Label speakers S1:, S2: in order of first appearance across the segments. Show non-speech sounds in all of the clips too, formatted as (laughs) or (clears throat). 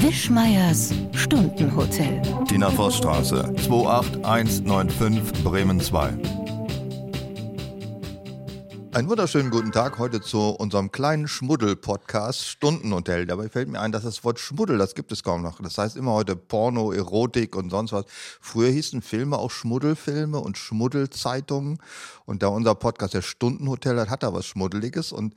S1: Wischmeiers Stundenhotel.
S2: Tina Vossstraße, 28195 Bremen 2. Einen wunderschönen guten Tag heute zu unserem kleinen Schmuddel-Podcast Stundenhotel. Dabei fällt mir ein, dass das Wort Schmuddel, das gibt es kaum noch. Das heißt immer heute Porno, Erotik und sonst was. Früher hießen Filme auch Schmuddelfilme und Schmuddelzeitungen. Und da unser Podcast der Stundenhotel hat, hat er was Schmuddeliges. Und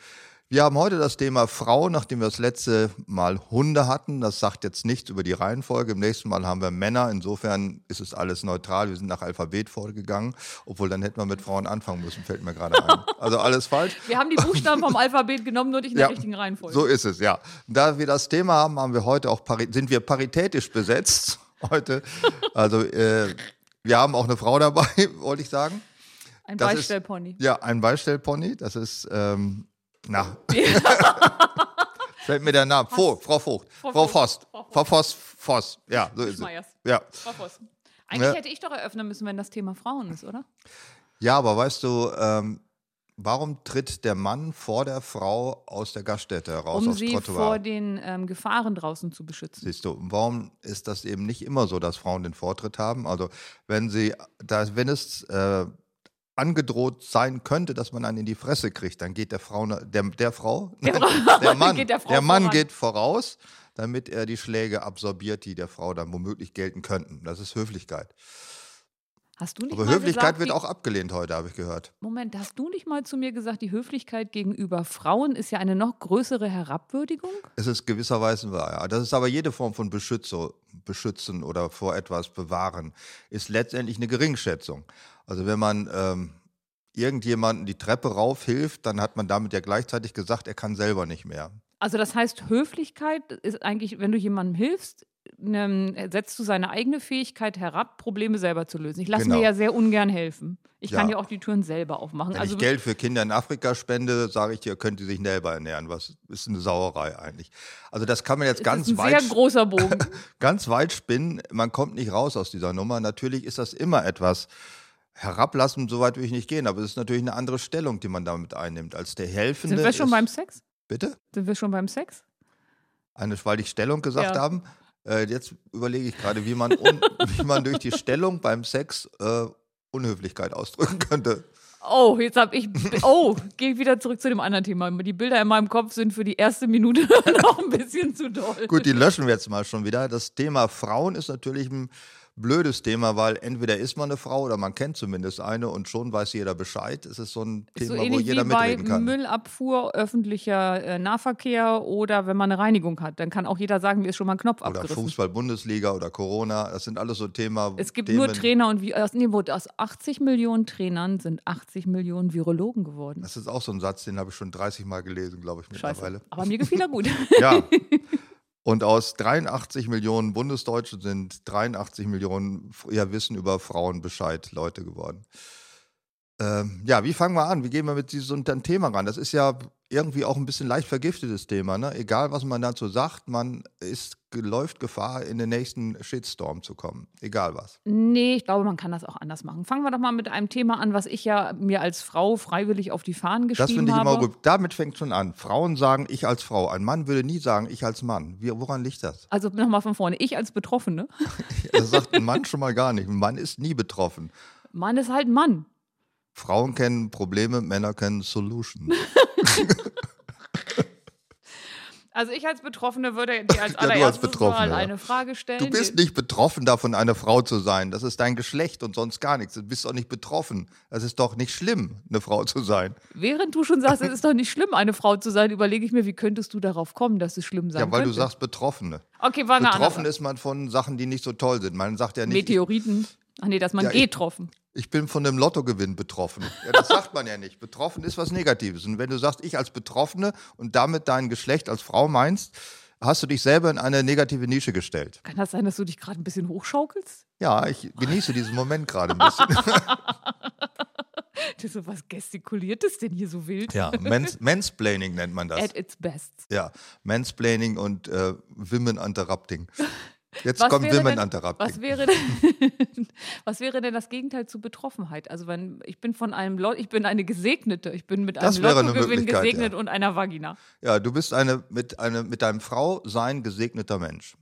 S2: wir haben heute das Thema Frau, nachdem wir das letzte Mal Hunde hatten. Das sagt jetzt nichts über die Reihenfolge. Im nächsten Mal haben wir Männer. Insofern ist es alles neutral. Wir sind nach Alphabet vorgegangen. Obwohl, dann hätten wir mit Frauen anfangen müssen, fällt mir gerade ein. Also alles falsch.
S3: Wir haben die Buchstaben vom Alphabet genommen, nur nicht in der richtigen Reihenfolge.
S2: So ist es, ja. Da wir das Thema haben, haben wir heute auch pari sind wir paritätisch besetzt (laughs) heute. Also äh, wir haben auch eine Frau dabei, (laughs) wollte ich sagen.
S3: Ein
S2: das ist-
S3: Beistellpony.
S2: Ja, ein Beistellpony. Das ist ähm, na.
S3: (laughs)
S2: Fällt mir der Name. Vogt, Frau Vogt. Frau,
S3: Frau
S2: Vost.
S3: Vogt.
S2: Frau Voss. Voss. Ja, so ist es.
S3: Schmeiers.
S2: Ja.
S3: Frau Voss. Eigentlich
S2: Ja.
S3: hätte ich doch eröffnen müssen, wenn das Thema Frauen ist, oder?
S2: ja, aber weißt du, ähm, warum tritt der Mann vor der Frau aus der Gaststätte heraus,
S3: um
S2: aufs
S3: sie vor
S2: Trottoir?
S3: den ähm, Gefahren draußen zu beschützen.
S2: Siehst du, und warum ist das eben nicht immer so, dass Frauen den Vortritt haben? Also, wenn sie, da, wenn es äh, angedroht sein könnte, dass man einen in die Fresse kriegt, dann geht der Frau, der, der Frau,
S3: Der
S2: Nein,
S3: Frau-
S2: der Mann,
S3: geht
S2: der,
S3: der Frau
S2: Mann
S3: voran.
S2: geht voraus, damit er die Schläge absorbiert, die der Frau dann womöglich gelten könnten. Das ist Höflichkeit.
S3: Hast du nicht
S2: Aber
S3: mal
S2: Höflichkeit
S3: gesagt,
S2: wird
S3: die,
S2: auch abgelehnt heute, habe ich gehört.
S3: Moment, hast du nicht mal zu mir gesagt, die Höflichkeit gegenüber Frauen ist ja eine noch größere Herabwürdigung?
S2: Es ist gewisserweise wahr, ja. Das ist aber jede Form von Beschütze, Beschützen oder vor etwas bewahren, ist letztendlich eine Geringschätzung. Also wenn man ähm, irgendjemanden die Treppe rauf hilft, dann hat man damit ja gleichzeitig gesagt, er kann selber nicht mehr.
S3: Also das heißt, Höflichkeit ist eigentlich, wenn du jemandem hilfst, ähm, setzt du seine eigene Fähigkeit herab, Probleme selber zu lösen. Ich lasse
S2: Genau.
S3: mir ja sehr ungern helfen. Ich kann
S2: Ja.
S3: ja auch die Türen selber aufmachen.
S2: Wenn
S3: also
S2: ich Geld für Kinder in Afrika spende, sage ich dir, könnt ihr sich selber ernähren. Was ist eine Sauerei eigentlich? Also das kann man jetzt
S3: es
S2: ganz
S3: ist ein
S2: weit
S3: sehr
S2: (laughs)
S3: großer Bogen.
S2: ganz weit spinnen. Man kommt nicht raus aus dieser Nummer. Natürlich ist das immer etwas herablassen, so weit will ich nicht gehen, aber es ist natürlich eine andere Stellung, die man damit einnimmt, als der Helfende.
S3: Sind wir schon
S2: ist,
S3: beim Sex?
S2: Bitte?
S3: Sind wir schon beim Sex?
S2: Eine, weil ich Stellung gesagt
S3: Ja.
S2: haben. Äh, jetzt überlege ich gerade, wie man, un, (laughs) wie man durch die Stellung beim Sex äh, Unhöflichkeit ausdrücken könnte.
S3: Oh, jetzt habe
S2: (laughs)
S3: ich. Oh, gehe ich wieder zurück zu dem anderen Thema. Die Bilder in meinem Kopf sind für die erste Minute (laughs) noch ein bisschen zu doll.
S2: Gut, die löschen wir jetzt mal schon wieder. Das Thema Frauen ist natürlich ein blödes Thema, weil entweder ist man eine Frau oder man kennt zumindest eine und schon weiß jeder Bescheid. Es ist so ein
S3: Ist so
S2: Thema, wo
S3: ähnlich
S2: jeder
S3: wie bei
S2: mitreden kann.
S3: Müllabfuhr, öffentlicher äh, Nahverkehr oder wenn man eine Reinigung hat. Dann kann auch jeder sagen, mir ist schon mal ein Knopf
S2: Oder
S3: abgerissen.
S2: Fußball-Bundesliga oder Corona, das sind alles so Thema.
S3: Es gibt
S2: Themen.
S3: nur Trainer und wie aus, nee, wo- aus 80 Millionen Trainern sind 80 Millionen Virologen geworden.
S2: Das ist auch so ein Satz, den habe ich schon 30 Mal gelesen, glaube ich, mittlerweile.
S3: Scheiße. Aber (laughs) mir gefiel
S2: (laughs)
S3: er gut.
S2: Ja. Und aus 83 Millionen Bundesdeutschen sind 83 Millionen ja, Wissen über Frauen Bescheid Leute geworden. Ähm, ja, wie fangen wir an? Wie gehen wir mit diesem so einem Thema ran? Das ist ja irgendwie auch ein bisschen leicht vergiftetes Thema. Ne? Egal, was man dazu sagt, man ist, läuft Gefahr, in den nächsten Shitstorm zu kommen. Egal was.
S3: Nee, ich glaube, man kann das auch anders machen. Fangen wir doch mal mit einem Thema an, was ich ja mir als Frau freiwillig auf die Fahnen geschrieben
S2: Das finde ich
S3: habe.
S2: immer gut. Damit fängt schon an. Frauen sagen ich als Frau. Ein Mann würde nie sagen ich als Mann. Wie, woran liegt das?
S3: Also nochmal von vorne. Ich als Betroffene.
S2: Das sagt ein Mann schon mal gar nicht. Ein Mann ist nie betroffen.
S3: Mann ist halt ein Mann.
S2: Frauen kennen Probleme, Männer kennen Solutions.
S3: Also ich als Betroffene würde dir
S2: (laughs) Ja,
S3: als
S2: du als
S3: allererstes
S2: Betroffene,
S3: mal
S2: ja.
S3: eine Frage stellen.
S2: Du bist nicht betroffen davon, eine Frau zu sein. Das ist dein Geschlecht und sonst gar nichts. Du bist doch nicht betroffen. Es ist doch nicht schlimm, eine Frau zu sein.
S3: Während du schon sagst, es ist doch nicht schlimm, eine Frau zu sein, überlege ich mir, wie könntest du darauf kommen, dass es schlimm sein
S2: Ja, weil du
S3: könnte?
S2: sagst Betroffene.
S3: okay, war
S2: Betroffen ist man von Sachen, die nicht so toll sind. Man sagt ja nicht, ich,
S3: Meteoriten. Ach nee, dass man
S2: Ja, ich-
S3: getroffen.
S2: ich bin von dem Lottogewinn betroffen. Ja, das sagt man ja nicht. Betroffen ist was Negatives. Und wenn du sagst, ich als Betroffene und damit dein Geschlecht als Frau meinst, hast du dich selber in eine negative Nische gestellt.
S3: Kann das sein, dass du dich gerade ein bisschen hochschaukelst? (laughs)
S2: Ja, ich genieße diesen Moment gerade ein bisschen.
S3: Du so, was gestikuliert ist denn hier so wild?
S2: Ja, Mans Mansplaining nennt man das.
S3: At its best.
S2: Ja, Mansplaining und äh, Women Interrupting. Jetzt
S3: Was
S2: kommt
S3: wäre
S2: Women
S3: denn-
S2: Interrupting.
S3: Was wäre, denn, (laughs) was wäre denn das Gegenteil zu Betroffenheit? Also wenn ich bin von einem Lot, ich bin eine Gesegnete, ich bin mit
S2: Das
S3: einem
S2: wäre eine
S3: Lottogewinn
S2: Möglichkeit,
S3: gesegnet und einer Vagina.
S2: Ja, du bist eine mit, eine, mit deinem Frausein gesegneter Mensch.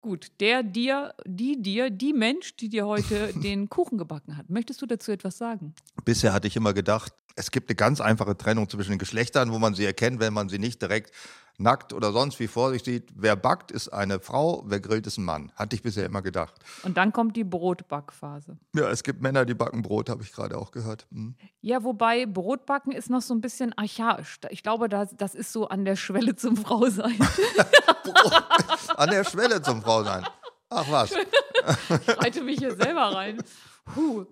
S3: Gut, der dir, die dir, die Mensch, die
S2: (laughs)
S3: dir heute den Kuchen gebacken hat. Möchtest du dazu etwas sagen?
S2: Bisher hatte ich immer gedacht, es gibt eine ganz einfache Trennung zwischen den Geschlechtern, wo man sie erkennt, wenn man sie nicht direkt nackt oder sonst wie vor sich sieht. Wer backt, ist eine Frau, wer grillt, ist ein Mann. Hatte ich bisher immer gedacht.
S3: Und dann kommt die Brotbackphase.
S2: Ja, es gibt Männer, die backen Brot, habe ich gerade auch gehört. Hm.
S3: Ja, wobei Brotbacken ist noch so ein bisschen archaisch. Ich glaube, das, das ist so an der Schwelle zum Frausein.
S2: Brot. An der Schwelle zum Frausein. Ach was.
S3: (laughs) reite mich hier selber rein. Puh.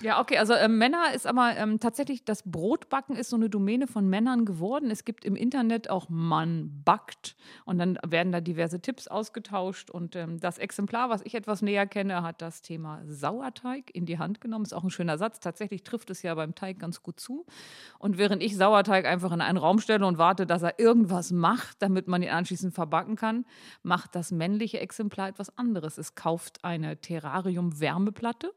S3: Ja, okay, also ähm, Männer ist aber ähm, tatsächlich, das Brotbacken ist so eine Domäne von Männern geworden. Es gibt im Internet auch Mann backt und dann werden da diverse Tipps ausgetauscht und ähm, das Exemplar, was ich etwas näher kenne, hat das Thema Sauerteig in die Hand genommen. Ist auch ein schöner Satz. Tatsächlich trifft es ja beim Teig ganz gut zu. Und während ich Sauerteig einfach in einen Raum stelle und warte, dass er irgendwas macht, damit man ihn anschließend verbacken kann, macht das männliche Exemplar etwas anderes. Es kauft eine Terrarium-Wärmeplatte.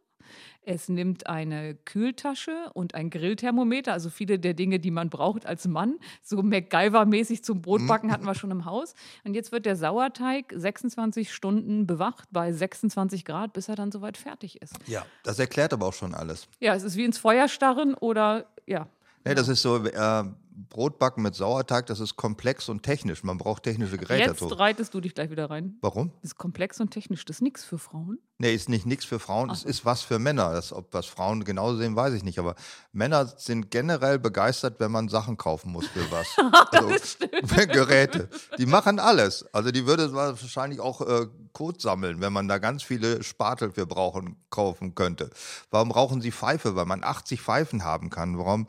S3: Es nimmt eine Kühltasche und ein Grillthermometer, also viele der Dinge, die man braucht als Mann. So MacGyver-mäßig zum Brotbacken hatten wir schon im Haus. Und jetzt wird der Sauerteig 26 Stunden bewacht bei 26 Grad, bis er dann soweit fertig ist.
S2: Ja. Das erklärt aber auch schon alles.
S3: Ja, es ist wie ins Feuer starren oder ja.
S2: Nee, das ist so, äh, Brotbacken mit Sauerteig, das ist komplex und technisch. Man braucht technische Geräte
S3: Jetzt
S2: dazu.
S3: reitest du dich gleich wieder rein.
S2: Warum?
S3: Ist komplex und technisch, das ist nichts für Frauen.
S2: Nee, ist nicht nichts für Frauen, es ist was für Männer. Das, ob was Frauen genauso sehen, weiß ich nicht. Aber Männer sind generell begeistert, wenn man Sachen kaufen muss für
S3: (laughs)
S2: was. Also, (laughs) Geräte. Die machen alles. Also die würde wahrscheinlich auch äh, Kot sammeln, wenn man da ganz viele Spatel für brauchen, kaufen könnte. Warum rauchen sie Pfeife? Weil man 80 Pfeifen haben kann. Warum?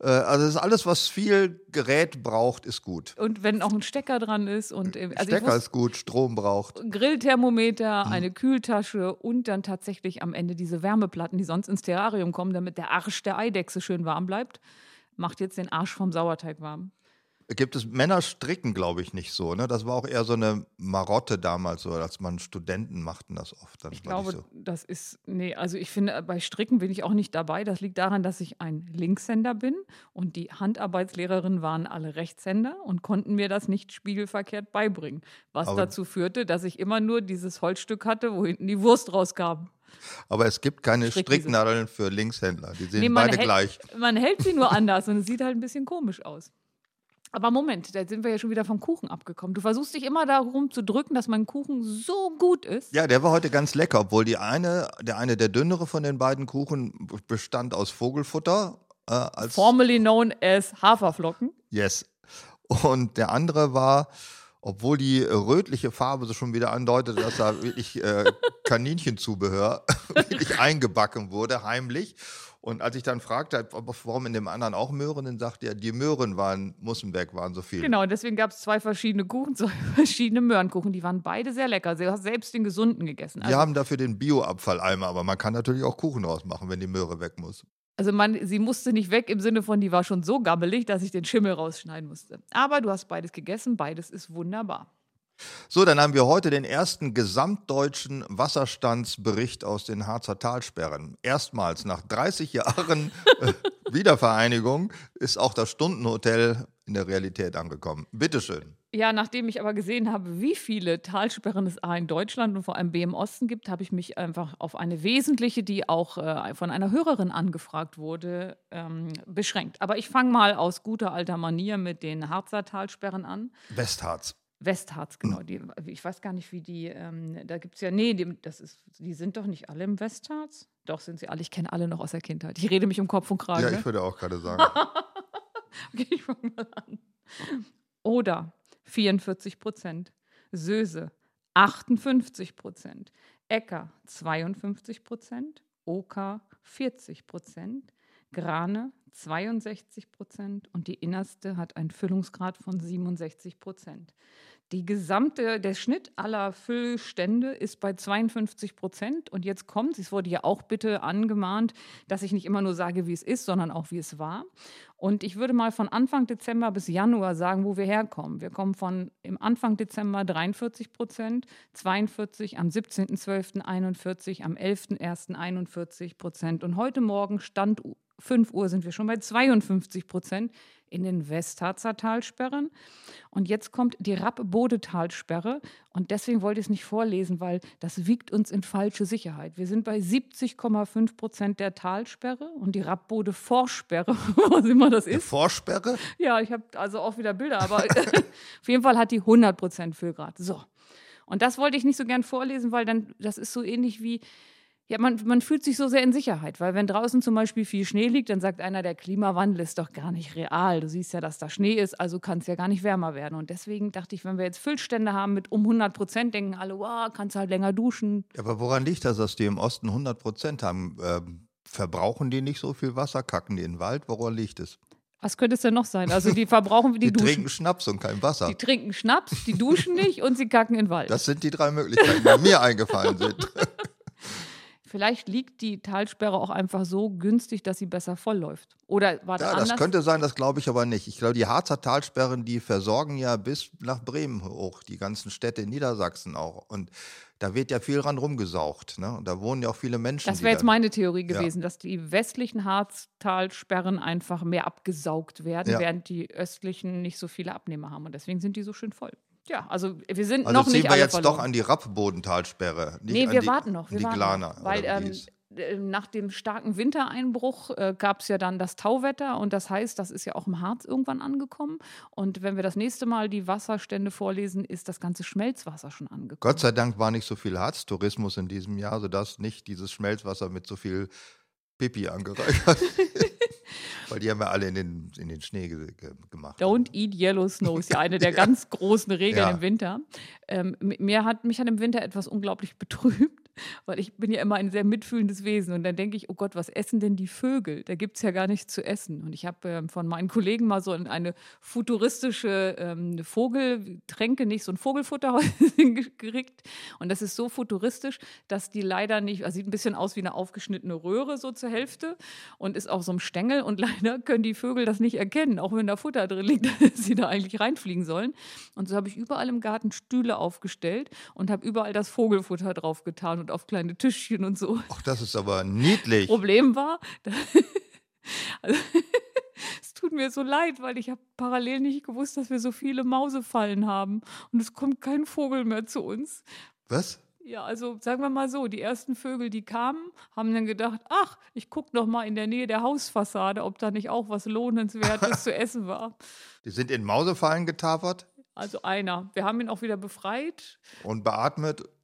S2: Äh, also es ist alles, was viel Gerät braucht, ist gut.
S3: Und wenn auch ein Stecker dran ist und äh, also ich
S2: Stecker ist gut, Strom braucht.
S3: Grillthermometer, eine Kühltasche und dann tatsächlich am Ende diese Wärmeplatten, die sonst ins Terrarium kommen, damit der Arsch der Eidechse schön warm bleibt, macht jetzt den Arsch vom Sauerteig warm.
S2: gibt es Männer stricken, glaube ich, nicht so. Ne? Das war auch eher so eine Marotte damals, so, als man Studenten machten das oft. Dann
S3: Ich
S2: war
S3: glaube,
S2: nicht
S3: das ist, nee, also ich finde, bei Stricken bin ich auch nicht dabei. Das liegt daran, dass ich ein Linkshänder bin und die Handarbeitslehrerinnen waren alle Rechtshänder und konnten mir das nicht spiegelverkehrt beibringen. Was
S2: Aber-
S3: dazu führte, dass ich immer nur dieses Holzstück hatte, wo hinten die Wurst rauskam.
S2: so. Aber es gibt keine
S3: Strickwiese.
S2: Stricknadeln für Linkshändler. Die sehen
S3: Nee, man
S2: beide
S3: hält-
S2: gleich.
S3: Man hält sie
S2: (laughs)
S3: nur anders und es sieht halt ein bisschen komisch aus. Aber Moment, da sind wir ja schon wieder vom Kuchen abgekommen. Du versuchst dich immer darum zu drücken, dass mein Kuchen so gut ist.
S2: Ja, der war heute ganz lecker, obwohl die eine, der eine der dünnere von den beiden Kuchen b- bestand aus Vogelfutter. Äh, als
S3: Formerly known as Haferflocken.
S2: Yes. Und der andere war, obwohl die äh, rötliche Farbe so schon wieder andeutet, dass da wirklich äh, Kaninchenzubehör (laughs) wirklich eingebacken wurde, heimlich. Und als ich dann fragte, ob- warum in dem anderen auch Möhren, dann sagte er, die Möhren waren, Mussenberg waren so viel.
S3: Genau, deswegen gab es zwei verschiedene Kuchen, (laughs) zwei verschiedene Möhrenkuchen. Die waren beide sehr lecker. Du hast selbst den gesunden gegessen. Also,
S2: Wir haben dafür den Bio-Abfalleimer, aber man kann natürlich auch Kuchen draus machen, wenn die Möhre weg muss.
S3: Also man, sie musste nicht weg im Sinne von, die war schon so gammelig, dass ich den Schimmel rausschneiden musste. Aber du hast beides gegessen, beides ist wunderbar.
S2: So, dann haben wir heute den ersten gesamtdeutschen Wasserstandsbericht aus den Harzer Talsperren. Erstmals nach 30 Jahren
S3: (laughs)
S2: äh, Wiedervereinigung ist auch das Stundenhotel in der Realität angekommen. Bitteschön.
S3: Ja, nachdem ich aber gesehen habe, wie viele Talsperren es A in Deutschland und vor allem B im Osten gibt, habe ich mich einfach auf eine wesentliche, die auch äh, von einer Hörerin angefragt wurde, ähm, beschränkt. Aber ich fange mal aus guter alter Manier mit den Harzer Talsperren an.
S2: Westharz.
S3: Westharz, genau. Die, ich weiß gar nicht, wie die, ähm, da gibt es ja, nee, die, das ist, die sind doch nicht alle im Westharz. Doch, sind sie alle. Ich kenne alle noch aus der Kindheit. Ich rede mich um Kopf und Kragen.
S2: Ja,
S3: ne?
S2: ich würde auch gerade sagen.
S3: (laughs) Okay, ich fange mal an. Oder 44 Prozent. Söse 58 Prozent. Ecker 52 Prozent. Oka 40 Prozent. Grane 62 Prozent und die innerste hat einen Füllungsgrad von 67 Prozent. Die gesamte, der Schnitt aller Füllstände ist bei 52 Prozent und jetzt kommt, es wurde ja auch bitte angemahnt, dass ich nicht immer nur sage, wie es ist, sondern auch wie es war. Und ich würde mal von Anfang Dezember bis Januar sagen, wo wir herkommen. Wir kommen von im Anfang Dezember 43 Prozent, 42 am 17.12. 41, am 11.01. 41 Prozent. Und heute Morgen Stand 5 Uhr sind wir schon bei 52 Prozent in den Westharzer Talsperren. Und jetzt kommt die Rapp-Bode-Talsperre. Und deswegen wollte ich es nicht vorlesen, weil das wiegt uns in falsche Sicherheit. Wir sind bei 70,5 Prozent der Talsperre und die Rapp-Bode-Vorsperre, (laughs) was immer das
S2: Eine
S3: ist.
S2: Vorsperre?
S3: Ja, ich habe also auch wieder Bilder, aber (laughs) auf jeden Fall hat die 100 Prozent Füllgrad. So. Und das wollte ich nicht so gern vorlesen, weil dann, das ist so ähnlich wie, ja, man, man fühlt sich so sehr in Sicherheit, weil wenn draußen zum Beispiel viel Schnee liegt, dann sagt einer, der Klimawandel ist doch gar nicht real. Du siehst ja, dass da Schnee ist, also kann es ja gar nicht wärmer werden. Und deswegen dachte ich, wenn wir jetzt Füllstände haben mit um 100 Prozent, denken alle, wow, kannst halt länger duschen.
S2: Ja, Aber woran liegt das, dass die im Osten 100 Prozent haben? Ähm, verbrauchen die nicht so viel Wasser, kacken die in den Wald? Woran liegt es?
S3: Was könnte es denn noch sein? Also die verbrauchen, die,
S2: Die,
S3: duschen.
S2: trinken Schnaps und kein Wasser.
S3: Die trinken Schnaps, die duschen nicht und sie kacken in den Wald.
S2: Das sind die drei Möglichkeiten, die mir eingefallen sind.
S3: Vielleicht liegt die Talsperre auch einfach so günstig, dass sie besser vollläuft. Oder war das
S2: Ja,
S3: anders?
S2: das könnte sein, das glaube ich aber nicht. Ich glaube, die Harzer Talsperren, die versorgen ja bis nach Bremen hoch, die ganzen Städte in Niedersachsen auch. Und da wird ja viel ran rumgesaugt. Ne? Und da wohnen ja auch viele Menschen.
S3: das
S2: die
S3: wäre jetzt
S2: da-
S3: meine Theorie
S2: Ja.
S3: gewesen, dass die westlichen Harztalsperren einfach mehr abgesaugt werden,
S2: Ja.
S3: während die östlichen nicht so viele Abnehmer haben. Und deswegen sind die so schön voll. Ja, also wir sind
S2: Also
S3: noch
S2: ziehen
S3: nicht
S2: wir
S3: alle
S2: jetzt
S3: verloren.
S2: doch an die Rappbodentalsperre. nicht
S3: nee,
S2: an
S3: wir
S2: die,
S3: warten noch. Wir
S2: an die
S3: warten
S2: Glaner.
S3: noch. Weil
S2: oder wie die
S3: ähm,
S2: hieß.
S3: äh, nach dem starken Wintereinbruch äh, gab es ja dann das Tauwetter und das heißt, das ist ja auch im Harz irgendwann angekommen. Und wenn wir das nächste Mal die Wasserstände vorlesen, ist das ganze Schmelzwasser schon angekommen.
S2: Gott sei Dank war nicht so viel Harztourismus in diesem Jahr, sodass nicht dieses Schmelzwasser mit so viel Pipi
S3: (laughs)
S2: angereicht hat. Weil die haben ja alle in den, in den Schnee ge ge gemacht.
S3: Don't eat yellow snow ist ja
S2: (laughs)
S3: eine der ganz großen Regeln
S2: Ja.
S3: im Winter. Ähm, m- mir hat, mich hat im Winter etwas unglaublich (laughs) betrübt, weil ich bin ja immer ein sehr mitfühlendes Wesen. Und dann denke ich, oh Gott, was essen denn die Vögel? Da gibt es ja gar nichts zu essen. Und ich habe ähm, von meinen Kollegen mal so in eine futuristische ähm, Vogeltränke, nicht so ein Vogelfutter (laughs) gekriegt. Und das ist so futuristisch, dass die leider nicht, also sieht ein bisschen aus wie eine aufgeschnittene Röhre so zur Hälfte und ist auf so einem Stängel und (laughs) leider können die Vögel das nicht erkennen, auch wenn da Futter drin liegt, (laughs) dass sie da eigentlich reinfliegen sollen. Und so habe ich überall im Garten Stühle aufgestellt und habe überall das Vogelfutter drauf getan und auf kleine Tischchen und so.
S2: Ach, das ist aber niedlich.
S3: Problem war, da- (laughs) also, (laughs) es tut mir so leid, weil ich habe parallel nicht gewusst, dass wir so viele Mausefallen haben und es kommt kein Vogel mehr zu uns.
S2: Was?
S3: Ja, also sagen wir mal so, die ersten Vögel, die kamen, haben dann gedacht, ach, ich gucke noch mal in der Nähe der Hausfassade, ob da nicht auch was Lohnenswertes zu essen war.
S2: Die sind in Mausefallen getapert
S3: Also einer. Wir haben ihn auch wieder befreit.
S2: und beatmet. (laughs)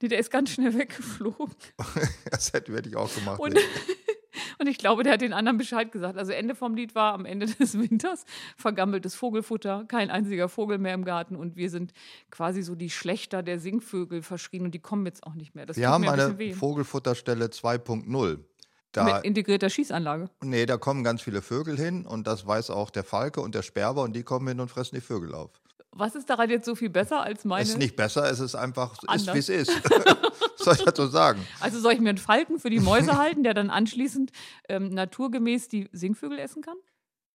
S3: Nee, der ist ganz schnell (laughs) weggeflogen.
S2: Das hätte hätte ich auch gemacht.
S3: Und, und ich glaube, der hat den anderen Bescheid gesagt. Also Ende vom Lied war am Ende (laughs) des Winters vergammeltes Vogelfutter, kein einziger Vogel mehr im Garten und wir sind quasi so die Schlechter der Singvögel verschrien und die kommen jetzt auch nicht mehr. Das
S2: Wir
S3: tut
S2: haben
S3: mir ein bisschen
S2: eine
S3: weh.
S2: Vogelfutterstelle 2.0. Da,
S3: Mit integrierter Schießanlage.
S2: nee, da kommen ganz viele Vögel hin und das weiß auch der Falke und der Sperber und die kommen hin und fressen die Vögel auf.
S3: Was ist daran jetzt so viel besser als meine?
S2: Es ist nicht besser, es ist einfach, ist
S3: Anders.
S2: wie es ist. (laughs) Was Soll ich dazu sagen?
S3: Also soll ich mir einen Falken für
S2: (laughs)
S3: die Mäuse halten, der dann anschließend ähm, naturgemäß die Singvögel essen kann?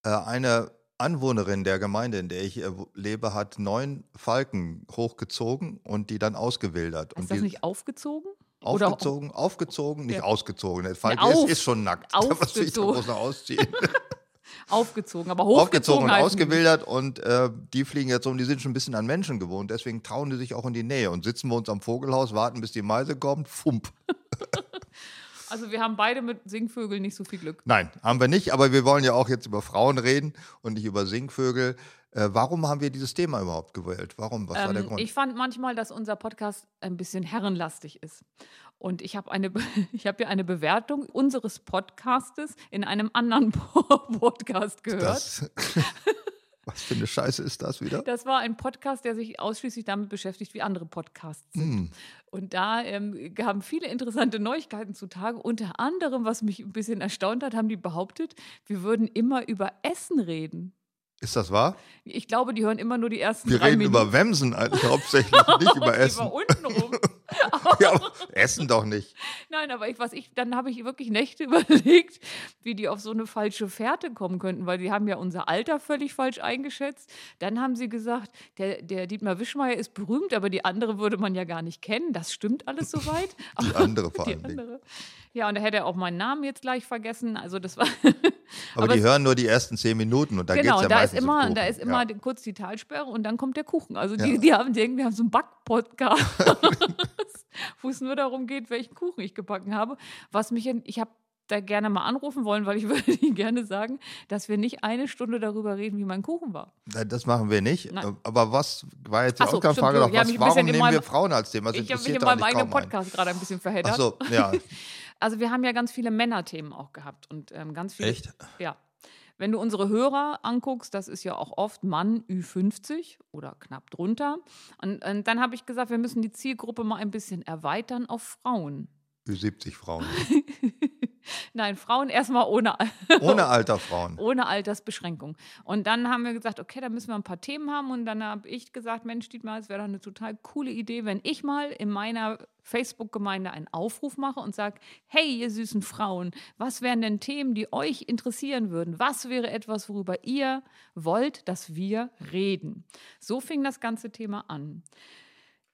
S2: Äh, Eine Anwohnerin der Gemeinde, in der ich äh, wo- lebe, hat neun Falken hochgezogen und die dann ausgewildert.
S3: Ist
S2: und
S3: das
S2: die
S3: nicht aufgezogen? oder-
S2: aufgezogen, aufgezogen, nicht
S3: Ja.
S2: ausgezogen. Der Falke
S3: auf-
S2: ist, ist schon nackt. (laughs) Was will ich da
S3: (laughs) aufgezogen.
S2: bloß noch ausziehen?
S3: Aufgezogen, aber
S2: aufgezogen
S3: hochgezogen.
S2: und
S3: heißen die nicht.
S2: ausgewildert und äh, die fliegen jetzt um, die sind schon ein bisschen an Menschen gewohnt, deswegen trauen die sich auch in die Nähe und sitzen wir uns am Vogelhaus, warten bis die Meise kommt, fump.
S3: Also wir haben beide mit Singvögeln nicht so viel Glück.
S2: Nein, haben wir nicht, aber wir wollen ja auch jetzt über Frauen reden und nicht über Singvögel. Äh, warum haben wir dieses Thema überhaupt gewählt? Warum? Was war der
S3: Ähm,
S2: Grund?
S3: Ich fand manchmal, dass unser Podcast ein bisschen herrenlastig ist. Und ich habe eine, (laughs) ich habe ja eine Bewertung unseres Podcastes in einem anderen (laughs) Podcast gehört.
S2: das, (laughs) was für eine Scheiße ist das
S3: (laughs)
S2: wieder?
S3: Das war ein Podcast, der sich ausschließlich damit beschäftigt, wie andere Podcasts
S2: Mhm.
S3: sind.
S2: Hm,
S3: Und da ähm, haben viele interessante Neuigkeiten zutage. Unter anderem, was mich ein bisschen erstaunt hat, haben die behauptet, wir würden immer über Essen reden.
S2: Ist das wahr?
S3: Ich glaube, die hören immer nur die ersten
S2: Wir
S3: drei
S2: reden also
S3: Minuten. (laughs)
S2: über Wemsen eigentlich hauptsächlich, nicht über Essen.
S3: Über unten rum.
S2: Ja, aber essen doch nicht.
S3: Nein, aber ich, was ich, dann habe ich wirklich Nächte (laughs) überlegt, wie die auf so eine falsche Fährte kommen könnten, weil die haben ja unser Alter völlig falsch eingeschätzt. Dann haben sie gesagt, der, der Dietmar Wischmeier ist berühmt, aber die andere würde man ja gar nicht kennen. Das stimmt alles soweit.
S2: (laughs) Die
S3: Aber
S2: andere vor
S3: die
S2: allen Dingen.
S3: andere. Ja, und da hätte er auch meinen Namen jetzt gleich vergessen. Also das war.
S2: Aber,
S3: Aber
S2: die hören nur die ersten zehn Minuten und dann
S3: genau,
S2: geht's ja
S3: da, ist
S2: meistens um
S3: immer, da
S2: Kuchen.
S3: ist immer
S2: Ja.
S3: die- kurz die Talsperre und dann kommt der Kuchen. Also
S2: Ja.
S3: die, die haben denken, wir haben so
S2: (laughs)
S3: einen Back-Podcast, wo es nur darum geht, welchen Kuchen ich gebacken habe. Was mich, in- ich habe da gerne mal anrufen wollen, weil ich (laughs) würde Ihnen gerne sagen, dass wir nicht eine Stunde darüber reden, wie mein Kuchen war.
S2: Nein, Das machen wir nicht.
S3: Nein.
S2: Aber was war jetzt die
S3: Ach so,
S2: Ausgangsfrage
S3: stimmt,
S2: doch?
S3: ja,
S2: Was,
S3: mich ein bisschen
S2: warum
S3: in
S2: nehmen
S3: meinem-
S2: wir Frauen als Thema? Das
S3: ich habe mich
S2: interessiert
S3: in
S2: doch
S3: meinem
S2: eigentlich
S3: eigenen
S2: kaum einen.
S3: Podcast gerade ein bisschen verheddert.
S2: Ach so, ja,
S3: Also wir haben ja ganz viele Männerthemen auch gehabt und ähm, ganz (laughs) viele.
S2: echt?
S3: Ja. Wenn du unsere Hörer anguckst, das ist ja auch oft Mann Ü50 oder knapp drunter. Und, und dann habe ich gesagt, wir müssen die Zielgruppe mal ein bisschen erweitern auf Frauen. (laughs)
S2: Für 70 Frauen.
S3: Nein, Frauen erstmal ohne,
S2: Ohne alter Frauen.
S3: ohne Altersbeschränkung. Und dann haben wir gesagt, okay, da müssen wir ein paar Themen haben. Und dann habe ich gesagt, Mensch, Dietmar, es wäre doch eine total coole Idee, wenn ich mal in meiner Facebook-Gemeinde einen Aufruf mache und sage, hey, ihr süßen Frauen, was wären denn Themen, die euch interessieren würden? Was wäre etwas, worüber ihr wollt, dass wir reden? So fing das ganze Thema an.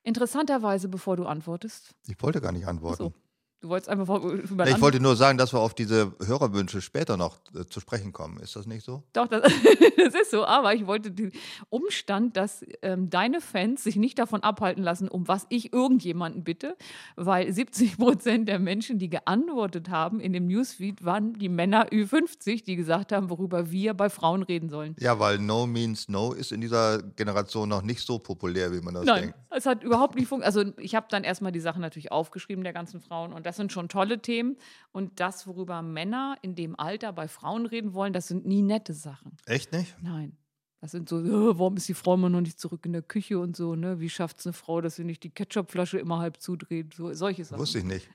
S3: Interessanterweise, bevor du antwortest,
S2: Ich wollte gar nicht antworten.
S3: so, du wolltest einfach vor- über
S2: Nee,
S3: ein
S2: ich wollte nur sagen, dass wir auf diese Hörerwünsche später noch äh, zu sprechen kommen. Ist das nicht so?
S3: Doch, das, (laughs) das ist so. Aber ich wollte den Umstand, dass ähm, deine Fans sich nicht davon abhalten lassen, um was ich irgendjemanden bitte, weil 70 Prozent der Menschen, die geantwortet haben in dem Newsfeed, waren die Männer Ü50, die gesagt haben, worüber wir bei Frauen reden sollen.
S2: Ja, weil No means No ist in dieser Generation noch nicht so populär, wie man das
S3: Nein,
S2: denkt.
S3: es hat überhaupt nicht funktioniert. Also ich habe dann erstmal die Sachen natürlich aufgeschrieben der ganzen Frauen und das sind schon tolle Themen. Und das, worüber Männer in dem Alter bei Frauen reden wollen, das sind nie nette Sachen.
S2: Echt nicht?
S3: Nein. Das sind so, äh, warum ist die Frau immer noch nicht zurück in der Küche und so, ne? Wie schafft es eine Frau, dass sie nicht die Ketchupflasche immer halb zudreht? So, solche Sachen.
S2: Wusste ich nicht.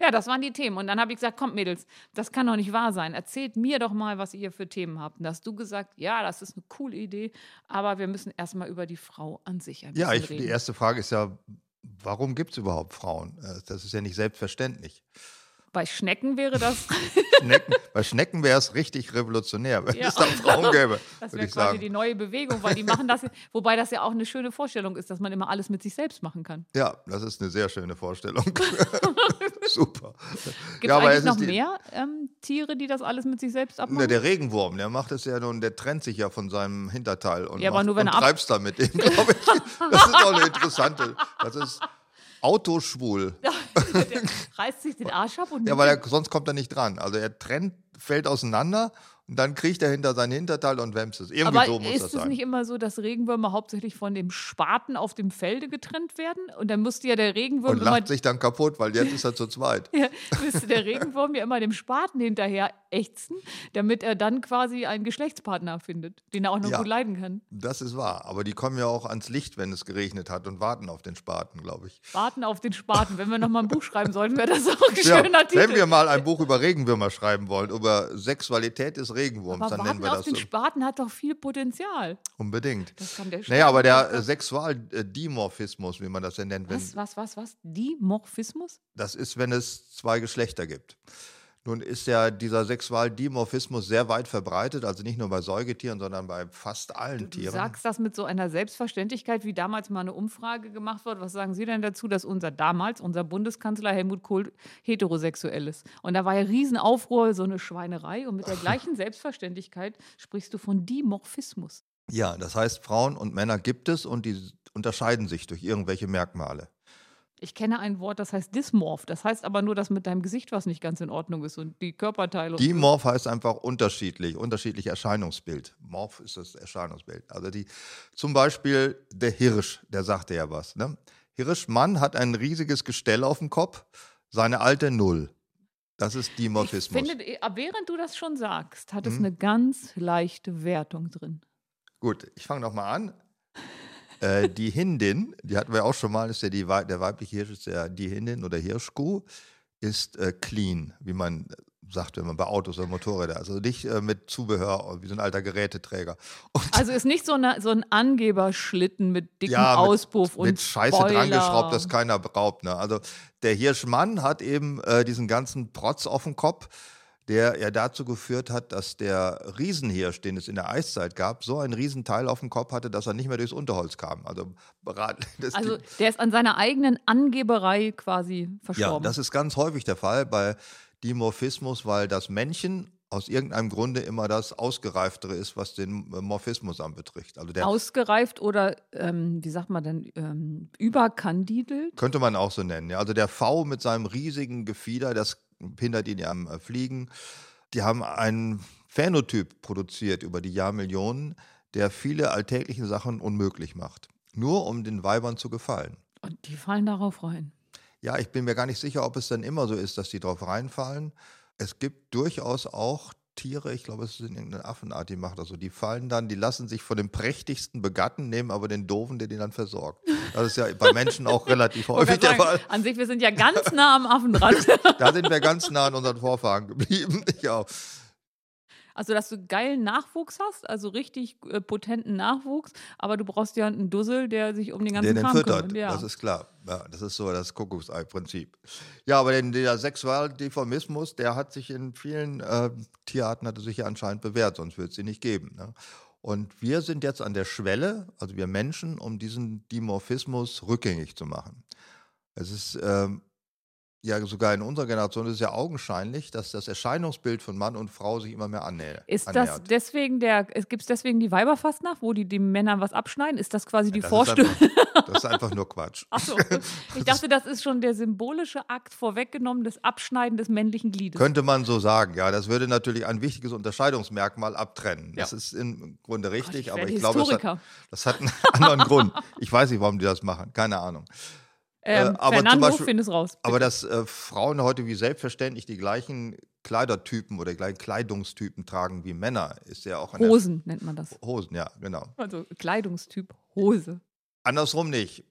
S3: Ja, das waren die Themen. Und dann habe ich gesagt, kommt Mädels, das kann doch nicht wahr sein. Erzählt mir doch mal, was ihr für Themen habt. Und da hast du gesagt, ja, das ist eine coole Idee, aber wir müssen erstmal über die Frau an sich ein
S2: Ja,
S3: bisschen
S2: ich,
S3: reden.
S2: die erste Frage ist ja, warum gibt es überhaupt Frauen? Äh, Das ist ja nicht
S3: (laughs)
S2: selbstverständlich.
S3: Bei Schnecken
S2: (laughs)
S3: wäre das,
S2: Schnecken, bei Schnecken wäre es richtig revolutionär, wenn
S3: Ja.
S2: es da
S3: (laughs)
S2: Frauen gäbe,
S3: das
S2: würde
S3: wäre
S2: ich
S3: quasi
S2: sagen.
S3: die neue Bewegung, weil die machen das,
S2: (laughs)
S3: wobei das ja auch eine schöne Vorstellung ist, dass man immer alles mit sich selbst machen kann.
S2: Ja, das ist eine sehr schöne
S3: (laughs)
S2: Vorstellung. (laughs) Super.
S3: Gibt
S2: ja,
S3: es
S2: aber
S3: eigentlich
S2: es
S3: noch
S2: ist die,
S3: mehr ähm, Tiere, die das alles mit sich selbst abmachen?
S2: Ne, der Regenwurm, der macht es ja nun, der trennt sich ja von seinem Hinterteil und,
S3: Ja, aber
S2: macht,
S3: nur wenn
S2: und
S3: er ab-
S2: treibst da mit dem, glaube ich. Das ist doch eine interessante. Das ist autoschwul.
S3: der reißt sich den Arsch ab und
S2: Ja,
S3: nimmt
S2: weil
S3: den-
S2: er, sonst kommt er nicht dran. Also er trennt, fällt auseinander und dann kriegt er hinter sein Hinterteil und wämst es. Irgendwie
S3: aber
S2: so muss
S3: ist
S2: das
S3: es
S2: sein.
S3: nicht immer so, dass Regenwürmer hauptsächlich von dem Spaten auf dem Felde getrennt werden? Und dann müsste ja der Regenwurm
S2: und
S3: immer
S2: lacht sich dann kaputt, weil jetzt ist er zu zweit.
S3: (laughs) ja, müsste der Regenwurm ja immer dem Spaten hinterher ächzen, damit er dann quasi einen Geschlechtspartner findet, den er auch noch
S2: Ja.
S3: gut leiden kann.
S2: Das ist wahr. Aber die kommen ja auch ans Licht, wenn es geregnet hat und warten auf den Spaten, glaube ich.
S3: Warten auf den Spaten. Wenn wir noch mal ein Buch schreiben sollten, wäre das auch ein (laughs) schöner Titel.
S2: wenn wir mal ein Buch über Regenwürmer schreiben wollen, über Sexualität des Regenwurms,
S3: aber
S2: dann
S3: warten
S2: nennen wir
S3: auf
S2: das
S3: den
S2: so.
S3: Spaten hat doch viel Potenzial.
S2: Unbedingt.
S3: Das kann der
S2: Naja, aber der äh,
S3: Spaten-
S2: Sexualdimorphismus, wie man das ja nennt, wenn,
S3: was, was, was, was? Dimorphismus?
S2: das ist, wenn es zwei Geschlechter gibt. Nun ist ja dieser Sexualdimorphismus sehr weit verbreitet, also nicht nur bei Säugetieren, sondern bei fast allen
S3: Du
S2: Tieren.
S3: sagst das mit so einer Selbstverständlichkeit, wie damals mal eine Umfrage gemacht wurde. Was sagen Sie denn dazu, dass unser damals, unser Bundeskanzler Helmut Kohl heterosexuell ist? Und da war ja Riesenaufruhr, so eine Schweinerei. Und mit
S2: (laughs)
S3: der gleichen Selbstverständlichkeit sprichst du von Dimorphismus.
S2: ja, das heißt, Frauen und Männer gibt es und die unterscheiden sich durch irgendwelche Merkmale.
S3: Ich kenne ein Wort, das heißt Dysmorph. Das heißt aber nur, dass mit deinem Gesicht was nicht ganz in Ordnung ist und die Körperteile. und-
S2: Dimorph heißt einfach unterschiedlich, unterschiedlich Erscheinungsbild. Morph ist das Erscheinungsbild. Also die, zum Beispiel der Hirsch, der sagte ja was. Ne? Hirschmann hat ein riesiges Gestell auf dem Kopf, seine alte Null. Das ist
S3: ich
S2: Dimorphismus.
S3: finde, eh, während du das schon sagst, hat es
S2: Mhm.
S3: eine ganz leichte Wertung drin.
S2: Gut, ich fange nochmal an. äh, die Hindin, die hatten wir auch schon mal, ist ja die, Wei- der weibliche Hirsch, ist ja die Hindin oder Hirschkuh, ist äh, clean, wie man sagt, wenn man bei Autos oder Motorräder, also nicht äh, mit Zubehör, wie so ein alter Geräteträger. Und
S3: Also ist nicht so, eine, so ein Angeberschlitten mit dickem
S2: Ja, mit-
S3: Auspuff und
S2: mit Scheiße
S3: Spoiler.
S2: dran geschraubt, dass keiner braucht. Ne? Also der Hirschmann hat eben äh, diesen ganzen Protz auf dem Kopf, der ja dazu geführt hat, dass der Riesenhirsch, den es in der Eiszeit gab, so einen Riesenteil auf dem Kopf hatte, dass er nicht mehr durchs Unterholz kam. Also, ra- (laughs) das
S3: Also der ist an seiner eigenen Angeberei quasi
S2: Ja,
S3: verstorben.
S2: das ist ganz häufig der Fall bei Dimorphismus, weil das Männchen aus irgendeinem Grunde immer das Ausgereiftere ist, was den äh, Morphismus anbetrifft. Also der
S3: Ausgereift oder, ähm, wie sagt man denn, ähm, überkandidelt?
S2: könnte man auch so nennen. Ja. Also der V mit seinem riesigen Gefieder, das hindert ihn ja am äh, Fliegen. Die haben einen Phänotyp produziert über die Jahrmillionen, der viele alltägliche Sachen unmöglich macht. Nur um den Weibern zu gefallen.
S3: Und die fallen darauf rein.
S2: Ja, ich bin mir gar nicht sicher, ob es dann immer so ist, dass die drauf reinfallen. Es gibt durchaus auch Tiere, ich glaube, es sind irgendeine Affenart, die macht das so. Die fallen dann, die lassen sich von dem prächtigsten begatten, nehmen aber den doofen, der den dann versorgt. Das ist ja bei Menschen auch relativ häufig
S3: (laughs) Wollte
S2: der
S3: gerade sagen,
S2: Fall.
S3: an sich, wir sind
S2: (laughs)
S3: ja ganz nah am Affen dran.
S2: Da sind wir ganz nah an unseren Vorfahren geblieben. (laughs) Ich auch.
S3: Also, dass du geilen Nachwuchs hast, also richtig äh, potenten Nachwuchs, aber du brauchst ja einen Dussel, der sich um den
S2: Der
S3: ganzen
S2: den
S3: Kram
S2: füttert, Also,
S3: kümmert. Ja.
S2: das ist klar. Ja, das ist so das Kuckucksei-Prinzip. Ja, aber den, der Sexualdeformismus, der hat sich in vielen äh, Tierarten hat er sich ja anscheinend bewährt, sonst würde es sie nicht geben. Ne? Und wir sind jetzt an der Schwelle, also wir Menschen, um diesen Dimorphismus rückgängig zu machen. Es ist ähm, ja sogar in unserer Generation ist es ja augenscheinlich, dass das Erscheinungsbild von Mann und Frau sich immer mehr annähert.
S3: Ist das
S2: annähert.
S3: deswegen der, gibt es deswegen die Weiberfastnacht, wo die den Männern was abschneiden? Ist das quasi die
S2: das ist, halt
S3: Vorstellung?
S2: einfach, das ist einfach nur
S3: (laughs)
S2: Quatsch.
S3: Achso,
S2: (laughs)
S3: ich dachte, das ist schon der symbolische Akt vorweggenommen, das Abschneiden des männlichen Gliedes.
S2: Könnte man so sagen, ja. Das würde natürlich ein wichtiges Unterscheidungsmerkmal abtrennen. Das ist im Grunde
S3: Gott,
S2: richtig, aber
S3: werde
S2: ich glaube, das hat,
S3: Historiker.
S2: das hat einen (laughs) anderen Grund. Ich weiß nicht, warum die das machen. Keine Ahnung.
S3: ähm,
S2: äh, aber zum
S3: Fernando,
S2: Beispiel-
S3: find es raus.
S2: Aber dass äh, Frauen heute wie selbstverständlich die gleichen Kleidertypen oder gleichen Kleidungstypen tragen wie Männer, ist ja auch in der-
S3: Hosen nennt man das.
S2: Hosen, ja, genau.
S3: Also Kleidungstyp Hose.
S2: Andersrum nicht.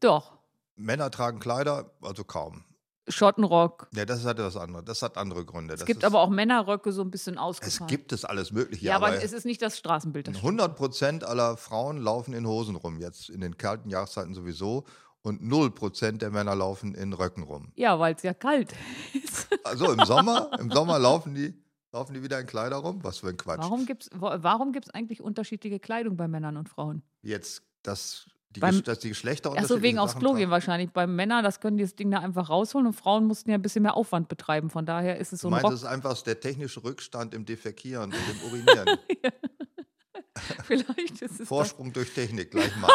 S3: Doch,
S2: Männer tragen Kleider, also kaum.
S3: Schottenrock.
S2: Ja, das hat was anderes. Das hat andere Gründe.
S3: Es gibt aber auch Männerröcke so ein bisschen
S2: es
S3: ausgefallen.
S2: gibt es alles Mögliche.
S3: ja, aber es ist nicht das Straßenbild. Das stimmt.
S2: 100 Prozent aller Frauen laufen in Hosen rum, jetzt in den kalten Jahreszeiten sowieso. Und 0 Prozent der Männer laufen in Röcken rum.
S3: ja, weil es ja kalt (laughs) ist.
S2: Also im
S3: (laughs)
S2: Sommer, im Sommer laufen die, laufen die wieder in Kleider rum. Was für ein Quatsch.
S3: Warum gibt es warum gibt's eigentlich unterschiedliche Kleidung bei Männern und Frauen?
S2: Jetzt, dass die,
S3: Beim-
S2: Gesch- dass die Geschlechter
S3: Achso, wegen
S2: unterschiedliche
S3: aufs
S2: Sachen
S3: Klo
S2: tragen.
S3: gehen wahrscheinlich. Bei Männern, das können die das Ding da einfach rausholen und Frauen mussten ja ein bisschen mehr Aufwand betreiben. Von daher ist es so
S2: Du
S3: ein
S2: meinst,
S3: Rock.
S2: es ist einfach der technische Rückstand im Defekieren und
S3: (laughs)
S2: im Urinieren.
S3: Vielleicht ist es das.
S2: Vorsprung durch Technik, gleich
S3: (laughs)
S2: mal.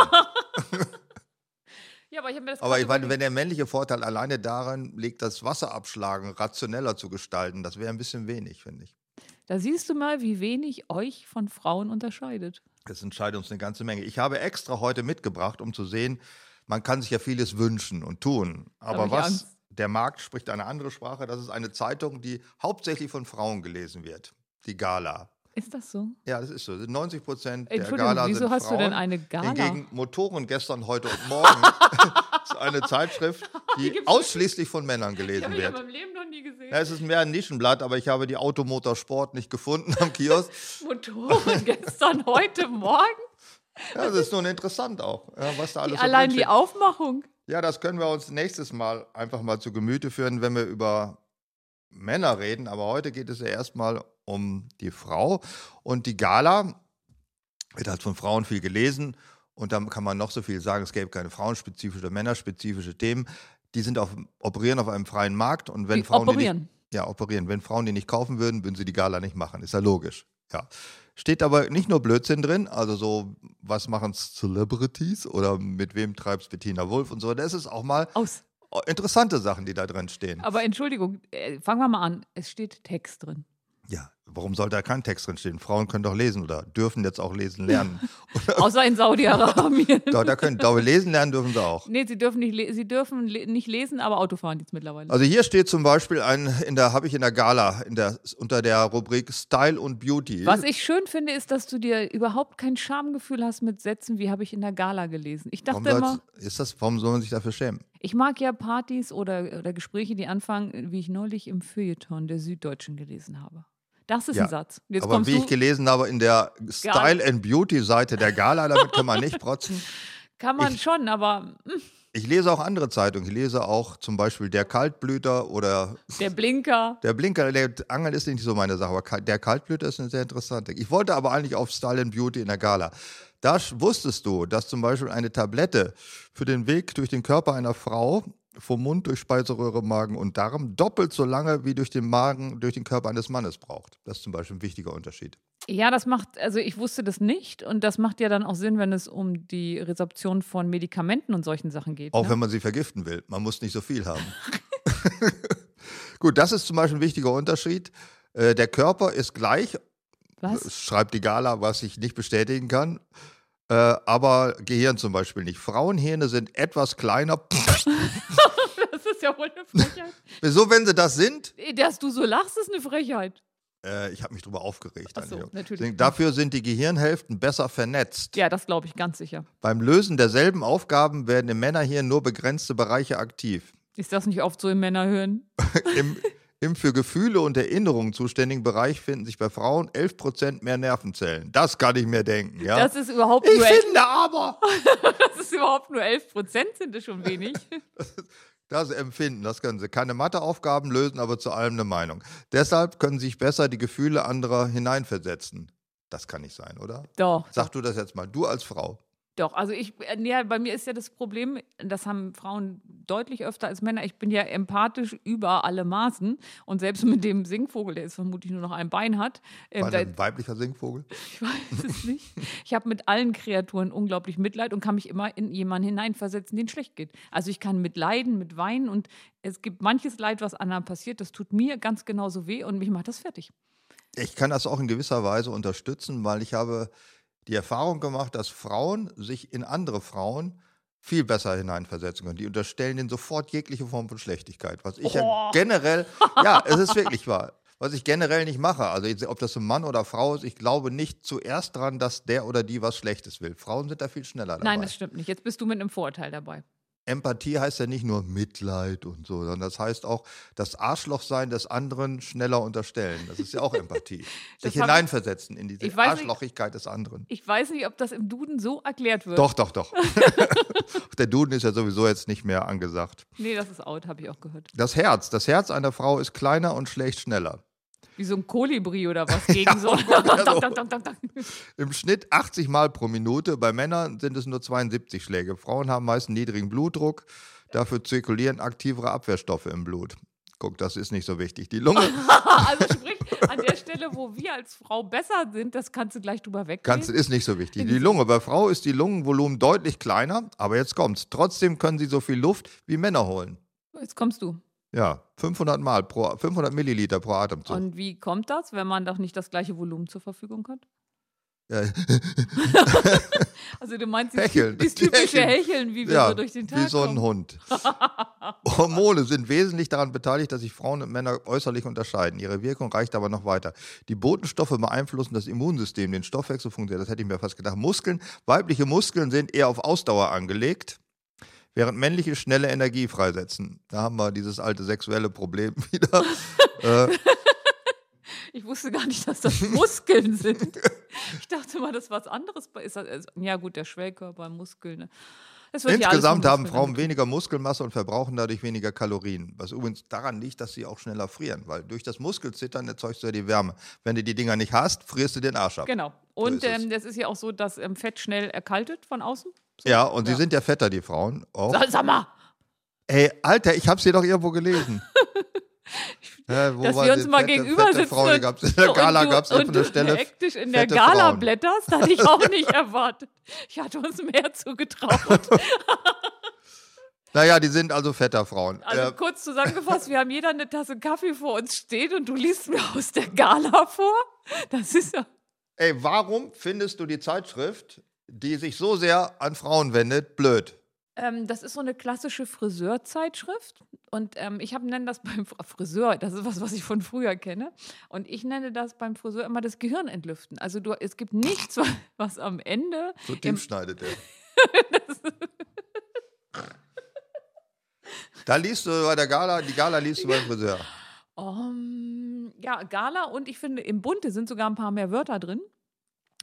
S3: Ja, aber ich habe mir das
S2: Aber
S3: gerade
S2: ich meine,
S3: überlegt.
S2: wenn der männliche Vorteil alleine daran liegt, das Wasserabschlagen rationeller zu gestalten, das wäre ein bisschen wenig, finde ich.
S3: da siehst du mal, wie wenig euch von Frauen unterscheidet.
S2: Das entscheidet uns eine ganze Menge. Ich habe extra heute mitgebracht, um zu sehen, man kann sich ja vieles wünschen und tun.
S3: Hab
S2: Aber
S3: ich
S2: was?
S3: Angst.
S2: Der Markt spricht eine andere Sprache. Das ist eine Zeitung, die hauptsächlich von Frauen gelesen wird. Die Gala.
S3: Ist das so?
S2: Ja, das ist so. 90 Prozent der
S3: Entschuldigung,
S2: Gala
S3: wieso
S2: sind
S3: hast
S2: Frauen.
S3: du denn eine Gala?
S2: Hingegen Motoren gestern, heute und
S3: (laughs)
S2: morgen ist eine Zeitschrift, die, ausschließlich von Männern gelesen wird.
S3: meinem Leben noch nie gesehen.
S2: Ja, es ist mehr ein Nischenblatt, aber ich habe die Automotorsport nicht gefunden am
S3: (laughs)
S2: Kiosk.
S3: Motoren
S2: (laughs)
S3: gestern, heute, morgen.
S2: Ja, das ist nun interessant auch, ja, was da alles so
S3: Allein die
S2: drinsteht.
S3: Aufmachung.
S2: Ja, das können wir uns nächstes Mal einfach mal zu Gemüte führen, wenn wir über Männer reden. Aber heute geht es ja erstmal um die Frau. Und die Gala wird halt von Frauen viel gelesen. Und dann kann man noch so viel sagen, es gäbe keine frauenspezifische, männerspezifische Themen. Die sind auf, operieren auf einem freien Markt. Und wenn
S3: Die
S2: Frauen Die
S3: operieren.
S2: nicht, ja, operieren. Wenn Frauen die nicht kaufen würden, würden sie die Gala nicht machen. Ist ja logisch. Ja. Steht aber nicht nur Blödsinn drin, also so, was machen Celebrities oder mit wem treibst Bettina Wolf und so. Das ist auch mal
S3: Aus.
S2: interessante Sachen, die da drin stehen.
S3: Aber Entschuldigung, äh, fangen wir mal an. Es steht
S2: (laughs)
S3: Text drin.
S2: Ja, warum soll da kein Text drin stehen? Frauen können doch lesen oder dürfen jetzt auch lesen lernen.
S3: Außer in Saudi-Arabien.
S2: da, da können, da lesen lernen dürfen sie auch.
S3: Nee, sie dürfen nicht, le sie dürfen le nicht lesen, aber Autofahren jetzt mittlerweile.
S2: Also hier steht zum Beispiel ein, in der habe ich in der Gala in der unter der Rubrik Style und Beauty.
S3: Was ich schön finde, ist, dass du dir überhaupt kein Schamgefühl hast mit Sätzen, wie habe ich in der Gala gelesen. Ich
S2: warum
S3: dachte immer,
S2: soll's- ist das? Warum soll man sich dafür schämen?
S3: Ich mag ja Partys oder, oder Gespräche, die anfangen, wie ich neulich im Feuilleton der Süddeutschen gelesen habe. Das ist
S2: Ja,
S3: ein Satz. Jetzt
S2: Aber
S3: kommst
S2: wie
S3: du,
S2: ich gelesen habe, in der Style and Beauty Seite der Gala, damit kann man nicht
S3: (laughs)
S2: protzen.
S3: kann man
S2: ich-
S3: schon, aber mm,
S2: Ich lese auch andere Zeitungen. Ich lese auch zum Beispiel Der Kaltblüter oder
S3: der Blinker.
S2: Der Blinker. Der Angeln ist nicht so meine Sache, aber Kal- Der Kaltblüter ist eine sehr interessante. Ich wollte aber eigentlich auf Style and Beauty in der Gala. Da sch- wusstest du, dass zum Beispiel eine Tablette für den Weg durch den Körper einer Frau vom Mund durch Speiseröhre, Magen und Darm doppelt so lange wie durch den Magen, durch den Körper eines Mannes braucht. Das ist zum Beispiel ein wichtiger Unterschied.
S3: Ja, das macht, also ich wusste das nicht und das macht ja dann auch Sinn, wenn es um die Resorption von Medikamenten und solchen Sachen geht.
S2: Auch
S3: ne?
S2: wenn man sie vergiften will. Man muss nicht so viel
S3: (laughs)
S2: haben. (laughs) Gut, das ist zum Beispiel ein wichtiger Unterschied. Äh, der Körper ist gleich, (laughs)
S3: Was?
S2: schreibt die Gala, was ich nicht bestätigen kann. Äh, aber Gehirn zum Beispiel nicht. Frauenhirne sind etwas kleiner. Pff,
S3: Das ist ja wohl eine Frechheit.
S2: Wieso, wenn sie das sind?
S3: Äh, Dass du so lachst, ist eine Frechheit.
S2: Äh, ich habe mich darüber aufgeregt.
S3: Ach so,
S2: Angelika.
S3: natürlich.
S2: Deswegen, Dafür sind die Gehirnhälften besser vernetzt.
S3: Ja, das glaube ich ganz sicher.
S2: Beim Lösen derselben Aufgaben werden im Männerhirn nur begrenzte Bereiche aktiv.
S3: Ist das nicht oft so im Männerhirn?
S2: Im, Im für Gefühle und Erinnerungen zuständigen Bereich finden sich bei Frauen 11% mehr Nervenzellen. Das kann ich mir denken, ja?
S3: Das ist überhaupt
S2: ich
S3: nur,
S2: finde aber,
S3: (laughs) das ist überhaupt nur 11 Prozent, sind das
S2: (laughs)
S3: schon wenig.
S2: das Empfinden, das können sie. Keine Matheaufgaben lösen, aber zu allem eine Meinung. Deshalb können sich besser die Gefühle anderer hineinversetzen. Das kann nicht sein, oder?
S3: Doch,
S2: Sag du das jetzt mal, du als Frau.
S3: doch. Also ich, äh, ja, bei mir ist ja das Problem, das haben Frauen deutlich öfter als Männer. Ich bin ja empathisch über alle Maßen und selbst mit dem Singvogel, der jetzt vermutlich nur noch ein Bein hat, ähm,
S2: War
S3: da,
S2: das ein weiblicher Singvogel?
S3: Ich weiß es nicht. Ich habe mit allen Kreaturen unglaublich Mitleid und kann mich immer in jemanden hineinversetzen, den schlecht geht. Also ich kann mitleiden, mit weinen und es gibt manches Leid, was anderen passiert. Das tut mir ganz genauso weh und mich macht das fertig.
S2: Ich kann das auch in gewisser Weise unterstützen, weil ich habe die Erfahrung gemacht, dass Frauen sich in andere Frauen viel besser hineinversetzen können. Die unterstellen denen sofort jegliche Form von Schlechtigkeit, was ich ja
S3: Oh. (laughs)
S2: generell, ja, es ist wirklich wahr, was ich generell nicht mache. Also jetzt, ob das ein Mann oder Frau ist, ich glaube nicht zuerst dran, dass der oder die was Schlechtes will. Frauen sind da viel schneller dabei.
S3: Nein, das stimmt nicht. Jetzt bist du mit einem Vorurteil dabei.
S2: Empathie heißt ja nicht nur Mitleid und so, sondern das heißt auch das Arschlochsein des anderen schneller unterstellen. Das ist ja auch Empathie. Sich
S3: (laughs) Das hab-
S2: hineinversetzen in diese
S3: Ich weiß nicht-
S2: Arschlochigkeit des anderen.
S3: Ich weiß nicht, ob das im Duden so erklärt wird.
S2: Doch, doch, (laughs) doch. Der Duden ist ja sowieso jetzt nicht mehr angesagt.
S3: Nee, das ist out, habe ich auch gehört.
S2: Das Herz, das Herz einer Frau ist kleiner und schlägt schneller.
S3: Wie so ein Kolibri
S2: (laughs)
S3: oder was gegen
S2: oh
S3: so. (laughs)
S2: so.
S3: Dang, dang, dang, dang.
S2: Im Schnitt 80 Mal pro Minute. Bei Männern sind es nur 72 Schläge. Frauen haben meist einen niedrigen Blutdruck. Dafür zirkulieren aktivere Abwehrstoffe im Blut. Guck, das ist nicht so wichtig. Die Lunge
S3: Also sprich, an der Stelle, wo wir als Frau besser sind, das kannst du gleich drüber weggehen.
S2: Kannst, ist nicht so wichtig. Die Lunge, bei Frau ist die Lungenvolumen deutlich kleiner, aber jetzt kommt's. Trotzdem können sie so viel Luft wie Männer holen.
S3: Jetzt kommst du.
S2: Ja, 500 Mal pro 500 Milliliter pro Atemzug.
S3: Und wie kommt das, wenn man doch nicht das gleiche Volumen zur Verfügung hat?
S2: Ja,
S3: Also du meinst dieses,
S2: Hecheln.
S3: dieses typische
S2: Hecheln.
S3: Hecheln, wie wir
S2: ja,
S3: so durch den Tag
S2: wie so ein
S3: kommen. (laughs)
S2: Hund. Hormone sind wesentlich daran beteiligt, dass sich Frauen und Männer äußerlich unterscheiden. Ihre Wirkung reicht aber noch weiter. Die Botenstoffe beeinflussen das Immunsystem, den Stoffwechsel funktioniert. Das hätte ich mir fast gedacht. Muskeln, weibliche Muskeln sind eher auf Ausdauer angelegt, während männliche schnelle Energie freisetzen. Da haben wir dieses alte sexuelle Problem (laughs) wieder. äh,
S3: Ich wusste gar nicht, dass
S2: (laughs)
S3: das Muskeln sind. Ich dachte mal, das ist was anderes. bei- Ist das, also, ja gut, der Schwellkörper, Muskeln. ne? Das wird ja alles
S2: insgesamt
S3: von
S2: haben
S3: Muskeln
S2: Frauen weniger Muskelmasse und verbrauchen dadurch weniger Kalorien. Was übrigens daran liegt, dass sie auch schneller frieren, weil durch das Muskelzittern erzeugst du ja die Wärme. Wenn du die Dinger nicht hast, frierst du den Arsch ab.
S3: Genau.
S2: ist
S3: Und
S2: es.
S3: ähm, das ist ja auch so, dass ähm, Fett schnell erkaltet von außen.
S2: Ja, und sie
S3: Ja.
S2: sind ja fetter, die Frauen. Auch.
S3: Sag, sag mal,
S2: Ey, Alter, ich hab's hier doch irgendwo
S3: (laughs)
S2: gelesen. Hä, wo
S3: dass
S2: war
S3: wir uns
S2: die
S3: mal
S2: fette-
S3: gegenüber
S2: fette
S3: sitzen.
S2: Frauen, die
S3: und- (laughs)
S2: gab's in der
S3: und
S2: Gala
S3: du-
S2: gab's ja
S3: und
S2: von der
S3: du
S2: Stelle.
S3: hektisch in der
S2: fette
S3: Gala
S2: Frauen.
S3: blätterst, hatte ich auch nicht (laughs) erwartet. Ich hatte uns mehr zugetraut.
S2: Naja, die sind also fetter Frauen.
S3: Also
S2: äh,
S3: kurz zusammengefasst, wir haben jeder eine Tasse Kaffee vor uns stehen und du liest mir aus der Gala vor. Das ist ja.
S2: ey, warum findest du die Zeitschrift, die sich so sehr an Frauen wendet, blöd?
S3: Ähm, das ist so eine klassische Friseurzeitschrift. Und ähm, ich hab, nenne das beim Fr- Friseur, das ist was, was ich von früher kenne. Und ich nenne das beim Friseur immer das Gehirn entlüften. Also du, es gibt nichts, wa- was am Ende (laughs)
S2: So tief schneidet der. Da liest du bei der Gala, die Gala liest du beim Friseur.
S3: Ähm, ja, Gala und ich finde, im Bunte sind sogar ein paar mehr Wörter drin.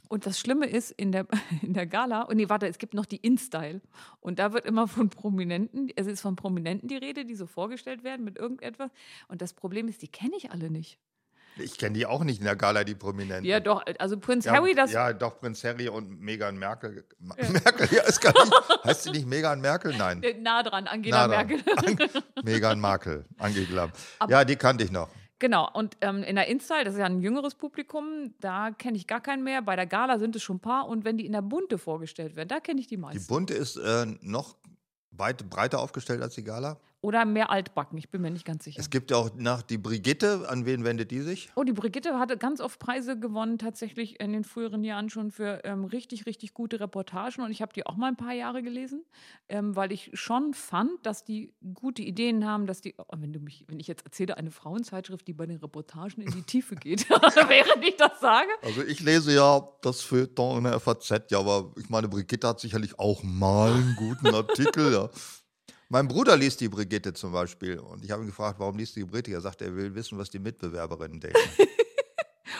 S3: Und das Schlimme ist, in der, (laughs) in der Gala, und nee, warte, es gibt noch die InStyle. Und da wird immer von Prominenten, es ist von Prominenten die Rede, die so vorgestellt werden mit irgendetwas. Und das Problem ist, die kenne ich alle nicht.
S2: Ich kenne die auch nicht in der Gala, die Prominenten.
S3: Ja, doch, also Prinz
S2: Ja,
S3: Harry, das.
S2: ja, doch, Prinz Harry und Meghan Merkel. Merkel, ja, ist gar
S3: (laughs)
S2: nicht. Heißt sie nicht Meghan Merkel? Nein.
S3: äh, Nah dran, Angela
S2: Nah dran.
S3: Merkel.
S2: (laughs)
S3: (laughs)
S2: Meghan Markle, angeglabt. Ja, die kannte ich noch.
S3: Genau, und ähm, in der InStyle, das ist ja ein jüngeres Publikum, da kenne ich gar keinen mehr. Bei der Gala sind es schon ein paar. Und wenn die in der Bunte vorgestellt werden, da kenne ich die
S2: Die
S3: meisten.
S2: Bunte ist äh, noch weit, breiter aufgestellt als die Gala.
S3: Oder mehr altbacken, ich bin mir nicht ganz sicher.
S2: Es gibt ja auch nach die Brigitte, an wen wendet die sich?
S3: Oh, die Brigitte hatte ganz oft Preise gewonnen, tatsächlich in den früheren Jahren schon für ähm, richtig, richtig gute Reportagen. Und ich habe die auch mal ein paar Jahre gelesen, ähm, weil ich schon fand, dass die gute Ideen haben, dass die, oh, wenn du mich, wenn ich jetzt erzähle, eine Frauenzeitschrift, die bei den Reportagen in die Tiefe geht, (laughs) während ich das sage.
S2: Also ich lese ja das Feuilleton in der FAZ, ja, aber ich meine, Brigitte hat sicherlich auch mal einen
S3: (laughs)
S2: guten Artikel, ja. Mein Bruder liest die Brigitte zum Beispiel und ich habe ihn gefragt, warum liest du die Brigitte? Er sagt, er will wissen, was die Mitbewerberinnen
S3: (laughs)
S2: denken.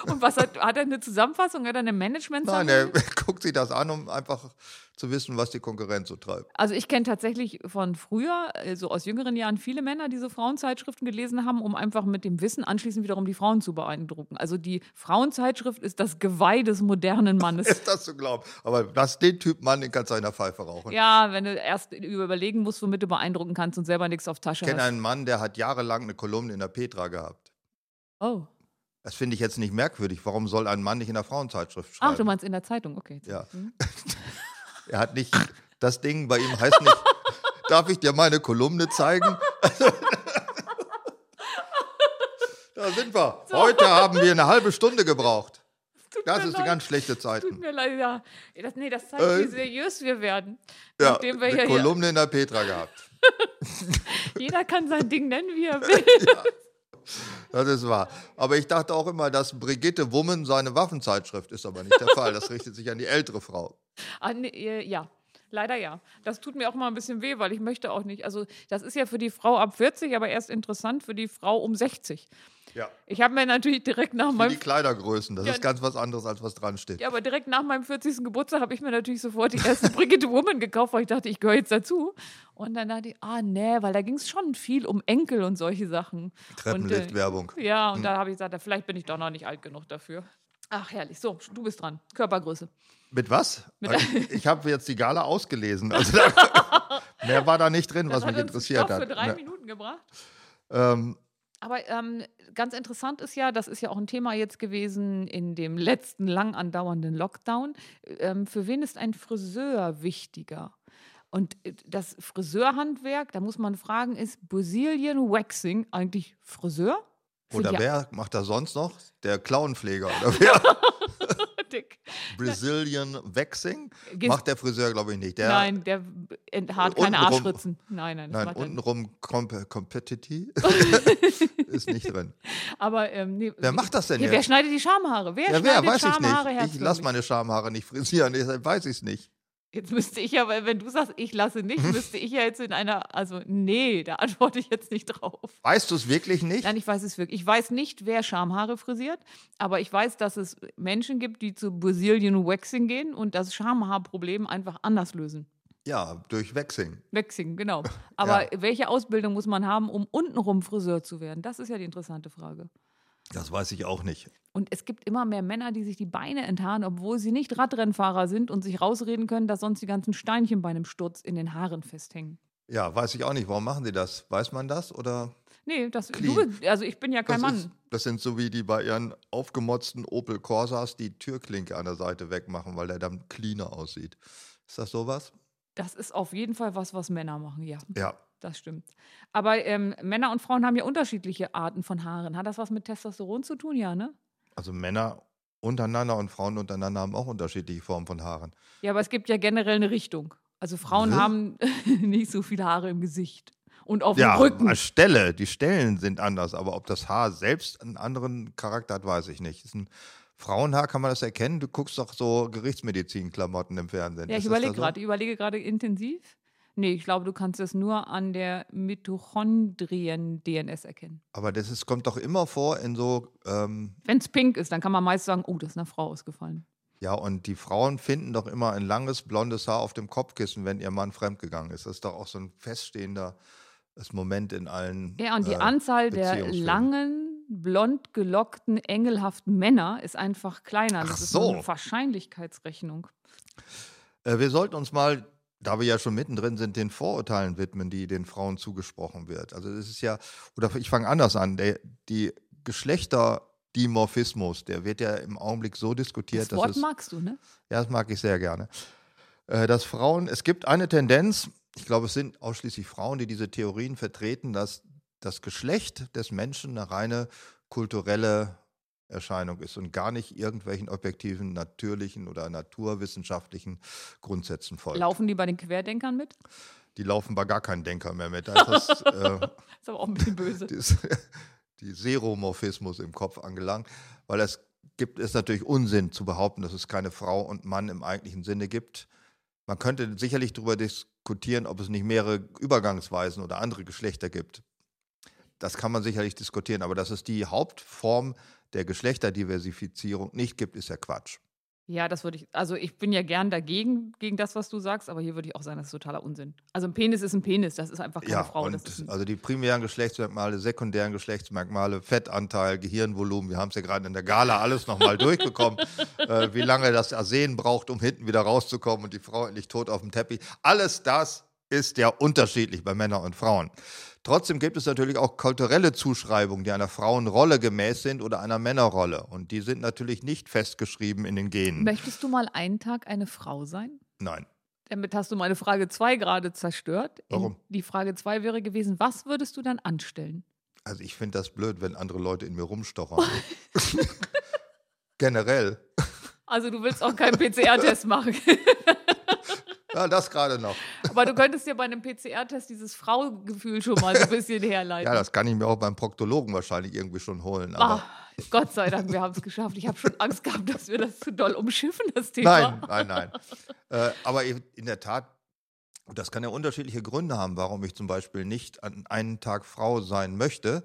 S3: Und was hat, hat er eine Zusammenfassung, hat er eine management
S2: Nein, er (laughs) guckt sich das an, um einfach zu wissen, was die Konkurrenz so treibt. (laughs)
S3: Also ich kenne tatsächlich von früher, äh, so aus jüngeren Jahren, viele Männer, die so Frauenzeitschriften gelesen haben, um einfach mit dem Wissen anschließend wiederum die Frauen zu beeindrucken. Also die Frauenzeitschrift ist das Geweih des modernen
S2: (laughs)
S3: Mannes.
S2: Ist das zu glauben? Aber lass den Typ Mann, den kannst du in der Pfeife rauchen.
S3: Ja, wenn du erst überlegen musst, womit du beeindrucken kannst und selber nichts auf Tasche
S2: Ich kenne
S3: hast.
S2: einen Mann, der hat jahrelang eine Kolumne in der Petra gehabt.
S3: Oh.
S2: Das finde ich jetzt nicht merkwürdig. Warum soll ein Mann nicht in der Frauenzeitschrift schreiben?
S3: Ach, du meinst in der Zeitung, okay.
S2: Ja. (laughs) Er hat nicht, das Ding bei ihm heißt nicht, darf ich dir meine Kolumne zeigen? (laughs) da sind wir. Heute haben wir eine halbe Stunde gebraucht.
S3: Tut
S2: Das
S3: mir
S2: ist
S3: leid.
S2: eine ganz schlechte Zeit.
S3: Tut mir leid, ja. Das, nee, das zeigt,
S2: Äh,
S3: wie seriös wir werden.
S2: Ja,
S3: nachdem wir
S2: eine
S3: hier, hier,
S2: Kolumne in der Petra gehabt.
S3: jeder kann sein Ding nennen, wie er will.
S2: Das ist wahr. Aber ich dachte auch immer, dass Brigitte Wummen seine Waffenzeitschrift ist, aber nicht der Fall. Das richtet sich an die ältere Frau.
S3: Ah, nee, äh, ja, leider ja. Das tut mir auch mal ein bisschen weh, weil ich möchte auch nicht. Also das ist ja für die Frau ab 40, aber erst interessant für die Frau um 60.
S2: Ja.
S3: Ich habe mir natürlich direkt nach
S2: Für die
S3: meinem
S2: Kleidergrößen. Das
S3: Ja.
S2: ist ganz was anderes, als was dran steht.
S3: ja, aber direkt nach meinem 40. Geburtstag habe ich mir natürlich sofort die erste Brigitte Woman gekauft, weil ich dachte, ich gehöre jetzt dazu. Und dann dachte ich, ah nee, weil da ging es schon viel um Enkel und solche Sachen. Und, äh,
S2: Treppenlichtwerbung.
S3: ja, und da habe ich gesagt, ja, vielleicht bin ich doch noch nicht alt genug dafür. Ach, herrlich. So, du bist dran. Körpergröße.
S2: Mit was? Also,
S3: (laughs)
S2: ich ich habe jetzt die Gala ausgelesen. Also da, (laughs) mehr war da nicht drin, was mich
S3: uns
S2: interessiert
S3: Stoff
S2: hat.
S3: für drei
S2: Ne,
S3: Minuten gebracht.
S2: ähm,
S3: Aber ähm, ganz interessant ist ja, das ist ja auch ein Thema jetzt gewesen in dem letzten lang andauernden Lockdown. Ähm, für wen ist ein Friseur wichtiger? Und äh, das Friseurhandwerk, da muss man fragen, ist Brazilian Waxing eigentlich Friseur? (laughs) Für
S2: oder
S3: die-
S2: wer macht da sonst noch? Der Clownpfleger. Oder
S3: (laughs)
S2: wer?
S3: Dick.
S2: Brazilian Waxing?
S3: Gehst-
S2: Macht der Friseur, glaube ich, nicht. Der,
S3: nein, der enthaart keine
S2: Untenrum.
S3: Arschritzen. Nein, nein, das
S2: Nein,
S3: macht er nicht.
S2: untenrum comp
S3: (laughs)
S2: competitive ist nicht drin.
S3: Aber ähm, nee,
S2: Wer macht das denn
S3: hier, wer
S2: jetzt?
S3: schneidet die Schamhaare? Wer
S2: Ja, wer?
S3: schneidet
S2: Weiß ich
S3: Schamhaare
S2: nicht. Ich lasse
S3: herzlich?
S2: meine Schamhaare nicht frisieren, deshalb weiß ich es nicht.
S3: Jetzt müsste ich ja, weil wenn du sagst, ich lasse nicht, müsste ich ja jetzt in einer, also nee, da antworte ich jetzt nicht drauf.
S2: Weißt du es wirklich nicht?
S3: Nein, ich weiß es wirklich. Ich weiß nicht, wer Schamhaare frisiert, aber ich weiß, dass es Menschen gibt, die zu Brazilian Waxing gehen und das Schamhaarproblem einfach anders lösen.
S2: Ja, durch Waxing.
S3: Waxing, genau. Aber
S2: Ja.
S3: welche Ausbildung muss man haben, um untenrum Friseur zu werden? Das ist ja die interessante Frage.
S2: Das weiß ich auch nicht.
S3: Und es gibt immer mehr Männer, die sich die Beine enthaaren, obwohl sie nicht Radrennfahrer sind und sich rausreden können, dass sonst die ganzen Steinchen bei einem Sturz in den Haaren festhängen.
S2: Ja, weiß ich auch nicht. Warum machen sie das? Weiß man das oder?
S3: Nee, das, du,
S2: Clean.
S3: bist- also ich bin ja kein
S2: das,
S3: Mann.
S2: Ist, das sind so wie die bei ihren aufgemotzten Opel Corsas die Türklinke an der Seite wegmachen, weil der dann cleaner aussieht. Ist das sowas?
S3: Das ist auf jeden Fall was, was Männer machen, ja.
S2: Ja.
S3: Das stimmt. Aber ähm, Männer und Frauen haben ja unterschiedliche Arten von Haaren. Hat das was mit Testosteron zu tun? Ja, ne?
S2: Also Männer untereinander und Frauen untereinander haben auch unterschiedliche Formen von Haaren.
S3: Ja, aber es gibt ja generell eine Richtung. Also Frauen
S2: Hä?
S3: haben (laughs) nicht so viele Haare im Gesicht und auf
S2: Ja, also
S3: dem Rücken.
S2: als Stelle, die Stellen sind anders, aber ob das Haar selbst einen anderen Charakter hat, weiß ich nicht. Ist ein Frauenhaar kann man das erkennen? Du guckst doch so Gerichtsmedizin-Klamotten im Fernsehen.
S3: Ja,
S2: Ist also das
S3: ich
S2: da
S3: überlege
S2: so?
S3: gerade, ich überlege gerade intensiv. Nee, ich glaube, du kannst es nur an der Mitochondrien-DNS erkennen.
S2: Aber das ist, kommt doch immer vor in so, ähm,
S3: Wenn es pink ist, dann kann man meist sagen, oh, das ist einer Frau ausgefallen.
S2: ja, und die Frauen finden doch immer ein langes blondes Haar auf dem Kopfkissen, wenn ihr Mann fremdgegangen ist. Das ist doch auch so ein feststehender das Moment in allen.
S3: Ja, und die
S2: äh,
S3: Anzahl der
S2: Beziehungsfilme.
S3: langen, blond gelockten, engelhaften Männer ist einfach kleiner. Das
S2: Ach
S3: ist nur
S2: so.
S3: eine Wahrscheinlichkeitsrechnung.
S2: Äh, wir sollten uns mal, da wir ja schon mittendrin sind, den Vorurteilen widmen, die den Frauen zugesprochen wird. Also es ist ja, oder ich fange anders an, der, die Geschlechterdimorphismus, der wird ja im Augenblick so diskutiert,
S3: das Wort
S2: dass es,
S3: magst du, ne?
S2: ja, das mag ich sehr gerne, äh, dass Frauen, es gibt eine Tendenz, ich glaube, es sind ausschließlich Frauen, die diese Theorien vertreten, dass das Geschlecht des Menschen eine reine kulturelle Erscheinung ist und gar nicht irgendwelchen objektiven, natürlichen oder naturwissenschaftlichen Grundsätzen folgt.
S3: Laufen die bei den Querdenkern mit? (laughs)
S2: Die laufen bei gar keinen Denker mehr mit. Da ist das, äh,
S3: Ist aber auch ein bisschen
S2: (laughs)
S3: böse.
S2: dieses, die Seromorphismus im Kopf angelangt, weil es gibt, ist natürlich Unsinn zu behaupten, dass es keine Frau und Mann im eigentlichen Sinne gibt. Man könnte sicherlich darüber diskutieren, ob es nicht mehrere Übergangsweisen oder andere Geschlechter gibt. Das kann man sicherlich diskutieren, aber dass es die Hauptform der Geschlechterdiversifizierung nicht gibt, ist ja Quatsch.
S3: Ja, das würde ich, also ich bin ja gern dagegen, gegen das, was du sagst, aber hier würde ich auch sagen, das ist totaler Unsinn. Also ein Penis ist ein Penis, das ist einfach keine
S2: Ja,
S3: Frau. das ist
S2: und
S3: ein,
S2: also die primären Geschlechtsmerkmale, sekundären Geschlechtsmerkmale, Fettanteil, Gehirnvolumen, wir haben es ja gerade in der Gala alles (laughs) nochmal durchbekommen, äh, wie lange das Arsen braucht, um hinten wieder rauszukommen und die Frau endlich tot auf dem Teppich. Alles das ist ja unterschiedlich bei Männern und Frauen. Trotzdem gibt es natürlich auch kulturelle Zuschreibungen, die einer Frauenrolle gemäß sind oder einer Männerrolle. Und die sind natürlich nicht festgeschrieben in den Genen.
S3: (laughs) möchtest du mal einen Tag eine Frau sein?
S2: Nein.
S3: Damit hast du meine Frage 2 gerade zerstört. In-
S2: Warum?
S3: Die Frage 2 wäre gewesen, was würdest du dann anstellen?
S2: Also ich finde das blöd, wenn andere Leute in mir rumstochern. (laughs) Generell.
S3: Also du willst auch keinen PCR-Test machen. (laughs)
S2: Ja, das gerade noch.
S3: aber du könntest dir bei einem PCR-Test dieses Frau-Gefühl schon mal so ein bisschen herleiten.
S2: Ja, das kann ich mir auch beim Proktologen wahrscheinlich irgendwie schon holen.
S3: (laughs)
S2: Aber
S3: Ah, Gott sei Dank, wir haben es geschafft. Ich habe schon Angst gehabt, dass wir das zu doll umschiffen, das Thema.
S2: nein, nein, nein. äh, aber ich- in der Tat, das kann ja unterschiedliche Gründe haben, warum ich zum Beispiel nicht an einem Tag Frau sein möchte.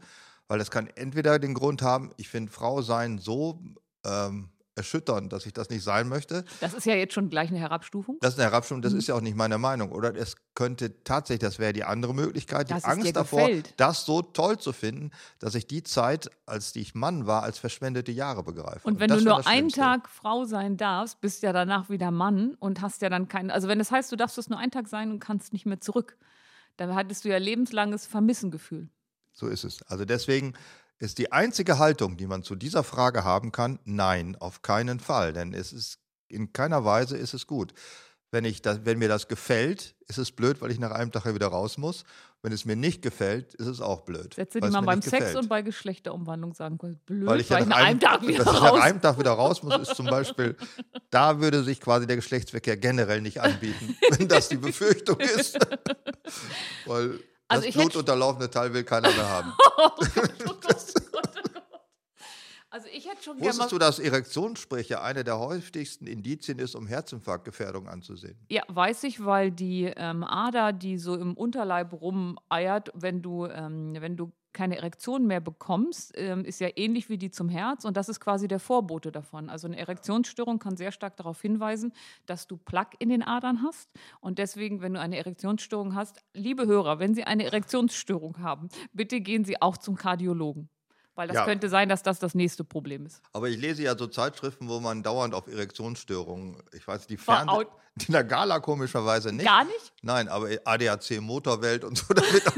S2: Weil das kann entweder den Grund haben, ich finde Frau sein so ähm, erschütternd, dass ich das nicht sein möchte.
S3: Das ist ja jetzt schon gleich eine Herabstufung.
S2: Das ist eine Herabstufung,
S3: Mhm.
S2: das ist ja auch nicht meine Meinung. Oder es könnte tatsächlich, das wäre die andere Möglichkeit, die
S3: Dass es dir
S2: Angst davor,
S3: gefällt.
S2: das so toll zu finden, dass ich die Zeit, als die ich Mann war, als verschwendete Jahre begreife.
S3: Und wenn
S2: das
S3: du
S2: wäre
S3: nur
S2: das
S3: einen
S2: Schlimmste.
S3: Tag Frau sein darfst, bist ja danach wieder Mann und hast ja dann keinen. Also wenn das heißt, du darfst es nur einen Tag sein und kannst nicht mehr zurück, dann hattest du ja lebenslanges Vermissengefühl.
S2: So ist es. Also deswegen ist die einzige Haltung, die man zu dieser Frage haben kann, nein, auf keinen Fall. Denn es ist in keiner Weise ist es gut. Wenn, ich das, wenn mir das gefällt, ist es blöd, weil ich nach einem Tag ja wieder raus muss. Wenn es mir nicht gefällt, ist es auch blöd.
S3: Sätze,
S2: weil
S3: die
S2: es
S3: man
S2: mir
S3: beim
S2: nicht
S3: Sex
S2: gefällt.
S3: und bei Geschlechterumwandlung sagen kann. Blöd,
S2: weil ich ja
S3: Hm? nach einem Tag
S2: (laughs)
S3: wieder
S2: dass ich nach
S3: raus.
S2: einem Tag wieder raus muss, ist
S3: (laughs)
S2: zum Beispiel, da würde sich quasi der Geschlechtsverkehr generell nicht
S3: (laughs)
S2: anbieten, wenn das die Befürchtung ist. Weil
S3: Also
S2: das
S3: ich hätte-
S2: blutunterlaufene Teil will keiner mehr
S3: (laughs)
S2: haben.
S3: Oh Also ich hätte schon gerne mal.
S2: Wusstest du, dass Erektionssprecher eine der häufigsten Indizien ist, um Herzinfarktgefährdung anzusehen?
S3: Ja, weiß ich, weil die ähm, Ader, die so im Unterleib rumeiert, wenn du, ähm, wenn du keine Erektion mehr bekommst, ähm, ist ja ähnlich wie die zum Herz und das ist quasi der Vorbote davon. Also eine Erektionsstörung kann sehr stark darauf hinweisen, dass du Plaque in den Adern hast und deswegen, wenn du eine Erektionsstörung hast, liebe Hörer, wenn Sie eine Erektionsstörung haben, bitte gehen Sie auch zum Kardiologen, weil das
S2: Ja.
S3: könnte sein, dass das das nächste Problem ist.
S2: Aber ich lese ja so Zeitschriften, wo man dauernd auf Erektionsstörungen, ich weiß, die
S3: War
S2: Fern
S3: out.
S2: (laughs) die in der Gala komischerweise nicht.
S3: Gar nicht?
S2: Nein, aber ADAC Motorwelt und so, da wird auch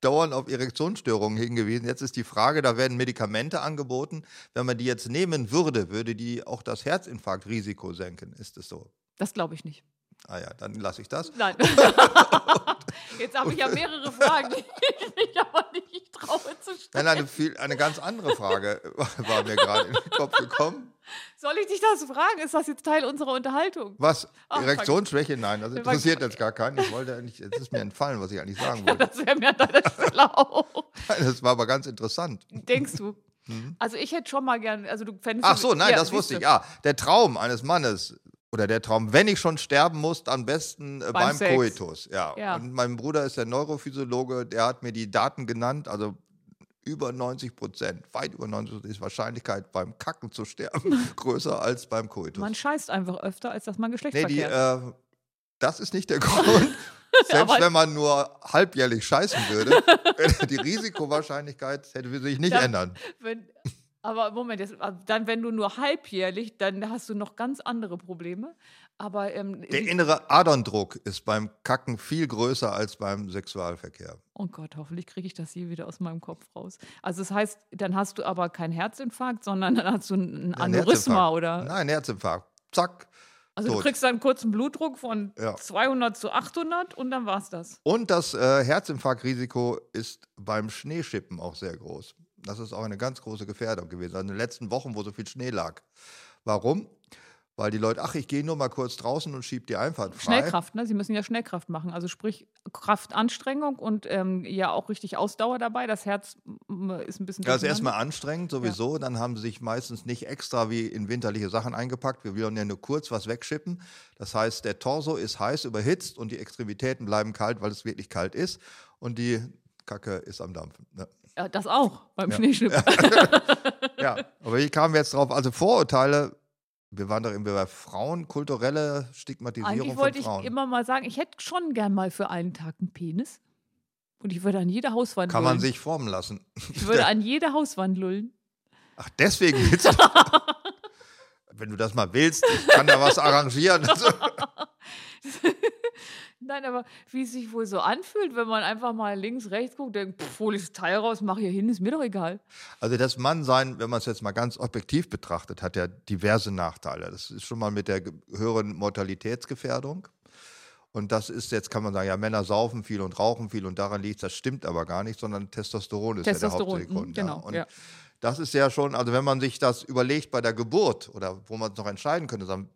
S2: dauernd auf Erektionsstörungen hingewiesen. Jetzt ist die Frage, da werden Medikamente angeboten. Wenn man die jetzt nehmen würde, würde die auch das Herzinfarktrisiko senken. Ist es so?
S3: Das glaube ich nicht.
S2: Ah ja, dann lasse ich das.
S3: (laughs) Nein. Jetzt habe ich ja mehrere Fragen, die ich mich aber nicht traue zu stellen.
S2: Nein, eine, viel, eine ganz andere Frage (laughs) war mir gerade in den Kopf gekommen.
S3: Soll ich dich das fragen? Ist das jetzt Teil unserer Unterhaltung?
S2: Was?
S3: Ach, fuck.
S2: Erektionsschwäche? Nein, das
S3: Fuck.
S2: interessiert jetzt gar keinen. Ich wollte eigentlich, es ist mir entfallen, was ich eigentlich sagen wollte.
S3: Das wäre mir an deiner Stelle auch.
S2: Das war aber ganz interessant.
S3: Denkst du? Also ich hätte schon mal gern, also du fändest
S2: Mhm. Ach so, nein, das
S3: siehst
S2: wusste
S3: du.
S2: ich. Ah, der Traum eines Mannes Oder der Traum, wenn ich schon sterben muss, am besten äh, beim,
S3: Beim Sex.
S2: Koitus. Ja.
S3: Ja.
S2: Und mein Bruder ist der Neurophysiologe, der hat mir die Daten genannt, also über 90 Prozent, weit über 90 Prozent ist Wahrscheinlichkeit beim Kacken zu sterben
S3: (laughs)
S2: größer als beim Koitus.
S3: Man scheißt einfach öfter, als dass man
S2: nee, die,
S3: Geschlechtsverkehr hat.
S2: äh, das ist
S3: (laughs)
S2: nicht der Grund. Selbst
S3: Aber-
S2: wenn man nur halbjährlich scheißen
S3: (laughs)
S2: würde, (laughs) wäre die Risikowahrscheinlichkeit hätte sich nicht
S3: Da-
S2: ändern.
S3: Wenn, aber Moment, jetzt, äh, dann, wenn du nur halbjährlich, dann hast du noch ganz andere Probleme. Aber ähm,
S2: Der
S3: die-
S2: innere Aderndruck ist beim Kacken viel größer als beim Sexualverkehr.
S3: Oh Gott, hoffentlich kriege ich das hier wieder aus meinem Kopf raus. Also das heißt, dann hast du aber keinen Herzinfarkt, sondern dann hast du ein ein
S2: Ein
S3: Aneurysma
S2: Herzinfarkt.
S3: oder.
S2: Nein, Herzinfarkt. Zack.
S3: Also du
S2: tot.
S3: kriegst dann einen kurzen Blutdruck von
S2: Ja.
S3: 200 zu 800 und dann war's das.
S2: Und das äh, Herzinfarktrisiko ist beim Schneeschippen auch sehr groß. Das ist auch eine ganz große Gefährdung gewesen. Also in den letzten Wochen, wo so viel Schnee lag. Warum? Weil die Leute, ach, ich gehe nur mal kurz draußen und schieb die Einfahrt frei.
S3: Schnellkraft, ne? Sie müssen ja Schnellkraft machen. Also sprich Kraftanstrengung und ähm, ja auch richtig Ausdauer dabei. Das Herz m, ist ein bisschen.
S2: Ja, ist
S3: durcheinander.
S2: erstmal anstrengend sowieso. Dann haben sie sich meistens nicht extra wie in winterliche Sachen eingepackt. Wir wollen ja nur kurz was wegschippen. Das heißt, der Torso ist heiß überhitzt und die Extremitäten bleiben kalt, weil es wirklich kalt ist. Und die Kacke ist am Dampfen. Ne?
S3: Ja, das auch beim Schneeschippen. (laughs)
S2: Ja, aber hier kamen wir jetzt drauf. Also Vorurteile, wir waren doch immer bei Frauen, kulturelle Stigmatisierung
S3: Eigentlich
S2: von
S3: wollte ich
S2: Frauen.
S3: immer mal sagen, ich hätte schon gern mal für einen Tag einen Penis. Und ich würde an jede Hauswand
S2: Kann man
S3: lullen.
S2: sich formen lassen.
S3: Ich
S2: (laughs)
S3: würde an jede Hauswand lullen.
S2: Ach,
S3: (laughs)
S2: deswegen willst du. Wenn du das mal willst, ich kann da
S3: (laughs)
S2: was arrangieren. Also
S3: Nein, aber wie es sich wohl so anfühlt, wenn man einfach mal links, rechts guckt, denkt, pff, hol ich das Teil raus, mach hier hin, ist mir doch egal.
S2: Also das Mannsein, wenn man es jetzt mal ganz objektiv betrachtet, hat ja diverse Nachteile. Das ist schon mal mit der ge- höheren Mortalitätsgefährdung. Und das ist jetzt, kann man sagen, ja, Männer saufen viel und rauchen viel und daran liegt, das stimmt aber gar nicht, sondern Testosteron ist
S3: Testosteron,
S2: ja der
S3: mhm,
S2: Hauptgrund.
S3: genau,
S2: Und
S3: ja.
S2: das ist ja schon, also wenn man sich das überlegt bei der Geburt oder wo man es noch entscheiden könnte, sagen,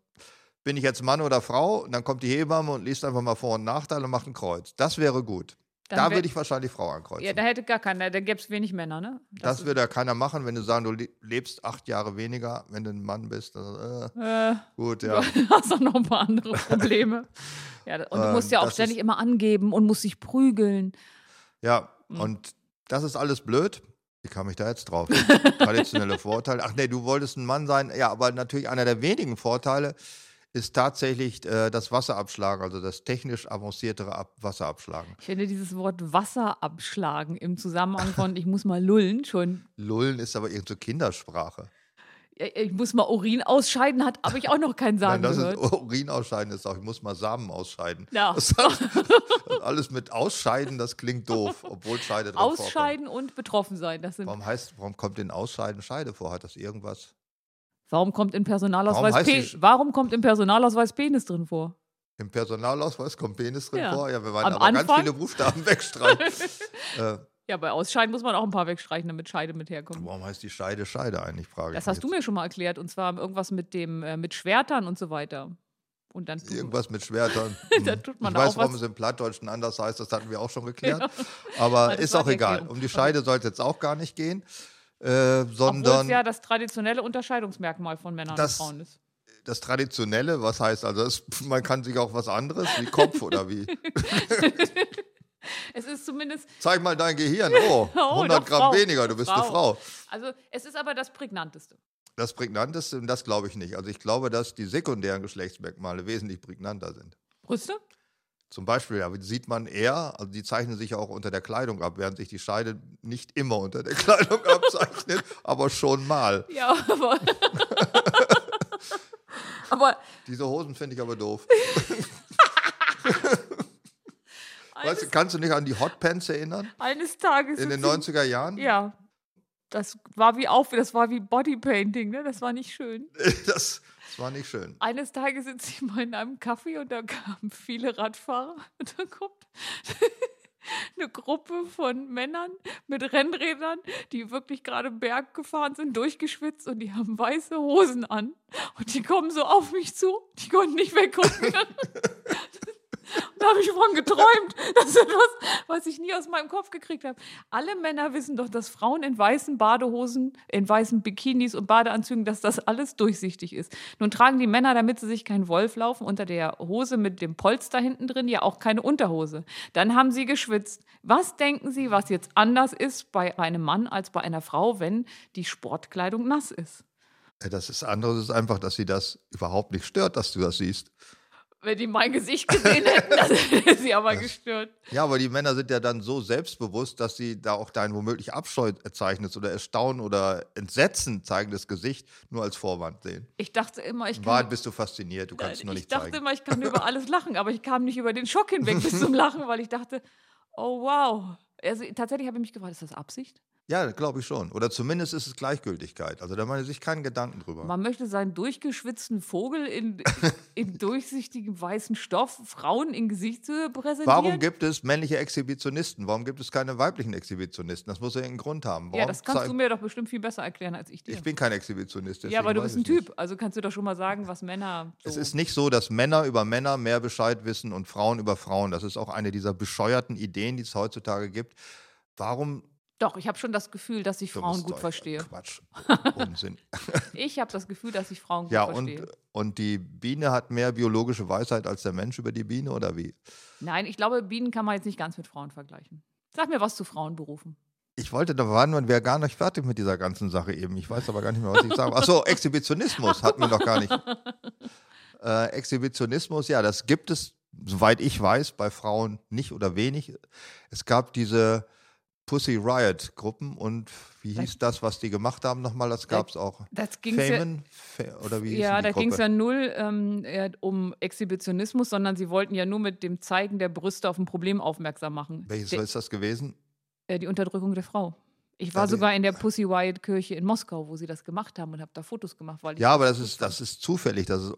S2: bin ich jetzt Mann oder Frau? Und dann kommt die Hebamme und liest einfach mal Vor- und Nachteile und macht ein Kreuz. Das wäre gut.
S3: Dann
S2: da
S3: wär-
S2: würde ich wahrscheinlich Frau ankreuzen.
S3: Ja, da hätte gar keiner, da gäbe es wenig Männer, ne?
S2: Das,
S3: ist-
S2: würde ja keiner machen, wenn du sagst, du le- lebst acht Jahre weniger, wenn du ein Mann bist. Also, äh,
S3: äh,
S2: gut, ja.
S3: (laughs) ja. hast du noch ein paar
S2: (laughs)
S3: andere Probleme. Ja, und du
S2: Ähm,
S3: musst ja auch
S2: das
S3: ständig immer angeben und musst dich prügeln.
S2: Ja,
S3: Mhm.
S2: und das ist alles blöd. Wie kam ich da jetzt
S3: (laughs)
S2: drauf? Traditionelle Vorteile. Ach nee, du wolltest ein Mann sein. Ja, aber natürlich einer der wenigen Vorteile ist tatsächlich äh, das Wasserabschlagen, also das technisch avanciertere Ab Wasserabschlagen.
S3: Ich finde dieses Wort Wasser abschlagen im Zusammenhang
S2: (laughs)
S3: von ich muss mal lullen schon.
S2: Lullen ist aber irgend so Kindersprache.
S3: ja, Ich muss mal Urin ausscheiden, hat habe ich auch noch keinen Sagen
S2: Nein, das
S3: gehört.
S2: ist Urin ausscheiden ist auch, ich muss mal Samen ausscheiden. (laughs)
S3: Ja.
S2: Das, das, (laughs) alles mit Ausscheiden, das klingt doof, obwohl Scheide drin vorkommt.
S3: Ausscheiden und betroffen sein. Das sind, warum,
S2: Warum heißt, warum kommt in Ausscheiden Scheide vor? Hat das irgendwas?
S3: kommt
S2: Warum
S3: im Personalausweis
S2: heißt
S3: Pe-
S2: die-
S3: warum kommt im Personalausweis Penis drin vor?
S2: Im Personalausweis kommt Penis drin
S3: Ja.
S2: vor? Ja, wir waren
S3: Am
S2: aber ganz
S3: Anfang?
S2: viele Buchstaben
S3: (laughs)
S2: wegstreichen. äh,
S3: Ja, bei Ausscheiden muss man auch ein paar wegstreichen, damit Scheide mit herkommt.
S2: warum heißt die Scheide Scheide eigentlich, frage ich
S3: Das
S2: mich
S3: hast du mir schon mal erklärt und zwar irgendwas mit dem äh, mit Schwertern und so weiter. Und dann
S2: jetzt. Irgendwas mit Schwertern.
S3: (laughs) Da tut man
S2: ich weiß,
S3: auch
S2: warum
S3: was-
S2: es im Plattdeutschen anders heißt, das hatten wir auch schon geklärt. Aber
S3: das
S2: ist
S3: war
S2: auch
S3: die
S2: egal.
S3: Erklärung.
S2: Um die Scheide soll es jetzt auch gar nicht gehen. Äh,
S3: obwohl es
S2: sondern
S3: ja das traditionelle Unterscheidungsmerkmal von Männern
S2: Das-
S3: und Frauen ist.
S2: das Traditionelle, was heißt also, das, man kann sich auch was anderes, wie Kopf oder
S3: (laughs)
S2: wie.
S3: Es ist zumindest
S2: Zeig mal dein Gehirn. Oh,
S3: doch,
S2: 100 Gramm
S3: Frau.
S2: weniger, du bist eine
S3: Frau.
S2: Frau.
S3: also es ist aber das prägnanteste.
S2: Das Prägnanteste, und das glaube ich nicht. Also ich glaube, dass die sekundären Geschlechtsmerkmale wesentlich prägnanter sind.
S3: Brüste?
S2: Zum Beispiel, ja, sieht man eher, also die zeichnen sich ja auch unter der Kleidung ab, während sich die Scheide nicht immer unter der (laughs) Kleidung abzeichnet, aber schon mal.
S3: Ja, (laughs)
S2: (laughs)
S3: aber aber
S2: Diese Hosen finde ich aber doof. Weißt du,
S3: eines,
S2: kannst du nicht an die Hotpants erinnern?
S3: eines Tages
S2: In den
S3: sitzen-
S2: 90er Jahren?
S3: Ja. Das war wie auf, das war wie Bodypainting, ne? Das war nicht schön.
S2: (laughs) Das, das war nicht schön.
S3: Eines Tages sitze ich mal in einem Kaffee und da kamen viele Radfahrer (laughs) und da kommt eine Gruppe von Männern mit Rennrädern, die wirklich gerade Berg gefahren sind, durchgeschwitzt und die haben weiße Hosen an und die kommen so auf mich zu, die konnten nicht weggucken. Und da habe ich von geträumt. (laughs) Das ist etwas, was ich nie aus meinem Kopf gekriegt habe. Alle Männer wissen doch, dass Frauen in weißen Badehosen, in weißen Bikinis und Badeanzügen, dass das alles durchsichtig ist. Nun tragen die Männer, damit sie sich kein Wolf laufen, unter der Hose mit dem Polster hinten drin ja auch keine Unterhose. Dann haben sie geschwitzt. Was denken Sie, was jetzt anders ist bei einem Mann als bei einer Frau, wenn die Sportkleidung nass ist?
S2: Äh, Das ist anderes ist einfach, dass sie das überhaupt nicht stört, dass du das siehst.
S3: Wenn die mein Gesicht gesehen hätten, dann hätte sie aber gestört.
S2: Ja, aber die Männer sind ja dann so selbstbewusst, dass sie da auch dein womöglich Abscheu zeichnest oder Erstaunen oder Entsetzen zeigendes Gesicht nur als Vorwand sehen.
S3: Ich dachte immer, ich
S2: In
S3: kann
S2: Wahrheit bist du fasziniert, du kannst es nur
S3: Genau. Äh, ich
S2: nicht
S3: dachte
S2: zeigen.
S3: immer, ich kann über alles lachen, aber ich kam nicht über den Schock hinweg bis zum Lachen, weil ich dachte, oh wow. Also tatsächlich habe ich mich gefragt, ist das Absicht?
S2: Ja, glaube ich schon. Oder zumindest ist es Gleichgültigkeit. Also da macht man sich keinen Gedanken drüber.
S3: Man möchte seinen durchgeschwitzten Vogel in,
S2: (laughs)
S3: in durchsichtigem weißen Stoff Frauen in Gesichtshöhe präsentieren.
S2: Warum gibt es männliche Exhibitionisten? Warum gibt es keine weiblichen Exhibitionisten? Das muss ja irgendeinen Grund haben. Warum
S3: ja, das kannst
S2: zeig-
S3: du mir doch bestimmt viel besser erklären als ich dir.
S2: ich bin kein Exhibitionist.
S3: ja,
S2: deswegen
S3: aber du
S2: weiß
S3: bist ein
S2: ich nicht.
S3: Typ, also kannst du doch schon mal sagen, was Männer so.
S2: Es ist nicht so, dass Männer über Männer mehr Bescheid wissen und Frauen über Frauen. Das ist auch eine dieser bescheuerten Ideen, die es heutzutage gibt. Warum
S3: doch, ich habe schon das Gefühl, dass ich
S2: dummes
S3: Frauen gut
S2: Zeug.
S3: verstehe. (laughs)
S2: Quatsch. Unsinn.
S3: Ich habe das Gefühl, dass
S2: (laughs)
S3: ich Frauen gut
S2: ja,
S3: verstehe.
S2: und, und die Biene hat mehr biologische Weisheit als der Mensch über die Biene, oder wie?
S3: Nein, ich glaube, Bienen kann man jetzt nicht ganz mit Frauen vergleichen. Sag mir was zu Frauenberufen.
S2: Ich wollte, da waren wir wäre gar nicht fertig mit dieser ganzen Sache eben. Ich weiß aber gar nicht mehr, was ich sagen
S3: (laughs)
S2: Achso, Exhibitionismus hatten wir noch gar nicht. Äh, Exhibitionismus, ja, das gibt es, soweit ich weiß, bei Frauen nicht oder wenig. Es gab diese Pussy Riot-Gruppen und wie hieß das, was die gemacht haben nochmal? Das gab es auch.
S3: Das ging's ja,
S2: Famen? Fa oder wie hieß
S3: ja,
S2: die
S3: da ging es
S2: Gruppe?
S3: ja null ähm, äh, um Exhibitionismus, sondern sie wollten ja nur mit dem Zeigen der Brüste auf ein Problem aufmerksam machen.
S2: Welches
S3: die,
S2: ist das gewesen?
S3: äh, die Unterdrückung der Frau. Ich war
S2: Ja, die-
S3: sogar in der Pussy Riot Kirche in Moskau, wo sie das gemacht haben und habe da Fotos gemacht, weil ich
S2: Ja, aber das ist, das ist zufällig. Das ist,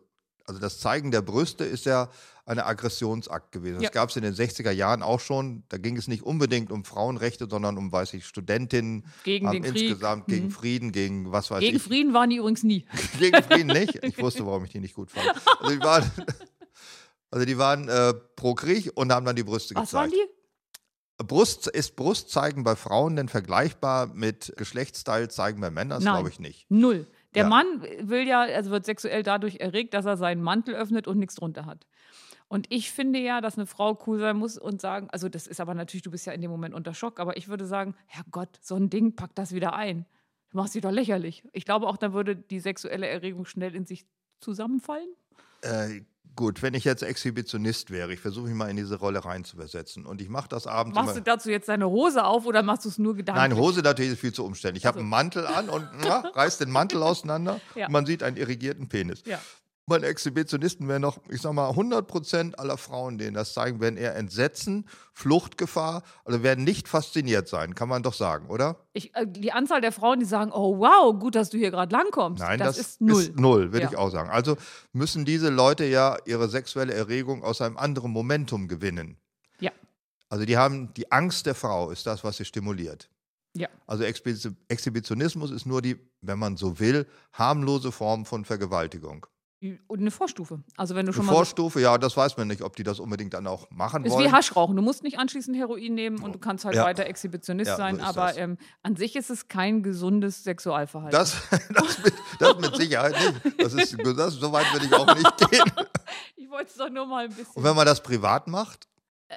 S2: also das Zeigen der Brüste ist ja eine Aggressionsakt gewesen. Das
S3: Ja.
S2: gab es in den 60er Jahren auch schon. Da ging es nicht unbedingt um Frauenrechte, sondern um, weiß ich, Studentinnen,
S3: gegen
S2: haben
S3: den Krieg.
S2: insgesamt gegen
S3: Mhm.
S2: Frieden, gegen was weiß
S3: Gegen
S2: ich.
S3: Frieden waren die übrigens nie.
S2: (laughs) Gegen Frieden
S3: (laughs)
S2: nicht. Ich wusste, warum ich die nicht gut fand. Also die waren, (laughs) also die waren äh, pro Krieg und haben dann die Brüste
S3: Was waren
S2: gezeigt.
S3: die?
S2: Brust, ist Brustzeigen bei Frauen denn vergleichbar mit Geschlechtsteil zeigen bei Männern? Das
S3: Nein.
S2: glaube ich nicht.
S3: Null. Der
S2: Ja.
S3: Mann will ja, also wird sexuell dadurch erregt, dass er seinen Mantel öffnet und nichts drunter hat. Und ich finde ja, dass eine Frau cool sein muss und sagen, also das ist aber natürlich, du bist ja in dem Moment unter Schock, aber ich würde sagen, Herrgott, so ein Ding, pack das wieder ein. Du machst dich doch lächerlich. Ich glaube auch, dann würde die sexuelle Erregung schnell in sich zusammenfallen.
S2: Äh, gut, wenn ich jetzt Exhibitionist wäre, ich versuche mich mal in diese Rolle reinzuversetzen und ich mache das abends
S3: Machst du
S2: immer.
S3: dazu jetzt deine Hose auf oder machst du es nur gedanklich?
S2: Nein, Hose natürlich ist viel zu umständlich. Ich habe
S3: Also.
S2: einen Mantel an
S3: (laughs)
S2: und na, reiß den Mantel auseinander
S3: Ja.
S2: und man sieht einen irrigierten Penis.
S3: Ja.
S2: Meine Exhibitionisten wären noch, ich sag mal, 100% aller Frauen, denen das zeigen, werden eher Entsetzen, Fluchtgefahr, also werden nicht fasziniert sein, kann man doch sagen, oder?
S3: Ich, äh, die Anzahl der Frauen, die sagen, oh wow, gut, dass du hier gerade langkommst,
S2: Nein,
S3: das, ist null.
S2: würde
S3: Ja.
S2: ich auch sagen. Also müssen diese Leute ja ihre sexuelle Erregung aus einem anderen Momentum gewinnen.
S3: Ja.
S2: Also die haben die Angst der Frau ist das, was sie stimuliert.
S3: Ja.
S2: Also Exhibi- Exhibitionismus ist nur die, wenn man so will, harmlose Form von Vergewaltigung.
S3: Und eine Vorstufe. Also wenn du
S2: Eine
S3: schon mal so
S2: Vorstufe, ja, das weiß man nicht, ob die das unbedingt dann auch machen
S3: Ist wie
S2: wollen.
S3: Haschrauchen. Du musst nicht anschließend Heroin nehmen und du kannst halt
S2: Ja.
S3: weiter Exhibitionist
S2: Ja, so
S3: sein,
S2: ist
S3: aber
S2: das.
S3: ähm, an sich ist es kein gesundes Sexualverhalten.
S2: Das, (laughs) das, mit, das mit Sicherheit nicht. Das ist, das, so weit würde ich auch nicht (laughs) gehen.
S3: ich wollte es doch nur mal ein
S2: Und
S3: bisschen.
S2: wenn man das privat macht,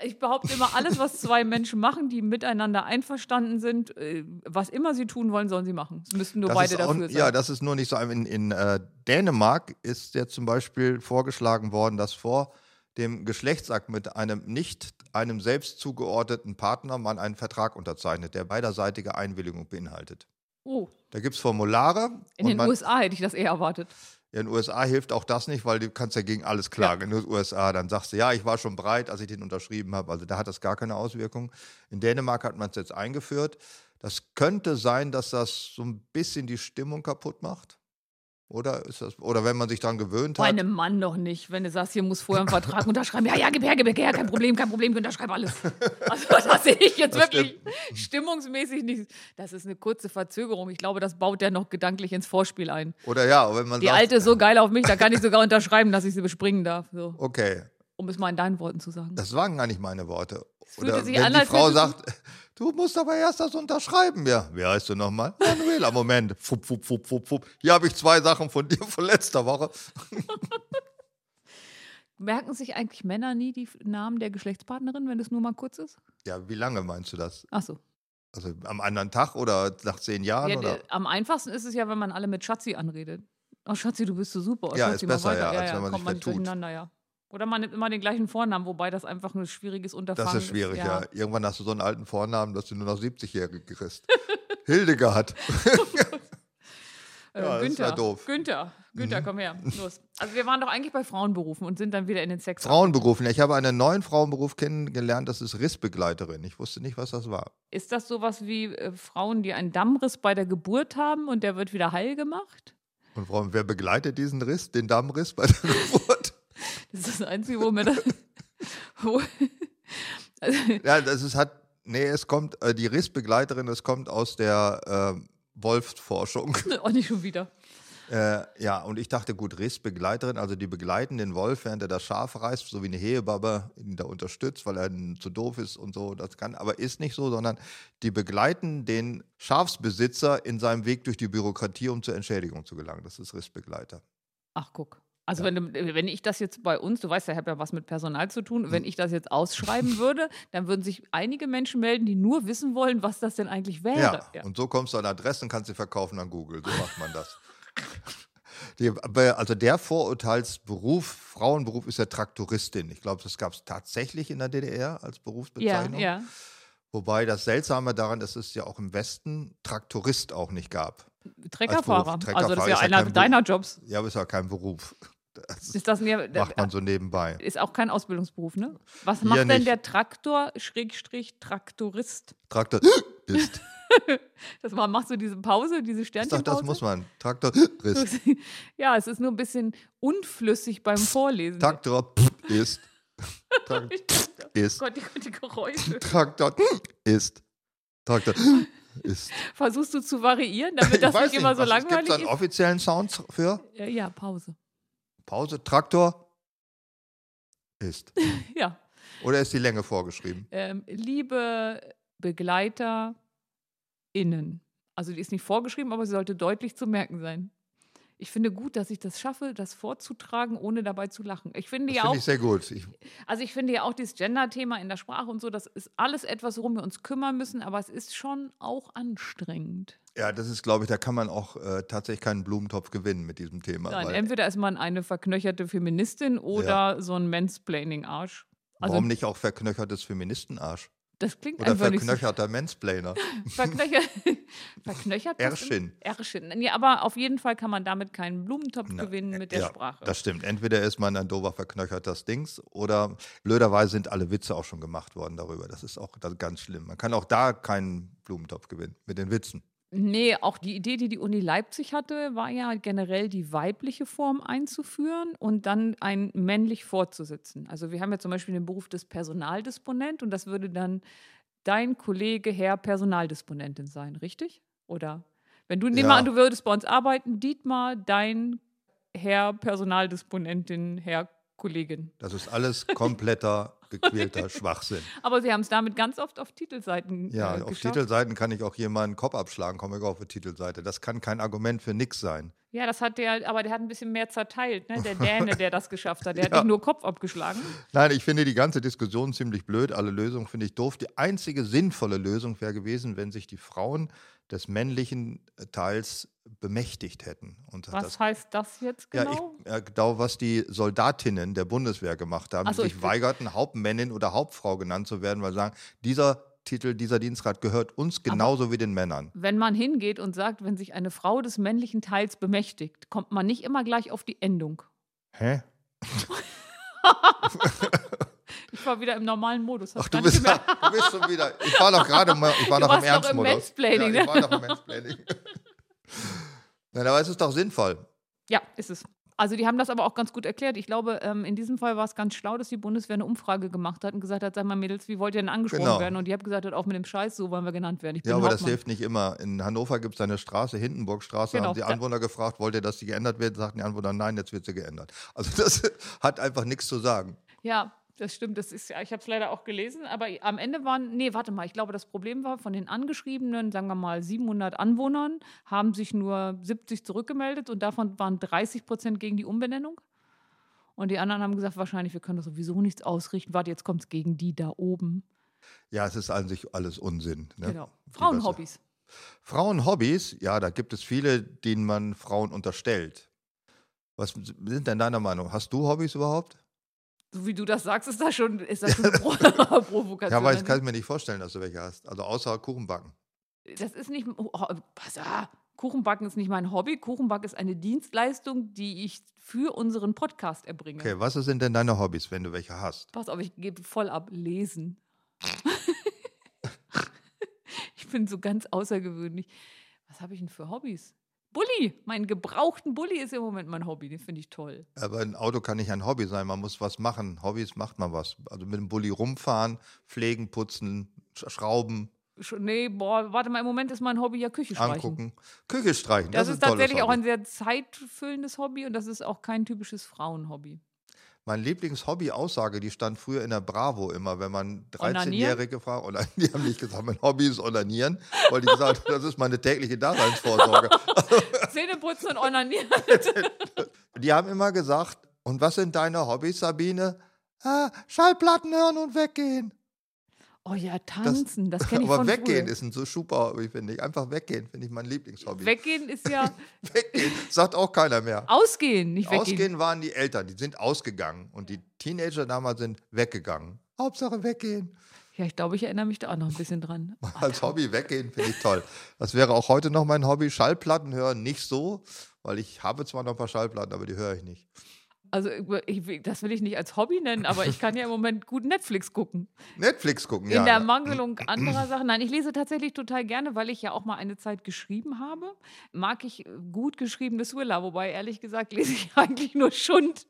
S3: Ich behaupte immer, alles, was zwei Menschen machen, die miteinander einverstanden sind, äh, was immer sie tun wollen, sollen sie machen. Es müssten nur
S2: das
S3: beide
S2: ist auch,
S3: dafür sein.
S2: Ja, das ist nur nicht so. In, in äh, Dänemark ist ja zum Beispiel vorgeschlagen worden, dass vor dem Geschlechtsakt mit einem nicht einem selbst zugeordneten Partner man einen Vertrag unterzeichnet, der beiderseitige Einwilligung beinhaltet.
S3: oh,
S2: Da gibt es Formulare.
S3: in den
S2: man,
S3: USA hätte ich das eher erwartet.
S2: in den USA hilft auch das nicht, weil du kannst ja gegen alles klagen. In den USA, dann sagst du, ja, ich war schon bereit, als ich den unterschrieben habe. Also da hat das gar keine Auswirkung. In Dänemark hat man es jetzt eingeführt. Das könnte sein, dass das so ein bisschen die Stimmung kaputt macht. Oder ist das, oder wenn man sich daran gewöhnt
S3: Bei
S2: hat.
S3: einem Mann doch nicht. Wenn du sagst, hier muss vorher ein Vertrag (laughs) unterschreiben. Ja, ja, gib her, gib her, gib her, kein Problem, kein Problem, ich unterschreibe
S2: (laughs)
S3: alles. Also (laughs) das sehe ich jetzt
S2: Das
S3: wirklich stimmungsmäßig nicht. Das ist eine kurze Verzögerung. Ich glaube, das baut der noch gedanklich ins Vorspiel ein.
S2: Oder ja, wenn man
S3: Die
S2: sagt, (laughs)
S3: alte so geil auf mich, da kann ich sogar unterschreiben, dass ich sie bespringen darf. So.
S2: okay,
S3: um es mal in deinen Worten zu sagen.
S2: Das waren gar nicht meine Worte.
S3: fühlte
S2: Oder
S3: sich
S2: wenn
S3: an,
S2: die
S3: als
S2: Frau
S3: hättest du-
S2: sagt, (laughs) du musst aber erst das unterschreiben. Ja, wer heißt du nochmal? Manuela, Moment. Fupp, fupp, fupp, fupp, fupp. Hier habe ich zwei Sachen von dir von letzter Woche.
S3: Merken sich eigentlich Männer nie die Namen der Geschlechtspartnerin, wenn es nur mal kurz ist?
S2: Ja, wie lange meinst du das?
S3: Ach so.
S2: Also am anderen Tag oder nach zehn Jahren?
S3: Ja,
S2: oder?
S3: d- am einfachsten ist es ja, wenn man alle mit Schatzi anredet. Oh, Schatzi, du bist so super. Oh,
S2: Ja,
S3: Schatzi,
S2: ist
S3: mach
S2: besser,
S3: weiter.
S2: ja, als wenn man
S3: kommt
S2: sich
S3: man nicht
S2: vertut.
S3: durcheinander, ja. Oder man nimmt immer den gleichen Vornamen, wobei das einfach ein schwieriges Unterfangen Äh,
S2: Das ist schwierig, ja. Irgendwann hast du so einen alten Vornamen, dass du nur noch 70-Jährige kriegst. Hildegard.
S3: Äh,
S2: Ja, das ist
S3: Günther,
S2: ja doof. Mhm.
S3: Günther, Günther, komm her. Los. Also wir waren doch eigentlich bei Frauenberufen und sind dann wieder in den Sex.
S2: Frauenberufen. Ich habe einen neuen Frauenberuf kennengelernt, das ist Rissbegleiterin. Ich wusste nicht, was das war.
S3: Ist das sowas wie äh, Frauen, die einen Dammriss bei der Geburt haben und der wird wieder heil gemacht?
S2: Und warum, wer begleitet diesen Riss, den Dammriss bei der Geburt?
S3: Das ist das Einzige, wo mir das. (laughs) Wo, (laughs) also,
S2: Ja, das ist, hat, nee, es kommt, äh, die Rissbegleiterin, das kommt aus der ähm, Wolfsforschung.
S3: auch Oh, nicht schon wieder.
S2: Äh, ja, und ich dachte, gut, Rissbegleiterin, also die begleiten den Wolf, während er das Schaf reißt, so wie eine Hehebabe ihn da unterstützt, weil er n- zu doof ist und so, das kann, aber ist nicht so, sondern die begleiten den Schafsbesitzer in seinem Weg durch die Bürokratie, um zur Entschädigung zu gelangen. Das ist Rissbegleiter.
S3: Ach, guck. Also, wenn, du, wenn ich das jetzt bei uns, du weißt ja, ich habe ja was mit Personal zu tun,
S2: Hm.
S3: wenn ich das jetzt ausschreiben würde, dann würden sich einige Menschen melden, die nur wissen wollen, was das denn eigentlich wäre.
S2: Ja, und so kommst du an Adressen, kannst sie verkaufen an Google, so macht man
S3: (laughs)
S2: das. Die, aber also der Vorurteilsberuf, Frauenberuf ist ja Traktoristin. Ich glaube, das gab es tatsächlich in der DDR als
S3: ja,
S2: Berufsbezeichnung.
S3: ja.
S2: Wobei das Seltsame daran ist, dass es ja auch im Westen Traktorist auch nicht gab.
S3: Treckerfahrer.
S2: Beruf,
S3: Also, das
S2: Treckerfahrer
S3: ist ja
S2: ist ja
S3: einer
S2: kein
S3: deiner Jobs.
S2: Ja, aber ist ja kein Beruf. Das
S3: Ist das ja,
S2: (laughs) macht man so
S3: (laughs)
S2: nebenbei.
S3: ist auch kein Ausbildungsberuf, ne? Was
S2: Hier
S3: macht denn
S2: nicht.
S3: der Traktor, Schrägstrich, Traktorist?
S2: Traktorist.
S3: Das war, machst du diese Pause, diese
S2: Ich dachte,
S3: Sternchenpause?
S2: das muss man.
S3: (laughs)
S2: Traktorist.
S3: Ja, es ist nur ein bisschen unflüssig beim Vorlesen.
S2: Traktorist.
S3: (laughs)
S2: Traktor
S3: Oh
S2: ist.
S3: Gott, die, die Geräusche.
S2: Traktor ist. Traktor
S3: (laughs)
S2: ist.
S3: Versuchst du
S2: (laughs)
S3: zu variieren, damit das nicht immer so
S2: Gibt
S3: langweilig
S2: es einen
S3: ist?
S2: offiziellen Sound für?
S3: Ja, ja, Pause. (laughs)
S2: Pause. Traktor ist.
S3: Ja.
S2: Oder ist die Länge vorgeschrieben?
S3: Ähm, liebe BegleiterInnen. Also die ist nicht vorgeschrieben, aber sie sollte deutlich zu merken sein. Ich finde gut, dass ich das schaffe, das vorzutragen, ohne dabei zu lachen. Ich finde
S2: Das
S3: ja auch,
S2: finde ich sehr gut. Ich,
S3: also ich finde ja auch dieses Gender-Thema in der Sprache und so, das ist alles etwas, worum wir uns kümmern müssen, aber es ist schon auch anstrengend.
S2: Ja, das ist, glaube ich, da kann man auch äh, tatsächlich keinen Blumentopf gewinnen mit diesem Thema.
S3: Nein,
S2: weil,
S3: entweder ist man eine verknöcherte Feministin oder so ein Mansplaining-Arsch. Also
S2: warum nicht auch verknöchertes Feministenarsch?
S3: das klingt
S2: Oder
S3: einfach nicht so.
S2: verknöcherter
S3: (laughs)
S2: Mansplainer?
S3: Verknöchert. Verknöchert. passt im-
S2: Erschin.
S3: Erschin. Nee, aber auf jeden Fall kann man damit keinen Blumentopf
S2: Na,
S3: gewinnen mit
S2: äh,
S3: der
S2: ja,
S3: Sprache.
S2: Das stimmt. Entweder ist man ein dober verknöcherter Stings oder blöderweise sind alle Witze auch schon gemacht worden darüber. Das ist auch das ganz schlimm. Man kann auch da keinen Blumentopf gewinnen mit den Witzen.
S3: Nee, auch die Idee, die die Uni Leipzig hatte, war ja generell die weibliche Form einzuführen und dann ein männlich vorzusitzen. Also wir haben ja zum Beispiel den Beruf des Personaldisponent und das würde dann dein Kollege Herr Personaldisponentin sein, richtig? Oder wenn du, nehmen wir
S2: Ja.
S3: an, du würdest bei uns arbeiten, Dietmar, dein Herr Personaldisponentin, Herr Kollegin.
S2: Das ist
S3: (laughs)
S2: alles kompletter, gequälter Schwachsinn.
S3: Aber sie haben es damit ganz oft auf Titelseiten
S2: Ja,
S3: äh,
S2: auf
S3: geschafft.
S2: Titelseiten kann ich auch jemanden Kopf abschlagen, komme ich auf die Titelseite. Das kann kein Argument für nix sein.
S3: Ja, das hat der, aber der hat ein bisschen mehr zerteilt, ne?
S2: (laughs)
S3: Der Däne, der das geschafft hat. Der hat
S2: Ja.
S3: nicht nur Kopf abgeschlagen.
S2: Nein, ich finde die ganze Diskussion ziemlich blöd. Alle Lösungen finde ich doof. Die einzige sinnvolle Lösung wäre gewesen, wenn sich die Frauen des männlichen äh, Teils bemächtigt hätten. Und
S3: Was
S2: das,
S3: heißt das jetzt genau?
S2: Ja, ich, äh, genau, was die Soldatinnen der Bundeswehr gemacht haben,
S3: Ach so,
S2: die sich
S3: ich-
S2: weigerten, Hauptmännin oder Hauptfrau genannt zu werden, weil sie sagen, dieser Titel, dieser Dienstgrad gehört uns genauso wie den Männern.
S3: wenn man hingeht und sagt, wenn sich eine Frau des männlichen Teils bemächtigt, kommt man nicht immer gleich auf die Endung.
S2: Hä?
S3: Ich war wieder im normalen Modus. hab
S2: Ach,
S3: gar
S2: du
S3: nicht
S2: bist, (laughs)
S3: gemerkt.
S2: du bist schon wieder. Ich war doch gerade mal, ich war
S3: Du
S2: noch im
S3: warst noch im
S2: Ernstmodus.
S3: Mansplaining,
S2: ja, ich
S3: ne?
S2: war noch im Mansplaining. (laughs) Nein, aber es ist doch sinnvoll.
S3: Ja, ist es. Also die haben das aber auch ganz gut erklärt. Ich glaube, ähm, in diesem Fall war es ganz schlau, dass die Bundeswehr eine Umfrage gemacht hat und gesagt hat, sag mal Mädels, wie wollt ihr denn angesprochen
S2: Genau.
S3: werden? Und die haben gesagt, auch mit dem Scheiß, so wollen wir genannt werden. Ich bin
S2: Ja, aber das
S3: Hauptmann.
S2: hilft nicht immer. In Hannover gibt es eine Straße, Hindenburgstraße,
S3: Genau,
S2: haben die
S3: da-
S2: Anwohner (laughs) gefragt, wollt ihr, dass die geändert wird? Sagten die Anwohner, nein, jetzt wird sie geändert. Also das hat einfach nichts zu sagen.
S3: Ja, das stimmt. Das ist, ja- ich habe es leider auch gelesen, aber am Ende waren, nee, warte mal, ich glaube, das Problem war, von den angeschriebenen, sagen wir mal 700 Anwohnern, haben sich nur 70 zurückgemeldet und davon waren 30 Prozent gegen die Umbenennung. Und die anderen haben gesagt, wahrscheinlich, wir können doch sowieso nichts ausrichten. Warte, jetzt kommt es gegen die da oben.
S2: Ja, es ist an sich alles Unsinn. Ne?
S3: Genau.
S2: Die Wasser-
S3: Frauenhobbys.
S2: Frauenhobbys, ja, da gibt es viele, denen man Frauen unterstellt. Was sind denn deiner Meinung? Hast du Hobbys überhaupt?
S3: So wie du das sagst, ist das schon,
S2: (laughs)
S3: ist das schon eine Pro (laughs) Provokation. Also,
S2: Ja, aber ich
S3: an
S2: kann mir nicht vorstellen, dass du welche hast. Also außer Kuchenbacken.
S3: das ist nicht. Oh, oh, was, ah, Kuchenbacken ist nicht mein Hobby. Kuchenbacken ist eine Dienstleistung, die ich für unseren Podcast erbringe.
S2: Okay, was sind denn deine Hobbys, wenn du welche hast?
S3: Pass auf, ich gebe voll ab. Lesen. (laughs) ich bin so ganz außergewöhnlich. Was habe ich denn für Hobbys? Bulli! Meinen gebrauchten Bulli ist im Moment mein Hobby. Den finde ich toll.
S2: Aber ein Auto kann nicht ein Hobby sein, man muss was machen. Hobbys macht man was. Also mit dem Bulli rumfahren, pflegen, putzen, sch- schrauben,
S3: Sch- Nee, boah, warte mal, im Moment ist mein Hobby ja Küche streichen.
S2: angucken, Küche streichen.
S3: Das,
S2: Das,
S3: ist,
S2: ein tolles
S3: tatsächlich auch
S2: Hobby.
S3: ein sehr zeitfüllendes Hobby und das ist auch kein typisches Frauenhobby.
S2: Mein Lieblingshobby-Aussage, die stand früher in der Bravo immer, wenn man
S3: Onanieren?
S2: 13-Jährige fragt, oder (laughs) die haben nicht gesagt, mein Hobby ist Onanieren, weil die gesagt haben, das ist meine tägliche Daseinsvorsorge.
S3: Zähneputzen und Onanieren.
S2: Die haben immer gesagt, und was sind deine Hobbys, Sabine? Ah, Schallplatten hören und weggehen.
S3: (laughs) Oh ja, tanzen, das, (laughs) kenne ich
S2: Aber
S3: von
S2: weggehen
S3: früher.
S2: ist ein so super Hobby, finde ich. Einfach weggehen, finde ich mein Lieblingshobby.
S3: Weggehen ist ja
S2: weggehen, sagt auch keiner mehr.
S3: (laughs) ausgehen, nicht weggehen.
S2: Ausgehen waren die Eltern, die sind ausgegangen und die Teenager damals sind weggegangen. Hauptsache weggehen. (laughs)
S3: Ja, ich glaube, ich erinnere mich da auch noch ein bisschen dran.
S2: Als Hobby weggehen finde ich toll. Das wäre auch heute noch mein Hobby. Schallplatten hören nicht so, weil ich habe zwar noch ein paar Schallplatten, aber die höre ich nicht.
S3: Also ich, will- das will ich nicht als Hobby nennen, aber ich kann ja im Moment gut Netflix (laughs) gucken.
S2: Netflix gucken,
S3: In der
S2: ja. ne?
S3: (clears throat) Mangelung anderer Sachen. Nein, ich lese tatsächlich total gerne, weil ich ja auch mal eine Zeit geschrieben habe. Mag ich äh, gut geschriebene Thriller, wobei ehrlich gesagt lese ich (laughs) eigentlich nur Schund.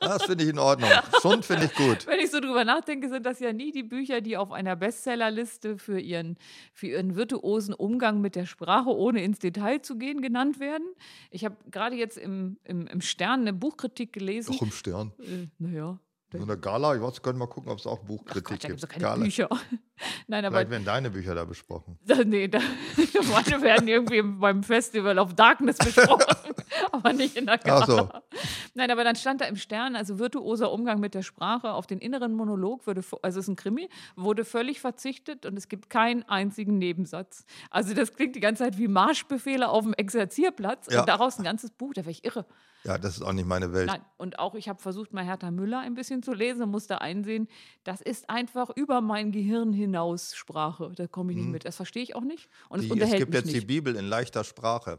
S2: Das finde ich in
S3: (laughs)
S2: Ordnung. Schund finde ich gut.
S3: Wenn ich so drüber nachdenke, sind das ja nie die Bücher, die auf einer Bestsellerliste für ihren, für ihren virtuosen Umgang mit der Sprache, ohne ins Detail zu gehen, genannt werden. Ich habe gerade jetzt im, im, im Stern eine Buchkritik gelesen.
S2: Doch im Stern.
S3: Äh, naja.
S2: So eine Gala, ich weiß, können wir mal gucken, ob es auch
S3: Ach
S2: Buchkritik
S3: Gott, da gibt
S2: gibt.
S3: es doch keine Bücher. (laughs) Nein, aber
S2: Vielleicht werden deine Bücher da besprochen.
S3: da, nee, da, (laughs) meine werden irgendwie beim Festival of Darkness besprochen, (laughs) aber nicht in der Gala.
S2: Ach
S3: (laughs)
S2: so.
S3: Nein, aber dann stand da im Stern, also virtuoser Umgang mit der Sprache auf den inneren Monolog würde, vo- also es ist ein Krimi, wurde völlig verzichtet und es gibt keinen einzigen Nebensatz. Also das klingt die ganze Zeit wie Marschbefehle auf dem Exerzierplatz
S2: Ja.
S3: und daraus ein ganzes Buch, da wäre ich irre.
S2: Ja, das ist auch nicht meine Welt.
S3: Nein, und auch ich habe versucht, mal Hertha Müller ein bisschen zu lesen, musste einsehen, das ist einfach über mein Gehirn hinaus Sprache. Da komme ich nicht mit. Das verstehe ich auch nicht. Und
S2: Mhm. Die,
S3: es
S2: es
S3: unterhält
S2: gibt
S3: mich
S2: jetzt die
S3: nicht.
S2: Bibel in leichter Sprache.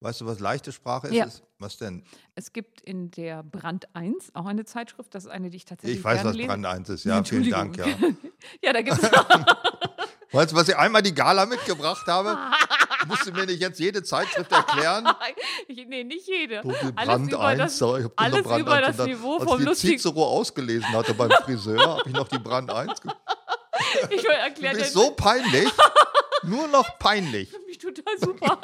S2: Weißt du, was leichte Sprache ist?
S3: Ja.
S2: Ist- Was denn?
S3: Es gibt in der Brand 1 auch eine Zeitschrift, das ist eine, die ich tatsächlich
S2: Ich weiß,
S3: gerne
S2: was
S3: lese.
S2: Brand 1 ist.
S3: (laughs)
S2: Ja, vielen Dank. Ja.
S3: ja, da gibt es
S2: Weißt du, was ich einmal die Gala mitgebracht habe? Musst du mir nicht jetzt jede Zeitschrift erklären?
S3: Ich- nee, nicht jede.
S2: Dunkel
S3: Alles
S2: Brand
S3: über
S2: 1,
S3: das,
S2: ja, ich hab
S3: alles
S2: noch Brand
S3: über
S2: 1
S3: das
S2: und dann,
S3: Niveau
S2: als
S3: vom
S2: ich die
S3: lustigen.
S2: Cicero ausgelesen hatte beim Friseur, habe ich noch die Brand 1 geguckt.
S3: (laughs) Ich will erklären,
S2: Ist so peinlich. Nur noch peinlich.
S3: mich total super.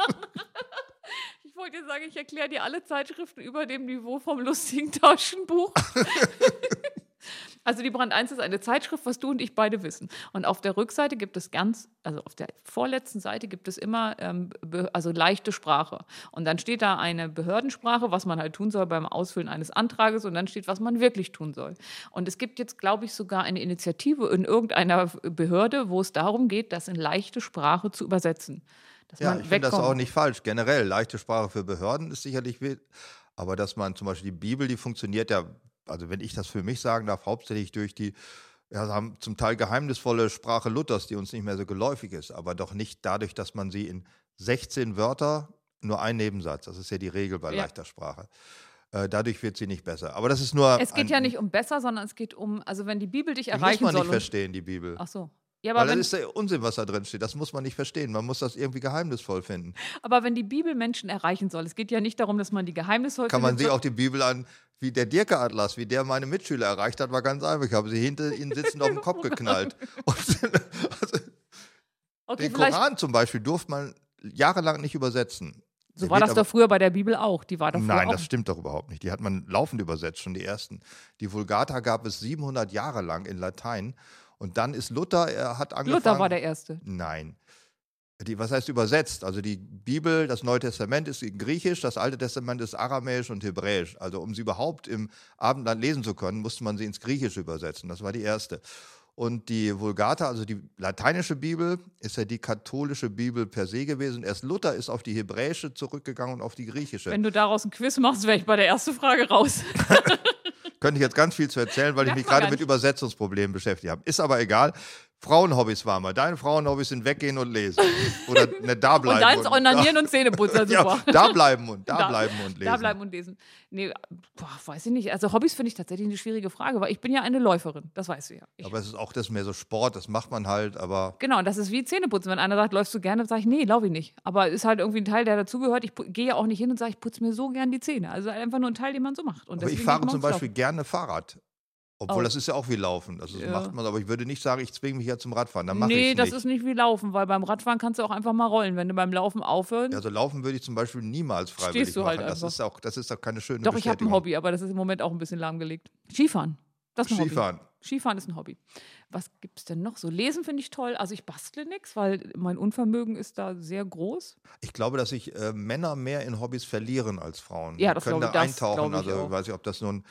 S3: Ich wollte dir sagen, ich erkläre dir alle Zeitschriften über dem Niveau vom lustigen Taschenbuch. (laughs) Also die Brand 1 ist eine Zeitschrift, was du und ich beide wissen. Und auf der Rückseite gibt es ganz, also auf der vorletzten Seite gibt es immer ähm, be- also leichte Sprache. Und dann steht da eine Behördensprache, was man halt tun soll beim Ausfüllen eines Antrages und dann steht, was man wirklich tun soll. Und es gibt jetzt, glaube ich, sogar eine Initiative in irgendeiner Behörde, wo es darum geht, das in leichte Sprache zu übersetzen. Dass
S2: Ja,
S3: man
S2: ich finde das
S3: wegkommt.
S2: auch nicht falsch. Generell, leichte Sprache für Behörden ist sicherlich wild. Aber dass man zum Beispiel die Bibel, die funktioniert ja, also wenn ich das für mich sagen darf, hauptsächlich durch die ja, haben zum Teil geheimnisvolle Sprache Luthers, die uns nicht mehr so geläufig ist, aber doch nicht dadurch, dass man sie in 16 Wörter, nur ein Nebensatz, das ist ja die Regel bei
S3: Ja.
S2: leichter Sprache. Äh, dadurch wird sie nicht besser. Aber das ist nur.
S3: Es geht
S2: ein,
S3: ja nicht um besser, sondern es geht um, also wenn die Bibel dich
S2: Die muss
S3: erreichen
S2: man
S3: soll.
S2: nicht
S3: und-
S2: verstehen, die Bibel.
S3: Ach so. Ja,
S2: Weil
S3: aber
S2: das
S3: wenn,
S2: ist der Unsinn, was da drin steht. Das muss man nicht verstehen. Man muss das irgendwie geheimnisvoll finden.
S3: aber wenn die Bibel Menschen erreichen soll, es geht ja nicht darum, dass man die geheimnisvoll
S2: kann man
S3: findet,
S2: sich auch die Bibel an, wie der Dirke-Atlas, wie der meine Mitschüler erreicht hat, war ganz einfach. Ich habe sie hinter ihnen sitzend auf den
S3: (laughs)
S2: Kopf geknallt. Und also
S3: so- okay,
S2: den
S3: vielleicht,
S2: Koran zum Beispiel durfte man jahrelang nicht übersetzen.
S3: So
S2: Der
S3: war
S2: wird
S3: das
S2: aber-
S3: doch früher bei der Bibel auch. Die war doch früher
S2: Nein,
S3: auch.
S2: das stimmt doch überhaupt nicht. Die hat man laufend übersetzt, schon die ersten. Die Vulgata gab es 700 Jahre lang in Latein. Und dann ist Luther, er hat angefangen.
S3: Luther war der Erste.
S2: Nein. Die, was heißt übersetzt? Also die Bibel, das Neue Testament ist in Griechisch, das Alte Testament ist Aramäisch und Hebräisch. Also um sie überhaupt im Abendland lesen zu können, musste man sie ins Griechische übersetzen. Das war die erste. Und die Vulgata, also die lateinische Bibel, ist ja die katholische Bibel per se gewesen. Erst Luther ist auf die hebräische zurückgegangen und auf die griechische.
S3: Wenn du daraus ein Quiz machst, wäre ich bei der ersten Frage
S2: (laughs)
S3: raus.
S2: Könnte ich jetzt ganz viel zu erzählen, weil ich
S3: Merkt
S2: mich
S3: man
S2: gerade
S3: gar
S2: mit
S3: nicht.
S2: Übersetzungsproblemen beschäftigt habe. Ist aber egal. Frauenhobbys waren mal. Deine Frauenhobbys sind weggehen und
S3: (laughs)
S2: lesen. Oder ne, da bleiben.
S3: Und deins Onanieren und
S2: (laughs)
S3: Zähneputzen,
S2: Ja,
S3: super.
S2: da bleiben und da,
S3: Da-
S2: bleiben und lesen.
S3: Da bleiben und lesen. Nee, boah, weiß ich nicht. Also Hobbys finde ich tatsächlich eine schwierige Frage, weil ich bin ja eine Läuferin, das weißt du ja. Ich,
S2: Aber es ist auch das mehr so Sport, das macht man halt, aber
S3: genau, das ist wie Zähneputzen. Wenn einer sagt, läufst du gerne, sage ich, nee, laufe ich nicht. Aber ist halt irgendwie ein Teil, der dazugehört. Ich pu- gehe ja auch nicht hin und sage, ich putze mir so gern die Zähne. Also einfach nur ein Teil, den man so macht. Und
S2: aber ich
S3: deswegen
S2: fahre
S3: geht man
S2: zum
S3: aufs
S2: Beispiel gerne Fahrrad. Obwohl,
S3: Oh.
S2: das ist ja auch wie Laufen. Also, das
S3: Ja.
S2: macht man, aber ich würde nicht sagen, ich zwinge mich ja zum Radfahren. Dann
S3: Laufen.
S2: mache
S3: Nee,
S2: ich
S3: das
S2: nicht.
S3: ist nicht wie Laufen, weil beim Radfahren kannst du auch einfach mal rollen. Wenn du beim Laufen aufhörst,
S2: also Laufen würde ich zum Beispiel niemals freiwillig
S3: Stehst du
S2: machen.
S3: halt
S2: das
S3: einfach.
S2: ist auch, das ist doch keine schöne
S3: Doch, ich habe ein
S2: Bestätigung.
S3: Hobby, aber das ist im Moment auch ein bisschen lahmgelegt. Skifahren. Das ist ein Hobby.
S2: Skifahren.
S3: Skifahren ist ein Hobby. Was gibt es denn noch? So lesen finde ich toll. Also ich bastle nichts, weil mein Unvermögen ist da sehr groß.
S2: Ich glaube, dass sich äh, Männer mehr in Hobbys verlieren als Frauen.
S3: Ja,
S2: Die
S3: das
S2: können
S3: glaube-
S2: da
S3: das
S2: eintauchen.
S3: glaube ich
S2: also
S3: auch.
S2: weiß ich, ob das nun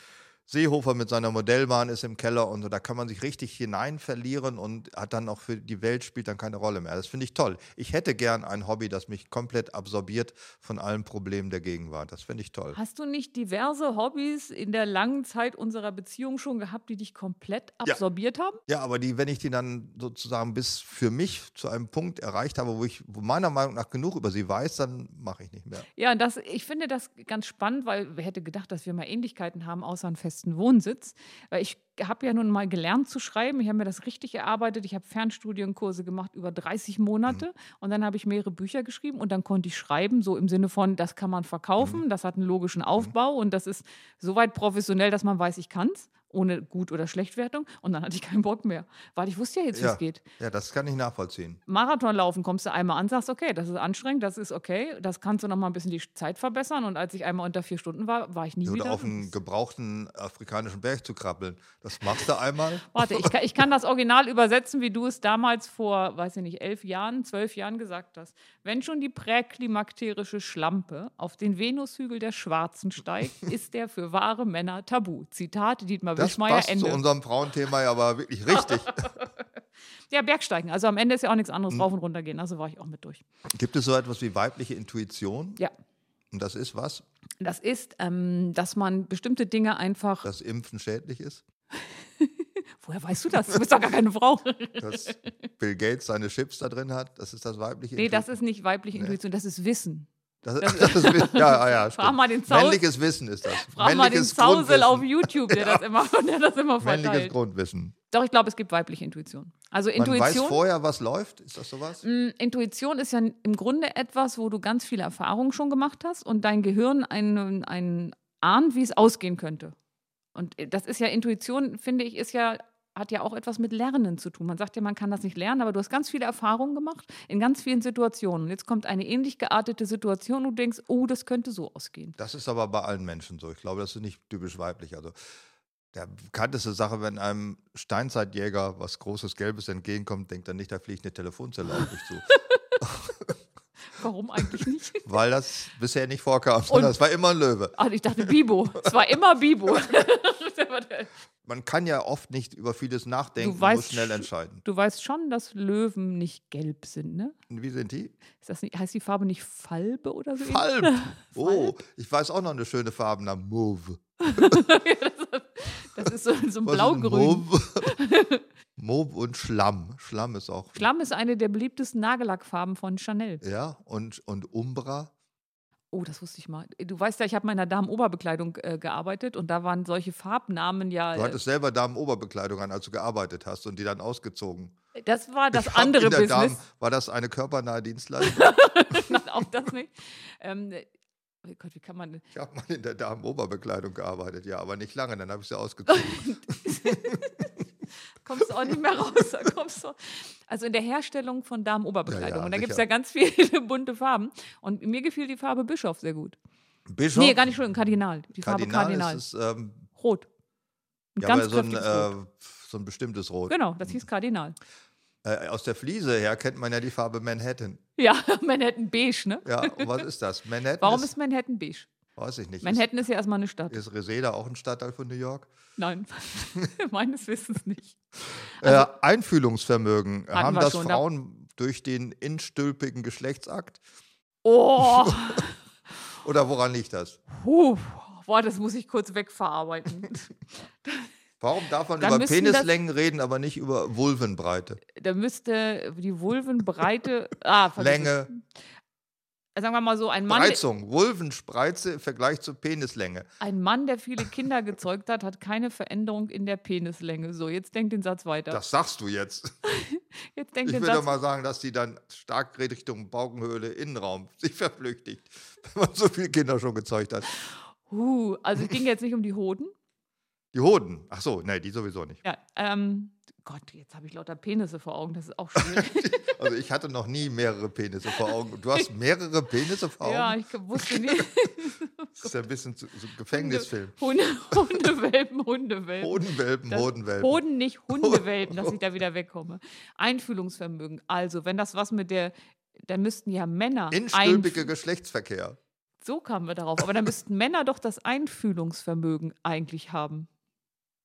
S2: Seehofer mit seiner Modellbahn ist im Keller und so, da kann man sich richtig hinein verlieren und hat dann auch für die Welt spielt dann keine Rolle mehr. Das finde ich toll. Ich hätte gern ein Hobby, das mich komplett absorbiert von allen Problemen der Gegenwart. Das finde ich toll.
S3: Hast du nicht diverse Hobbys in der langen Zeit unserer Beziehung schon gehabt, die dich komplett
S2: Ja.
S3: absorbiert haben?
S2: Ja, aber die, wenn ich die dann sozusagen bis für mich zu einem Punkt erreicht habe, wo ich wo meiner Meinung nach genug über sie weiß, dann mache ich nicht mehr.
S3: Ja, und das, ich finde das ganz spannend, weil wer hätte gedacht, dass wir mal Ähnlichkeiten haben, außer einen festen Wohnsitz. Weil ich habe ja nun mal gelernt zu schreiben, ich habe mir das richtig erarbeitet, ich habe Fernstudienkurse gemacht über 30 Monate und dann habe ich mehrere Bücher geschrieben und dann konnte ich schreiben, so im Sinne von, das kann man verkaufen, das hat einen logischen Aufbau und das ist soweit professionell, dass man weiß, ich kann's, ohne Gut- oder Schlechtwertung und dann hatte ich keinen Bock mehr, weil ich wusste ja jetzt, wie es
S2: ja.
S3: geht.
S2: ja, das kann ich nachvollziehen.
S3: Marathon laufen, kommst du einmal an, sagst, okay, das ist anstrengend, das ist okay, das kannst du noch mal ein bisschen die Zeit verbessern. Und als ich einmal unter vier Stunden war, war ich nie
S2: Oder
S3: wieder.
S2: auf einen gebrauchten afrikanischen Berg zu krabbeln. Das machst du einmal.
S3: Warte, ich kann, ich kann das Original übersetzen, wie du es damals vor, weiß ich nicht, elf Jahren, zwölf Jahren gesagt hast. Wenn schon die präklimakterische Schlampe auf den Venushügel der
S2: (laughs)
S3: Schwarzen steigt, ist der für wahre Männer tabu. Zitat Dietmar
S2: Das
S3: Wischmeier,
S2: passt zu
S3: Ende.
S2: unserem Frauenthema ja aber wirklich
S3: (laughs)
S2: richtig.
S3: Ja, Bergsteigen. Also am Ende ist ja auch nichts
S2: Mhm.
S3: anderes, rauf und runter gehen. Also war ich auch mit durch.
S2: Gibt es so etwas wie weibliche Intuition?
S3: Ja.
S2: Und das ist was?
S3: Das ist, ähm, dass man bestimmte Dinge einfach
S2: Dass Impfen schädlich ist?
S3: Woher weißt du das? Du bist doch gar
S2: (laughs)
S3: keine Frau. (laughs)
S2: Dass Bill Gates seine Chips da drin hat? Das ist das weibliche
S3: Nee, das
S2: Intuition?
S3: ist nicht weibliche
S2: Nee.
S3: Intuition, das ist Wissen.
S2: Das, das ist, (laughs) ja, ja, ja.
S3: Frag
S2: stimmt.
S3: mal den Zaus-
S2: Männliches Wissen ist das.
S3: Frag mal den
S2: Männliches
S3: Zausel
S2: Grundwissen.
S3: auf halt. YouTube,
S2: (laughs)
S3: der, das, immer, (laughs) der das immer
S2: Männliches
S3: verteilt.
S2: Grundwissen.
S3: Doch, ich glaube, es gibt weibliche Intuition. Also
S2: Man weiß
S3: Intuition,
S2: vorher, was läuft. Ist das sowas?
S3: Mm, Intuition ist ja im Grunde etwas, wo du ganz viele Erfahrungen schon gemacht hast und dein Gehirn einen, einen ahnt, wie es ausgehen könnte. Und äh, das ist ja Intuition, finde ich, ist ja hat ja auch etwas mit Lernen zu tun. Man sagt ja, man kann das nicht lernen, aber du hast ganz viele Erfahrungen gemacht in ganz vielen Situationen. Und jetzt kommt eine ähnlich geartete Situation und du denkst, oh, das könnte so ausgehen.
S2: Das ist aber bei allen Menschen so. Ich glaube, das ist nicht typisch weiblich. Also der bekannteste Sache, wenn einem Steinzeitjäger was Großes Gelbes entgegenkommt, denkt er nicht, da fliegt eine Telefonzelle auf mich
S3: (laughs)
S2: zu.
S3: Warum eigentlich nicht? (laughs)
S2: Weil das bisher nicht vorkam, sondern
S3: Und-
S2: es war immer ein Löwe.
S3: Ach, ich dachte Bibo. Es war immer Bibo. (laughs)
S2: Man kann ja oft nicht über vieles nachdenken,
S3: Du
S2: man
S3: weißt
S2: muss schnell
S3: sch-
S2: entscheiden.
S3: Du weißt schon, dass Löwen nicht gelb sind, ne?
S2: Wie sind die?
S3: Ist das nicht, heißt die Farbe nicht Falbe oder so? ähnlich?
S2: Falb.
S3: (laughs)
S2: Oh, ich weiß auch noch eine schöne Farbe nach Mauve.
S3: Das ist so, so ein
S2: Was ist
S3: Blaugrün. (laughs)
S2: Mauve? Mauve und Schlamm. Schlamm ist auch.
S3: Schlamm ist eine der beliebtesten Nagellackfarben von Chanel.
S2: Ja, und, und Umbra.
S3: Oh, das wusste ich mal. Du weißt ja, ich habe in meiner Damenoberbekleidung äh, gearbeitet und da waren solche Farbnamen ja.
S2: Du
S3: Äh,
S2: hattest selber Damenoberbekleidung an, als du gearbeitet hast und die dann ausgezogen.
S3: äh, das war das
S2: Ich hab
S3: andere
S2: in der Damen-
S3: Business. (laughs)
S2: war das eine körpernahe Dienstleistung?
S3: Nein, auch das nicht. Ähm, äh, oh Gott, wie kann man denn?
S2: ich habe mal in der Damenoberbekleidung gearbeitet, ja, aber nicht lange, dann
S3: (laughs)
S2: habe ich sie ausgezogen.
S3: (laughs) kommst du auch nicht mehr raus. Da kommst du. Also in der Herstellung von Damenoberbekleidung.
S2: Ja, ja,
S3: und da gibt es
S2: sicher.
S3: ja ganz viele (laughs) bunte Farben. Und mir gefiel die Farbe Bischof sehr gut.
S2: Bischof,
S3: Nee, gar nicht schön, Kardinal. Die Farbe
S2: Kardinal,
S3: Kardinal.
S2: ist es, ähm,
S3: Rot. Ein
S2: ja,
S3: ganz
S2: aber so ein,
S3: kräftiges Rot.
S2: äh, so ein bestimmtes Rot.
S3: Genau, das hieß Kardinal.
S2: Äh, aus der Fliese her kennt man ja die Farbe Manhattan.
S3: Ja, (laughs) Manhattan beige, ne? (laughs)
S2: Ja, und was ist das? Manhattan
S3: Warum
S2: ist,
S3: ist Manhattan beige?
S2: weiß ich nicht.
S3: Manhattan ist ja erstmal eine Stadt.
S2: Ist, ist Reseda auch ein Stadtteil von New York?
S3: Nein, (laughs) meines Wissens nicht.
S2: äh, Einfühlungsvermögen.
S3: Also Hatten
S2: Haben
S3: wir
S2: das
S3: schon, ne?
S2: Frauen durch den instülpigen Geschlechtsakt?
S3: Oh,
S2: Oder woran liegt das?
S3: puh, boah, das muss ich
S2: (laughs)
S3: kurz wegverarbeiten.
S2: Warum darf man
S3: Dann
S2: über
S3: müssten das-
S2: Penislängen reden, aber nicht über Vulvenbreite?
S3: Da müsste die Vulvenbreite, ah, vergiss es.
S2: Länge,
S3: sagen wir mal so, ein Mann,
S2: Spreizung. Vulvenspreize im Vergleich zur Penislänge.
S3: ein Mann, der viele Kinder gezeugt hat, hat keine Veränderung in der Penislänge. So, jetzt denk den Satz weiter.
S2: Das sagst du jetzt.
S3: jetzt denk
S2: Ich
S3: den
S2: will doch
S3: Satz.
S2: mal sagen, dass die dann stark Richtung Baukenhöhle, Innenraum (laughs) sich verflüchtigt, wenn man so viele Kinder schon gezeugt hat.
S3: Huh, also es ging jetzt nicht um die Hoden.
S2: Die Hoden. Ach so, nee, die sowieso nicht.
S3: Ja, ähm, Gott, jetzt habe ich lauter Penisse vor Augen, das ist
S2: (laughs)
S3: auch schwierig.
S2: Also ich hatte noch nie mehrere Penisse vor Augen. Du hast mehrere Penisse vor Augen?
S3: ja, ich ge- wusste nicht.
S2: Das ist ja ein bisschen so, so ein Gefängnisfilm.
S3: Hunde, Hundewelpen, Hundewelpen.
S2: Hodenwelpen,
S3: Das-
S2: Hodenwelpen.
S3: Hoden nicht, Hundewelpen, dass
S2: (laughs)
S3: ich da wieder wegkomme. Einfühlungsvermögen. Also, wenn das was mit der, dann müssten ja Männer.
S2: Instülpiger
S3: einf-
S2: Geschlechtsverkehr.
S3: so kamen wir darauf. Aber dann müssten Männer doch das Einfühlungsvermögen eigentlich haben.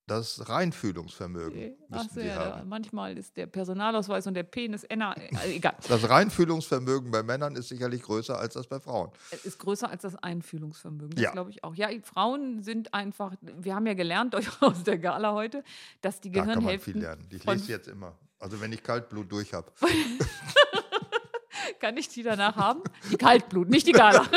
S2: Das Reinfühlungsvermögen.
S3: Ach
S2: Müssen
S3: so,
S2: die
S3: ja, da,
S2: haben.
S3: manchmal ist der Personalausweis und der Penis, Enna, äh, egal,
S2: Das Reinfühlungsvermögen bei Männern ist sicherlich größer als das bei Frauen.
S3: ist größer als das Einfühlungsvermögen. Das
S2: Ja.
S3: glaube ich auch. Ja, Frauen sind einfach, wir haben ja gelernt (laughs) aus der Gala heute, dass die
S2: Da kann man viel
S3: Gehirnhälften
S2: lernen. Ich
S3: von-
S2: lese jetzt immer. Also wenn ich Kaltblut durch habe.
S3: Kann ich die danach haben? Die Kaltblut, nicht die Gala. (laughs)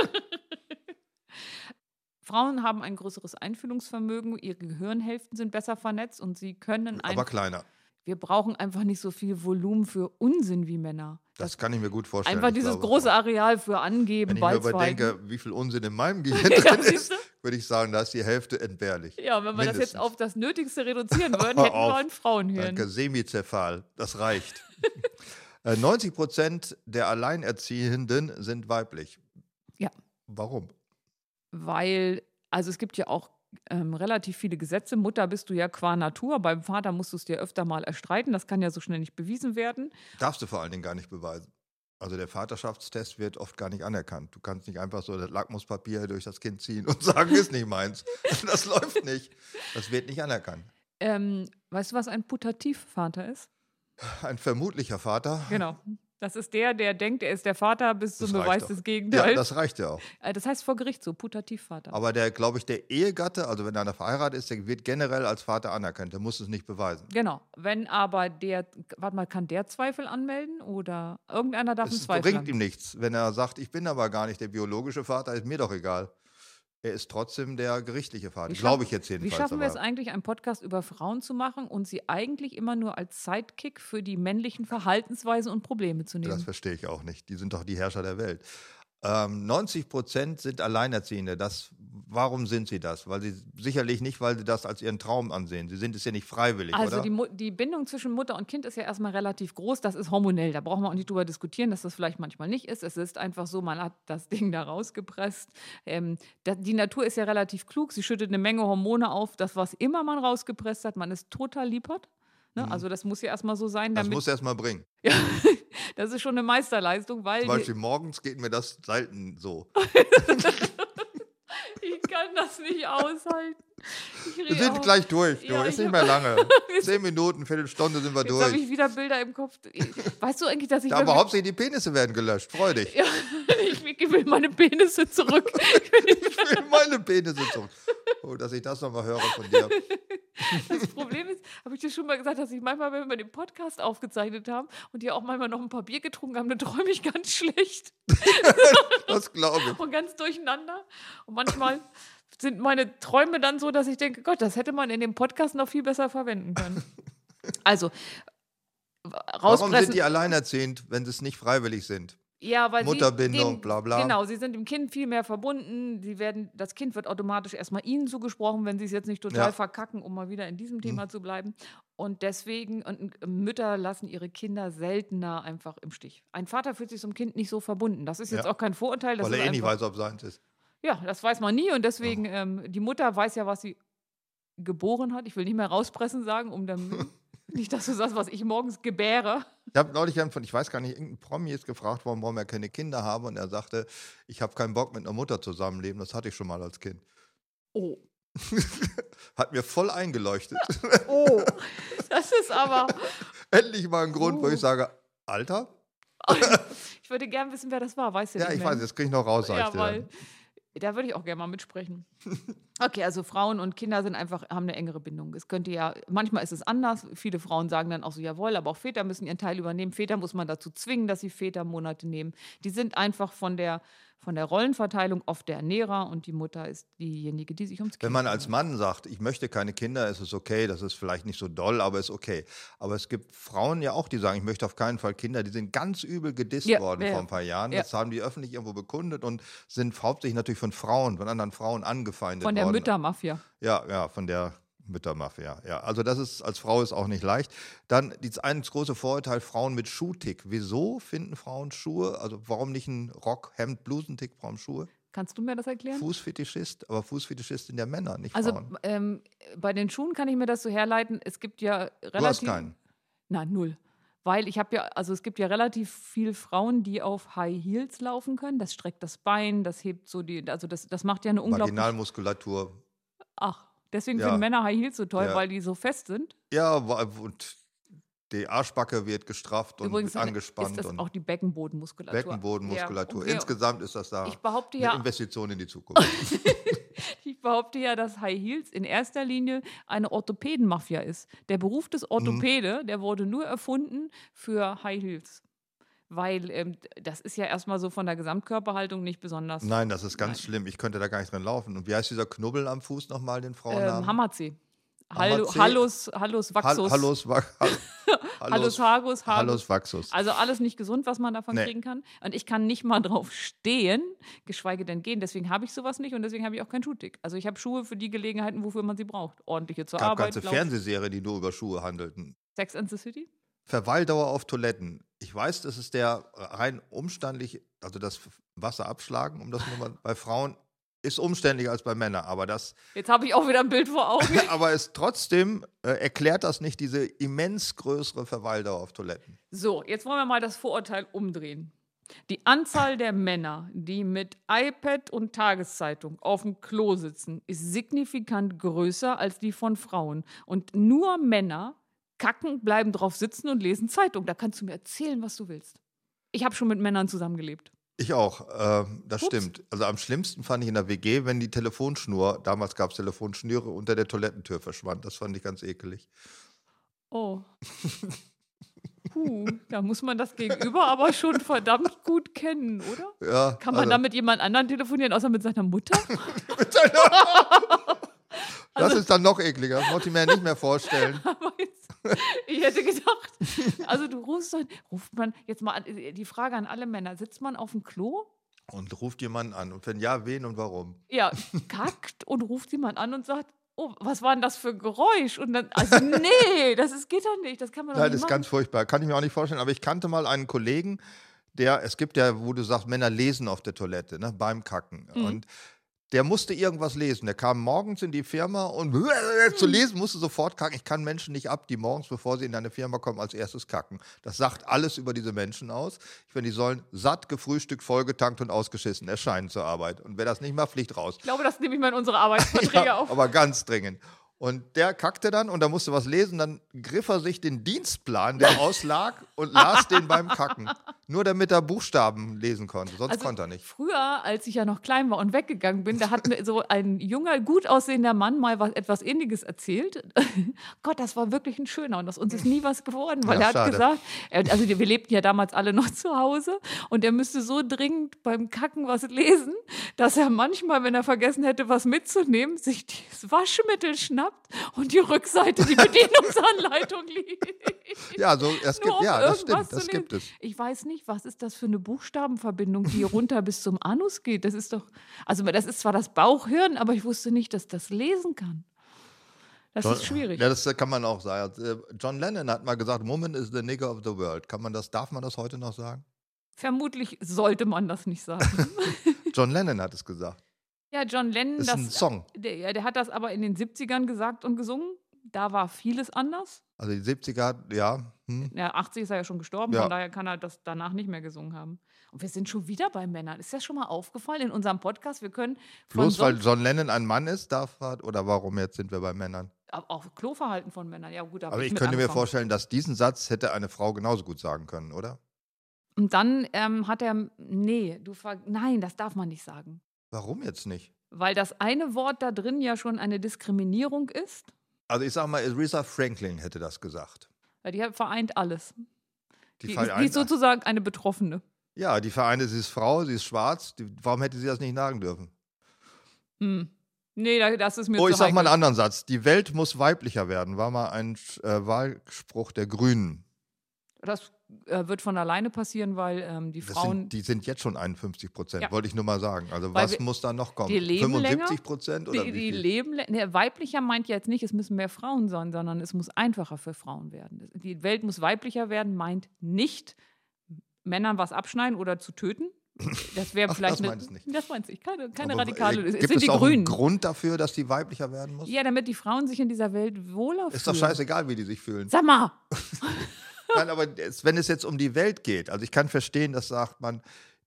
S3: Frauen haben ein größeres Einfühlungsvermögen, ihre Gehirnhälften sind besser vernetzt und sie können
S2: Aber
S3: einfach.
S2: kleiner.
S3: Wir brauchen einfach nicht so viel Volumen für Unsinn wie Männer.
S2: Das kann ich mir gut vorstellen.
S3: einfach
S2: Ich
S3: dieses
S2: glaube,
S3: große Areal für Angeben,
S2: Wenn ich mir
S3: Beizweigen.
S2: überdenke, wie viel Unsinn in
S3: (laughs)
S2: meinem Gehirn
S3: Ja,
S2: drin ist,
S3: siehste?
S2: würde ich sagen, da ist die Hälfte entbehrlich.
S3: Ja, wenn wir das jetzt
S2: Mindestens.
S3: auf das Nötigste reduzieren
S2: (laughs)
S3: würden,
S2: Hör
S3: hätten wir
S2: auf.
S3: ein Frauenhirn.
S2: Danke, Semizefal, das reicht. (laughs) Äh, 90 Prozent der Alleinerziehenden sind weiblich.
S3: Ja.
S2: Warum?
S3: weil, also es gibt ja auch ähm, relativ viele Gesetze. Mutter bist du ja qua Natur, beim Vater musst du es dir öfter mal erstreiten. Das kann ja so schnell nicht bewiesen werden.
S2: Darfst du vor allen Dingen gar nicht beweisen. Also der Vaterschaftstest wird oft gar nicht anerkannt. Du kannst nicht einfach so das Lackmuspapier durch das Kind ziehen und (laughs) sagen, ist nicht meins. (laughs) Das läuft nicht. Das wird nicht anerkannt.
S3: Ähm, weißt du, was ein Putativvater ist?
S2: Ein vermutlicher Vater.
S3: Genau. Das ist der, der denkt, er ist der Vater, bis
S2: Das
S3: zum
S2: reicht
S3: Beweis
S2: doch.
S3: des
S2: Ja,
S3: Gegenteils.
S2: das reicht ja auch.
S3: Äh, das heißt vor Gericht so, Putativvater.
S2: Aber der, glaube ich, der Ehegatte, also wenn einer verheiratet ist, der wird generell als Vater anerkannt. Der muss es nicht beweisen.
S3: Genau. Wenn aber der, warte mal, kann der Zweifel anmelden oder irgendeiner darf einen
S2: Es
S3: Zweifel
S2: bringt
S3: anmelden?
S2: ihm nichts, wenn er sagt, ich bin aber gar nicht der biologische Vater, ist mir doch egal. Er ist trotzdem der gerichtliche Vater,
S3: Wie
S2: glaube
S3: schaff-
S2: ich jetzt
S3: Wie
S2: jedenfalls.
S3: schaffen wir es
S2: aber
S3: eigentlich, einen Podcast über Frauen zu machen und sie eigentlich immer nur als Sidekick für die männlichen Verhaltensweisen und Probleme zu
S2: das
S3: nehmen?
S2: verstehe ich auch nicht. Die sind doch die Herrscher der Welt. Ähm, 90 Prozent sind Alleinerziehende. Das, warum sind sie das? Weil sie sicherlich nicht, weil sie das als ihren Traum ansehen. Sie sind es ja nicht freiwillig,
S3: Also
S2: oder?
S3: die, Mu- die Bindung zwischen Mutter und Kind ist ja erstmal relativ groß. Das ist hormonell. Da brauchen wir auch nicht drüber diskutieren, dass das vielleicht manchmal nicht ist. Es ist einfach so, man hat das (laughs) Ding da rausgepresst. Ähm, da, die Natur ist ja relativ klug. Sie schüttet eine Menge Hormone auf. Das, was immer man rausgepresst hat, man ist total liebert. Ne? Also das muss ja erstmal so sein,
S2: Mhm. das
S3: damit
S2: muss er erst mal bringen.
S3: Ja, das ist schon eine Meisterleistung, weil
S2: Zum Beispiel morgens geht mir das selten so.
S3: ich, ich kann das nicht aushalten. Ich
S2: Wir
S3: rede
S2: sind
S3: auch-
S2: gleich durch, du.
S3: Ja,
S2: ist
S3: ich
S2: nicht
S3: hab-
S2: mehr
S3: (laughs)
S2: lange. Zehn Minuten, Viertelstunde sind wir
S3: Jetzt habe
S2: durch.
S3: ich wieder Bilder im Kopf. Ich- Weißt du eigentlich, dass ich
S2: Da aber hauptsächlich die Penisse werden gelöscht. Freu dich.
S3: ja, (laughs) ich will meine Penisse zurück. (laughs)
S2: Ich will meine Penisse zurück. Oh, dass ich das nochmal höre von dir.
S3: Das Problem ist, habe ich dir schon mal gesagt, dass ich manchmal, wenn wir den Podcast aufgezeichnet haben und die auch manchmal noch ein paar Bier getrunken haben, dann träume ich ganz schlecht
S2: Das glaube ich.
S3: und ganz durcheinander. Und manchmal (laughs) sind meine Träume dann so, dass ich denke, Gott, das hätte man in dem Podcast noch viel besser verwenden können.
S2: (laughs)
S3: Also, w-
S2: Warum sind
S3: rauspressen.
S2: die alleinerziehend, wenn sie es nicht freiwillig sind?
S3: Ja, weil sie
S2: Mutterbindung,
S3: dem,
S2: bla, bla.
S3: Genau, sie sind dem Kind viel mehr verbunden. Sie werden, das Kind wird automatisch erstmal ihnen zugesprochen, wenn sie es jetzt nicht total
S2: Ja. Mhm.
S3: verkacken, um mal wieder in diesem Thema zu bleiben. Und deswegen, und Mütter lassen ihre Kinder seltener einfach im Stich. Ein Vater fühlt sich zum Kind nicht so verbunden. Das ist jetzt
S2: Ja.
S3: auch kein Vorurteil. Das
S2: Weil er
S3: ist
S2: eh nicht
S3: einfach,
S2: weiß, ob seins ist.
S3: ja, das weiß man nie. Und deswegen, ähm, die Mutter weiß ja, was sie geboren hat. Ich will nicht mehr rauspressen sagen,
S2: (laughs)
S3: um dann nicht, dass du sagst, was ich morgens gebäre.
S2: Ich habe neulich einen von, ich weiß gar nicht, irgendein Promi ist gefragt worden, warum er keine Kinder habe. Und er sagte, ich habe keinen Bock mit einer Mutter zusammenleben. Das hatte ich schon mal als Kind. (laughs)
S3: Oh.
S2: Hat mir voll eingeleuchtet. (laughs)
S3: Oh, das ist aber.
S2: Endlich mal ein
S3: Uh.
S2: Grund, wo ich sage, Alter?
S3: Ich würde gerne wissen, wer das war. Weißt du
S2: Ja,
S3: nicht
S2: ich
S3: mehr.
S2: weiß, das kriege ich noch raus, sag ich
S3: Ja,
S2: dir
S3: weil
S2: dann.
S3: da würde ich auch gerne
S2: (laughs)
S3: mal mitsprechen. Okay, also Frauen und Kinder sind einfach, haben eine engere Bindung. Es könnte ja, manchmal ist es anders. Viele Frauen sagen dann auch so, jawohl, aber auch Väter müssen ihren Teil übernehmen. Väter muss man dazu zwingen, dass sie Vätermonate nehmen. Die sind einfach von der, von der Rollenverteilung oft der Ernährer und die Mutter ist diejenige, die sich ums Kind
S2: Wenn man
S3: kümmert.
S2: als Mann sagt, ich möchte keine Kinder, ist es okay, das ist vielleicht nicht so doll, aber ist okay. Aber es gibt Frauen ja auch, die sagen, ich möchte auf keinen Fall Kinder, die sind ganz übel gedisst
S3: Ja,
S2: worden
S3: ja,
S2: vor ein paar Jahren.
S3: ja.
S2: Das haben die öffentlich irgendwo bekundet und sind hauptsächlich natürlich von Frauen, von anderen Frauen angefeindet
S3: Von der
S2: worden.
S3: Müttermafia.
S2: Ja, ja, von der Müttermafia. Ja, also das ist als Frau ist auch nicht leicht. Dann dieses eine große Vorurteil Frauen mit Schuhtick. Wieso finden Frauen Schuhe? Also warum nicht ein Rock, Hemd, Blusentick, warum Schuhe?
S3: Kannst du mir das erklären?
S2: Fußfetischist, aber Fußfetischist sind ja Männer, nicht
S3: Also
S2: Frauen.
S3: ähm, bei den Schuhen kann ich mir das so herleiten. Es gibt ja relativ.
S2: Du hast keinen.
S3: Nein, null. Weil ich habe ja, also es gibt ja relativ viel Frauen, die auf High Heels laufen können. Das streckt das Bein, das hebt so die, also das, das macht ja eine unglaubliche.
S2: Vaginalmuskulatur.
S3: Ach, deswegen
S2: Ja.
S3: finden Männer High Heels so toll,
S2: Ja.
S3: weil die so fest sind.
S2: Ja, wa- und die Arschbacke wird gestrafft und
S3: Übrigens
S2: angespannt
S3: ist das
S2: und
S3: auch die Beckenbodenmuskulatur.
S2: Beckenbodenmuskulatur.
S3: Ja, okay.
S2: Insgesamt ist das da
S3: Ich behaupte
S2: eine
S3: ja,
S2: Investition in die Zukunft.
S3: (laughs)
S2: (laughs)
S3: Ich behaupte ja, dass High Heels in erster Linie eine Orthopädenmafia ist. Der Beruf
S2: Mhm.
S3: des Orthopäde, der wurde nur erfunden für High Heels. Weil ähm, das ist ja erstmal so von der Gesamtkörperhaltung nicht besonders.
S2: Nein, das ist ganz
S3: Nein.
S2: schlimm. Ich könnte da gar nicht drin laufen. Und wie heißt dieser Knubbel am Fuß nochmal, den Frauennamen?
S3: ähm, Hammerzeh. Hallo,
S2: Hammerzeh.
S3: Hallus, Hallus Vaxus.
S2: Hallos, Wa- Hall-
S3: (laughs) Hallus
S2: Hallos,
S3: Hagus, Hagus.
S2: Hallos Vaxus.
S3: Also alles nicht gesund, was man davon
S2: Nee.
S3: kriegen kann. Und ich kann nicht mal (laughs) drauf stehen, geschweige denn gehen. Deswegen habe ich sowas nicht und deswegen habe ich auch keinen Schuhtick. Also ich habe Schuhe für die Gelegenheiten, wofür man sie braucht. Ordentliche zur
S2: Es gab
S3: Arbeit.
S2: ganze
S3: Lauf-
S2: Fernsehserien, die nur über Schuhe handelten.
S3: Sex and the City?
S2: Verweildauer auf Toiletten. Ich weiß, das ist der rein umständlich, also das Wasser abschlagen, um das nochmal bei Frauen ist umständlicher als bei Männern, aber das,
S3: Jetzt habe ich auch wieder ein Bild vor
S2: (laughs)
S3: Augen.
S2: aber es trotzdem äh, erklärt das nicht diese immens größere Verweildauer auf Toiletten.
S3: So, jetzt wollen wir mal das Vorurteil umdrehen. Die Anzahl der Männer, die mit iPad und Tageszeitung auf dem Klo sitzen, ist signifikant größer als die von Frauen. Und nur Männer kacken, bleiben drauf sitzen und lesen Zeitung. Da kannst du mir erzählen, was du willst. Ich habe schon mit Männern zusammengelebt.
S2: Ich auch, ähm, das
S3: Ups.
S2: stimmt. Also am schlimmsten fand ich in der WG, wenn die Telefonschnur, damals gab es Telefonschnüre, unter der Toilettentür verschwand. Das fand ich ganz ekelig.
S3: Oh. (laughs) Puh, da muss man das Gegenüber aber schon verdammt gut kennen, oder?
S2: Ja,
S3: Kann man
S2: also-
S3: da mit jemand anderen telefonieren, außer mit seiner Mutter?
S2: Das ist dann noch ekliger. Das wollte ich mir nicht mehr vorstellen.
S3: Aber jetzt- (laughs) Ich hätte gedacht, also du rufst dann, ruft man jetzt mal an, äh, die Frage an alle Männer, sitzt man auf dem Klo?
S2: Und ruft jemanden an. Und wenn ja, wen und warum?
S3: Ja, kackt und ruft jemand an und sagt, oh, was war denn das für ein Geräusch? Und dann,
S2: (laughs)
S3: also nee, das ist, geht doch nicht, das kann man doch
S2: Nein,
S3: nicht
S2: das ist
S3: machen.
S2: ganz furchtbar. Kann ich mir auch nicht vorstellen. Aber ich kannte mal einen Kollegen, der, es gibt ja, wo du sagst, Männer lesen auf der Toilette, ne, beim Kacken.
S3: Mhm.
S2: Und der musste irgendwas lesen. Der kam morgens in die Firma und (laughs)
S3: Mhm.
S2: zu lesen musste sofort kacken. Ich kann Menschen nicht ab, die morgens, bevor sie in eine Firma kommen, als erstes kacken. Das sagt alles über diese Menschen aus. Ich finde, die sollen satt, gefrühstückt, vollgetankt und ausgeschissen erscheinen zur Arbeit. Und wer das nicht macht, fliegt raus.
S3: ich glaube, das nehme ich mal in unsere
S2: (laughs)
S3: Arbeitsverträge
S2: Ja,
S3: auf.
S2: aber ganz dringend. Und der kackte dann und da musste was lesen. Dann griff er sich den Dienstplan,
S3: (laughs)
S2: der auslag, und las den beim Kacken. Nur damit er Buchstaben lesen konnte. Sonst
S3: Also
S2: konnte er
S3: (laughs)
S2: nicht.
S3: Früher, als ich ja noch klein war und weggegangen bin, da hat mir so ein junger, gut aussehender Mann mal was, etwas Ähnliches erzählt. (laughs) Gott, das war wirklich ein schöner und aus uns ist nie was geworden, weil
S2: Ja,
S3: er hat
S2: schade.
S3: gesagt, er- also wir lebten ja damals alle noch zu Hause und er müsste so dringend beim Kacken was lesen, dass er manchmal, wenn er vergessen hätte, was mitzunehmen, sich
S2: (laughs)
S3: dieses Waschmittel schnappt und die Rückseite, die Bedienungsanleitung liest.
S2: Ja, so, das
S3: Nur
S2: gibt,
S3: um
S2: ja, das
S3: irgendwas
S2: stimmt,
S3: zu
S2: das
S3: nehmen.
S2: gibt es.
S3: Ich weiß nicht, was ist das für eine
S2: (laughs)
S3: Buchstabenverbindung, die runter bis zum Anus geht? Das ist doch, also das ist zwar das Bauchhirn, aber ich wusste nicht, dass das lesen kann. Das ist schwierig.
S2: Ja, das kann man auch sagen. Äh, John Lennon hat mal gesagt, Woman is the nigger of the world. Kann man das, darf man das heute noch
S3: (laughs)
S2: sagen?
S3: Vermutlich sollte man das nicht sagen.
S2: (laughs) John Lennon hat es gesagt.
S3: ja, John Lennon,
S2: Ist
S3: das,
S2: ein Song.
S3: Der, ja, der hat das aber in den 70ern gesagt und gesungen. Da war vieles anders.
S2: Also die 70er, hat- ja. Hm.
S3: Ja, 80 ist er ja schon gestorben,
S2: Ja.
S3: von daher kann er das danach nicht mehr gesungen haben. Und wir sind schon wieder bei Männern. Ist das schon mal aufgefallen in unserem Podcast? Wir können von
S2: Bloß weil
S3: sonst-
S2: John Lennon ein Mann ist, darf man, oder warum jetzt sind wir bei Männern?
S3: Au- auch Kloverhalten von Männern. Ja, gut, da hab
S2: Aber ich
S3: mit
S2: könnte mir
S3: angefangen.
S2: vorstellen, dass diesen Satz hätte eine Frau genauso gut sagen können, oder?
S3: Und dann ähm, hat er, nee, du ver- nein, das darf man nicht sagen.
S2: Warum jetzt nicht?
S3: Weil das eine Wort da drin ja schon eine Diskriminierung ist.
S2: Also ich sag mal, Aretha Franklin hätte das gesagt.
S3: Weil die hat- vereint alles. Die, ist, die
S2: vereint-
S3: ist sozusagen eine Betroffene.
S2: ja, die vereinte, sie ist Frau, sie ist schwarz. Die, warum hätte sie das nicht sagen dürfen?
S3: Hm. Nee, da- das ist mir
S2: Oh,
S3: zu
S2: ich sag mal
S3: heikel.
S2: einen anderen Satz. Die Welt muss weiblicher werden, war mal ein äh, Wahlspruch der Grünen.
S3: Das äh, wird von alleine passieren, weil ähm, die
S2: Das
S3: Frauen.
S2: sind, die sind jetzt schon 51 Prozent,
S3: Ja.
S2: wollte ich nur mal sagen. Also
S3: Weil
S2: was
S3: wir-
S2: muss da noch kommen?
S3: die leben
S2: 75 Prozent oder
S3: die,
S2: wie
S3: die
S2: viel?
S3: leben, lä- nee, weiblicher meint ja jetzt nicht, es müssen mehr Frauen sein, sondern es muss einfacher für Frauen werden. Die Welt muss weiblicher werden, meint nicht Männern was abschneiden oder zu töten. Das wäre
S2: (laughs) Ach,
S3: vielleicht
S2: das
S3: eine-
S2: meint es nicht.
S3: Das meint es nicht. Keine, keine
S2: Aber,
S3: radikale
S2: äh,
S3: Lösung. Es
S2: Gibt
S3: sind
S2: es
S3: die
S2: auch einen
S3: Grünen.
S2: Grund dafür, dass die weiblicher werden muss?
S3: Ja, damit die Frauen sich in dieser Welt wohler fühlen.
S2: Ist doch scheißegal, wie die sich fühlen.
S3: Sag mal,
S2: Nein, aber es, wenn es jetzt um die Welt geht, also ich kann verstehen, das sagt man,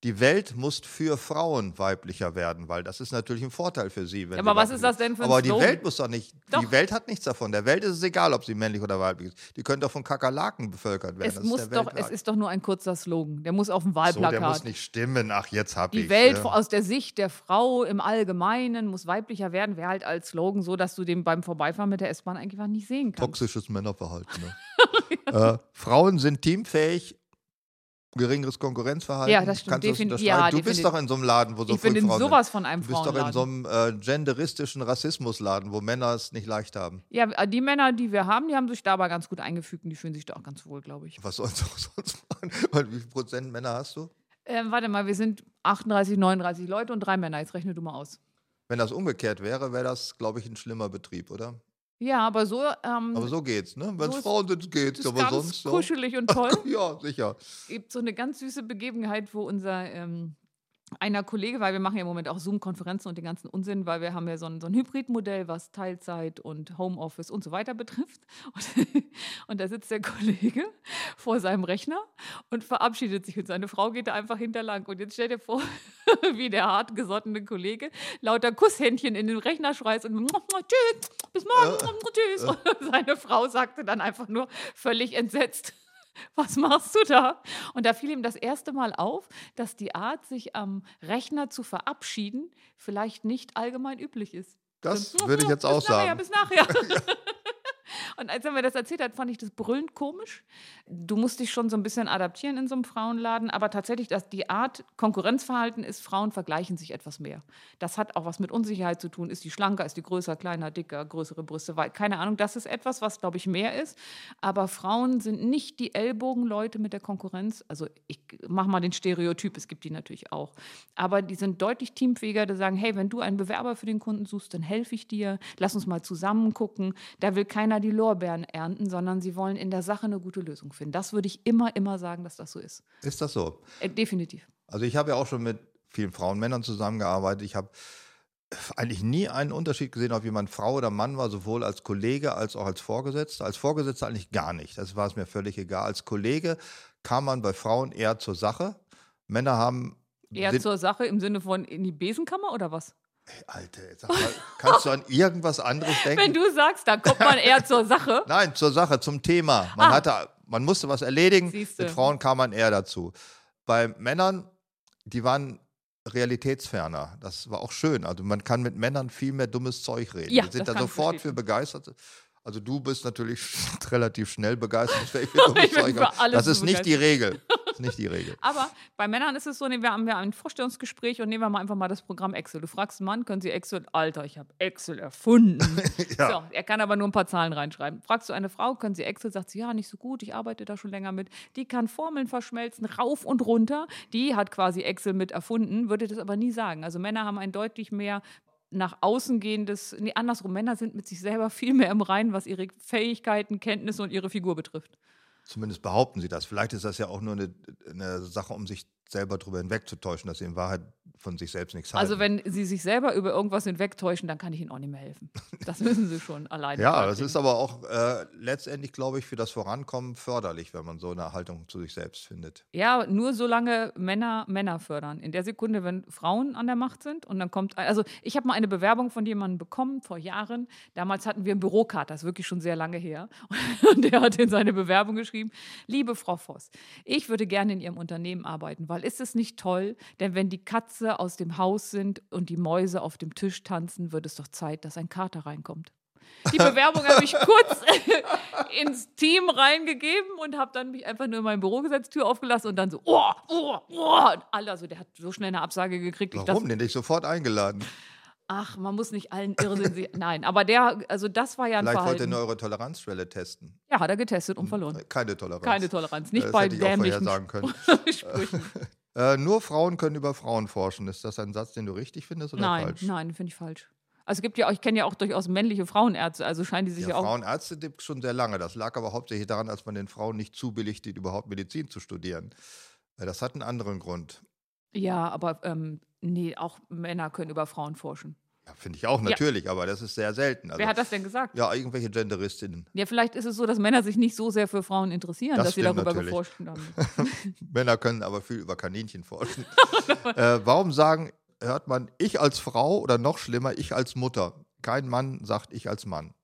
S2: die Welt muss für Frauen weiblicher werden, weil das ist natürlich ein Vorteil für sie. Wenn
S3: Ja,
S2: sie
S3: aber was
S2: weiblich
S3: ist das
S2: sind.
S3: denn für ein
S2: Aber die
S3: Slogan?
S2: Welt muss doch nicht, die
S3: Doch.
S2: Welt hat nichts davon. Der Welt ist es egal, ob sie männlich oder weiblich ist. Die können doch von Kakerlaken bevölkert werden.
S3: es,
S2: das
S3: muss
S2: ist der
S3: doch, es
S2: Weltmarkt.
S3: ist doch nur ein kurzer Slogan. Der muss auf dem
S2: so,
S3: Wahlplakat.
S2: der muss nicht stimmen. Ach, jetzt hab
S3: die
S2: ich.
S3: Welt
S2: ja.
S3: aus der Sicht der Frau im Allgemeinen muss weiblicher werden, wäre halt als Slogan so, dass du den beim Vorbeifahren mit der S-Bahn eigentlich einfach nicht sehen kannst.
S2: Toxisches Männerverhalten.
S3: (laughs)
S2: Ne? äh, Frauen sind teamfähig. Geringeres Konkurrenzverhalten.
S3: Ja, das stimmt.
S2: Kannst du das
S3: Defin-
S2: unterschreiben?
S3: ja,
S2: du bist
S3: definitiv.
S2: doch in so einem Laden, wo so
S3: ich bin
S2: viele
S3: in
S2: Frauen sind.
S3: sowas von einem
S2: Du bist doch in
S3: Frauenladen.
S2: so einem äh, genderistischen Rassismusladen, wo Männer es nicht leicht haben.
S3: ja, äh, die Männer, die wir haben, die haben sich da aber ganz gut eingefügt und die fühlen sich da auch ganz wohl, glaube ich.
S2: Was sollst du auch (laughs) sonst machen? Und wie viel Prozent Männer hast du?
S3: Ähm, warte mal, wir sind 38, 39 Leute und drei Männer. Jetzt rechne du mal aus.
S2: Wenn das umgekehrt wäre, wäre das, glaube ich, ein schlimmer Betrieb, oder?
S3: Ja, aber so, ähm,
S2: Aber so geht's, ne? Wenn es
S3: Mhm. So ist-
S2: Frauen sind,
S3: das
S2: geht's.
S3: ist
S2: Aber
S3: ganz
S2: sonst so.
S3: kuschelig
S2: (laughs)
S3: und toll.
S2: Ja, sicher.
S3: gibt so eine ganz süße Begebenheit, wo unser ähm, einer Kollege, weil wir machen ja im Moment auch Zoom-Konferenzen und den ganzen Unsinn, weil wir haben ja so ein, so ein Hybridmodell, was Teilzeit und Homeoffice und so weiter betrifft. Und, (laughs) und da sitzt der Kollege vor seinem Rechner und verabschiedet sich und seine Frau geht da einfach hinterlang. Und jetzt stell dir vor, (laughs) wie der hartgesottene Kollege lauter Kusshändchen in den Rechner schreist und tschüss, bis morgen, tschüss. Und seine Frau sagte dann einfach nur völlig entsetzt, (laughs) was machst du da? Und da fiel ihm das erste Mal auf, dass die Art, sich am Rechner zu verabschieden, vielleicht nicht allgemein üblich ist.
S2: Das
S3: So,
S2: würde ich jetzt
S3: bis
S2: auch
S3: nachher,
S2: sagen.
S3: Bis nachher. (laughs) Und als er mir das erzählt hat, fand ich das brüllend komisch. Du musst dich schon so ein bisschen adaptieren in so einem Frauenladen, aber tatsächlich, dass die Art Konkurrenzverhalten ist, Frauen vergleichen sich etwas mehr. Das hat auch was mit Unsicherheit zu tun. Ist die schlanker, ist die größer, kleiner, dicker, größere Brüste, weit? Keine Ahnung. Das ist etwas, was, glaube ich, mehr ist. Aber Frauen sind nicht die Ellbogenleute mit der Konkurrenz. Also ich mache mal den Stereotyp, es gibt die natürlich auch. Aber die sind deutlich teamfähiger, die sagen, hey, wenn du einen Bewerber für den Kunden suchst, dann helfe ich dir, lass uns mal zusammen gucken. Da will keiner die Lorbeeren ernten, sondern sie wollen in der Sache eine gute Lösung finden. Das würde ich immer, immer sagen, dass das so ist.
S2: Ist das so?
S3: Äh, definitiv.
S2: Also ich habe ja auch schon mit vielen Frauen, Männern zusammengearbeitet. Ich habe äh, eigentlich nie einen Unterschied gesehen, ob jemand Frau oder Mann war, sowohl als Kollege als auch als Vorgesetzter. Als Vorgesetzter eigentlich gar nicht. Das war es mir völlig egal. Als Kollege kam man bei Frauen eher zur Sache. Männer haben
S3: Eher
S2: sind-
S3: zur Sache im Sinne von in die Besenkammer oder was?
S2: Alter, sag mal, kannst du an irgendwas anderes denken?
S3: Wenn du sagst, da kommt man eher zur Sache.
S2: Nein, zur Sache, zum Thema. Man
S3: Ah.
S2: hatte, man musste was erledigen.
S3: Siehste.
S2: Mit Frauen kam man eher dazu. Bei Männern, die waren realitätsferner. Das war auch schön. Also man kann mit Männern viel mehr dummes Zeug reden.
S3: Ja,
S2: Die sind da
S3: das kann ich
S2: sofort für
S3: bestätigen.
S2: begeistert. Also (laughs)
S3: (laughs)
S2: du bist natürlich relativ schnell begeistert. für dummes
S3: Ich bin
S2: Zeug.
S3: für alles
S2: das ist nicht die Regel. ist nicht die
S3: (laughs)
S2: Regel.
S3: Aber bei Männern ist es so, nehmen wir, haben wir ein Vorstellungsgespräch und nehmen wir mal einfach mal das Programm Excel. Du fragst einen Mann, können Sie Excel? Alter, ich habe Excel erfunden.
S2: Ja.
S3: So, er kann aber nur ein paar Zahlen reinschreiben. Fragst du eine Frau, können Sie Excel? Sagt sie, ja, nicht so gut, ich arbeite da schon länger mit. Die kann Formeln verschmelzen, rauf und runter. Die hat quasi Excel mit erfunden, würde das aber nie sagen. Also Männer haben ein deutlich mehr nach außen gehendes, nee, andersrum, Männer sind mit sich selber viel mehr im Reinen, was ihre Fähigkeiten, Kenntnisse und ihre Figur betrifft.
S2: Zumindest behaupten sie das. Vielleicht ist das ja auch nur eine, eine Sache, um sich selber drüber hinwegzutäuschen, dass sie in Wahrheit von sich selbst nichts halten.
S3: Also wenn sie sich selber über irgendwas hinwegtäuschen, dann kann ich ihnen auch nicht mehr helfen. Das müssen sie schon alleine.
S2: ja, das
S3: hinkriegen.
S2: ist aber auch äh, letztendlich, glaube ich, für das Vorankommen förderlich, wenn man so eine Haltung zu sich selbst findet.
S3: Ja, nur solange Männer Männer fördern. In der Sekunde, wenn Frauen an der Macht sind und dann kommt, ein- also ich habe mal eine Bewerbung von jemandem bekommen vor Jahren. Damals hatten wir einen Bürokater, das ist wirklich schon sehr lange her. (laughs) Und der hat in seine Bewerbung geschrieben, liebe Frau Voss, ich würde gerne in Ihrem Unternehmen arbeiten, weil ist es nicht toll, denn wenn die Katze aus dem Haus sind und die Mäuse auf dem Tisch tanzen, wird es doch Zeit, dass ein Kater reinkommt. Die Bewerbung habe ich kurz (laughs) ins Team reingegeben und habe dann mich einfach nur in mein Büro gesetzt, Tür aufgelassen und dann so, oh, oh, oh. Und alle, also der hat so schnell eine Absage gekriegt. Ich
S2: Warum?
S3: dachte,
S2: Den hätte ich sofort eingeladen.
S3: ach, man muss nicht allen Irrsinn sehen. Nein, aber der, also das war ja ein
S2: Vielleicht wollt ihr
S3: Verhalten.
S2: nur eure Toleranzschwelle testen. Äh,
S3: Ja, hat er getestet und verloren.
S2: Keine Toleranz. Äh,
S3: Keine Toleranz, nicht
S2: das
S3: bei
S2: hätte ich auch vorher
S3: dämlichen (laughs)
S2: sagen können.
S3: Sprüchen.
S2: Äh, nur Frauen können über Frauen forschen. Ist das ein Satz, den du richtig findest oder
S3: Nein,
S2: falsch?
S3: nein, finde ich falsch. Also es gibt ja auch, ich kenne ja auch durchaus männliche Frauenärzte, also scheinen die sich ja,
S2: Ja,
S3: auch.
S2: Frauenärzte gibt es schon sehr lange. Das lag aber hauptsächlich daran, als man den Frauen nicht zubilligte, überhaupt Medizin zu studieren. Äh, Das hat einen anderen Grund.
S3: Ja, aber ähm, nee, auch Männer können über Frauen forschen.
S2: Ja, Finde ich auch natürlich, aber das ist sehr selten. Also,
S3: Wer hat das denn gesagt?
S2: ja, irgendwelche Genderistinnen.
S3: Ja, vielleicht ist es so, dass Männer sich nicht so sehr für Frauen interessieren,
S2: Das
S3: dass sie
S2: stimmt
S3: darüber
S2: natürlich.
S3: geforscht
S2: (laughs)
S3: haben.
S2: Männer können aber viel über Kaninchen forschen.
S3: (laughs)
S2: äh, warum sagen, hört man ich als Frau oder noch schlimmer, ich als Mutter? Kein Mann sagt ich als Mann.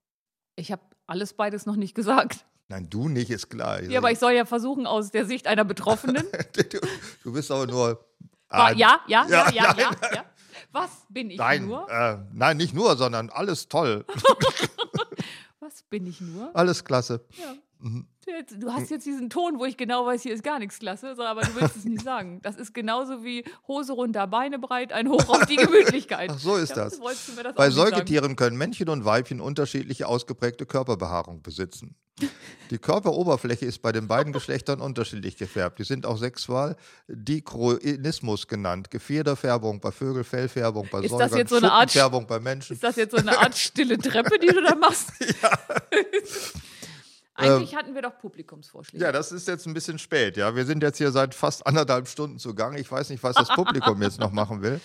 S3: Ich habe alles beides noch nicht gesagt.
S2: Nein, du nicht, ist klar.
S3: Ja, aber ich soll ja versuchen, aus der Sicht einer Betroffenen.
S2: (laughs) du, du bist aber nur.
S3: War,
S2: ein-
S3: ja, ja,
S2: Ja,
S3: ja, ja, ja, ja. Was bin ich
S2: Nein,
S3: nur?
S2: äh, nein, nicht nur, sondern alles toll. (laughs)
S3: Was bin ich nur?
S2: Alles klasse.
S3: Ja.
S2: Mhm.
S3: Jetzt, du hast jetzt diesen Ton, wo ich genau weiß, hier ist gar nichts klasse, so, aber du willst es nicht sagen. Das ist genauso wie Hose runter, Beine breit, ein Hoch auf die Gemütlichkeit.
S2: Ach, so ist
S3: Ja,
S2: das.
S3: wolltest du mir das auch
S2: Bei
S3: nicht sagen.
S2: Säugetieren können Männchen und Weibchen unterschiedliche ausgeprägte Körperbehaarung besitzen. Die Körperoberfläche ist bei den beiden Geschlechtern unterschiedlich gefärbt. Die sind auch sexual Dichronismus genannt. Gefederfärbung bei Vögeln, Fellfärbung bei
S3: Ist das
S2: Säugern,
S3: jetzt so eine Art Sch-
S2: Färbung bei Menschen.
S3: Ist das jetzt so eine Art stille Treppe, die du
S2: (laughs)
S3: da machst? (laughs) Eigentlich hatten wir doch Publikumsvorschläge.
S2: Ähm, Ja, das ist jetzt ein bisschen spät. Ja, wir sind jetzt hier seit fast anderthalb Stunden zugange. Ich weiß nicht, was das Publikum jetzt noch machen will.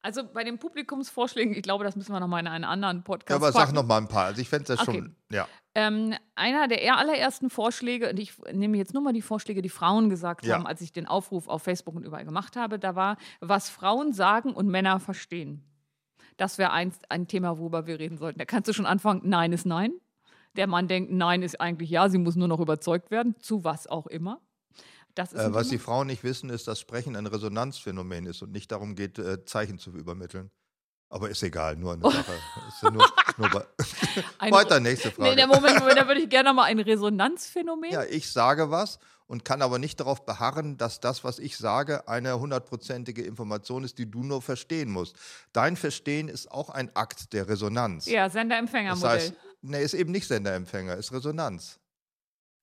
S3: Also bei den Publikumsvorschlägen, ich glaube, das müssen wir nochmal in einen anderen Podcast
S2: Ja, aber
S3: packen.
S2: sag noch mal ein paar. Also ich fände das
S3: Okay.
S2: schon. Ja,
S3: Ähm, einer der eher allerersten Vorschläge, und ich nehme jetzt nur mal die Vorschläge, die Frauen gesagt
S2: Ja.
S3: haben, als ich den Aufruf auf Facebook und überall gemacht habe, da war, was Frauen sagen und Männer verstehen. Das wäre eins, ein Thema, worüber wir reden sollten. Da kannst du schon anfangen, nein ist nein. Der Mann denkt, nein ist eigentlich ja, sie muss nur noch überzeugt werden, zu was auch immer. Das ist
S2: äh,
S3: ein
S2: was
S3: Thema.
S2: die Frauen nicht wissen, ist, dass Sprechen ein Resonanzphänomen ist und nicht darum geht, äh, Zeichen zu übermitteln. Aber ist egal, nur
S3: (laughs)
S2: eine Sache. Ist ja nur, nur bei
S3: Ein-
S2: Weiter, nächste
S3: Nee,
S2: Frage.
S3: der Moment, Moment, da würde ich gerne noch mal ein Resonanzphänomen.
S2: ja, ich sage was und kann aber nicht darauf beharren, dass das, was ich sage, eine hundertprozentige Information ist, die du nur verstehen musst. Dein Verstehen ist auch ein Akt der Resonanz.
S3: Ja, Sender-Empfänger-Modell.
S2: das heißt, nee, ist eben nicht Senderempfänger, ist Resonanz.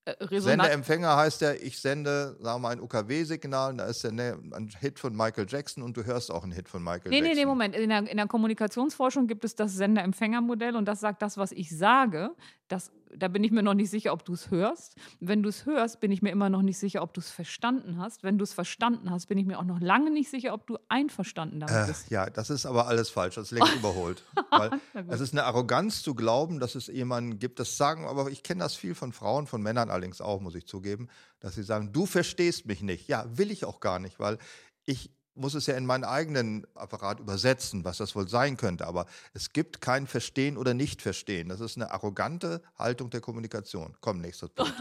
S3: äh, Resonanz.
S2: Sendeempfänger heißt ja, ich sende, sagen wir mal, ein UKW-Signal, und da ist dann ne- ein Hit von Michael Jackson und du hörst auch einen Hit von Michael
S3: Nee,
S2: Jackson.
S3: nee, nee, Moment. In der, in der Kommunikationsforschung gibt es das Sender-Empfänger-Modell und das sagt, das, was ich sage, das, da bin ich mir noch nicht sicher, ob du es hörst. Wenn du es hörst, bin ich mir immer noch nicht sicher, ob du es verstanden hast. Wenn du es verstanden hast, bin ich mir auch noch lange nicht sicher, ob du einverstanden damit
S2: Äh,
S3: bist. (laughs)
S2: ja, das ist aber alles falsch, das ist (laughs) längst überholt. Weil
S3: gut.
S2: es ist eine Arroganz zu glauben, dass es jemanden gibt, das sagen, aber ich kenne das viel von Frauen, von Männern allerdings auch, muss ich zugeben, dass sie sagen, du verstehst mich nicht. Ja, will ich auch gar nicht, weil ich muss es ja in meinen eigenen Apparat übersetzen, was das wohl sein könnte. Aber es gibt kein Verstehen oder Nicht-Verstehen. Das ist eine arrogante Haltung der Kommunikation. Komm, nächster (laughs) Punkt.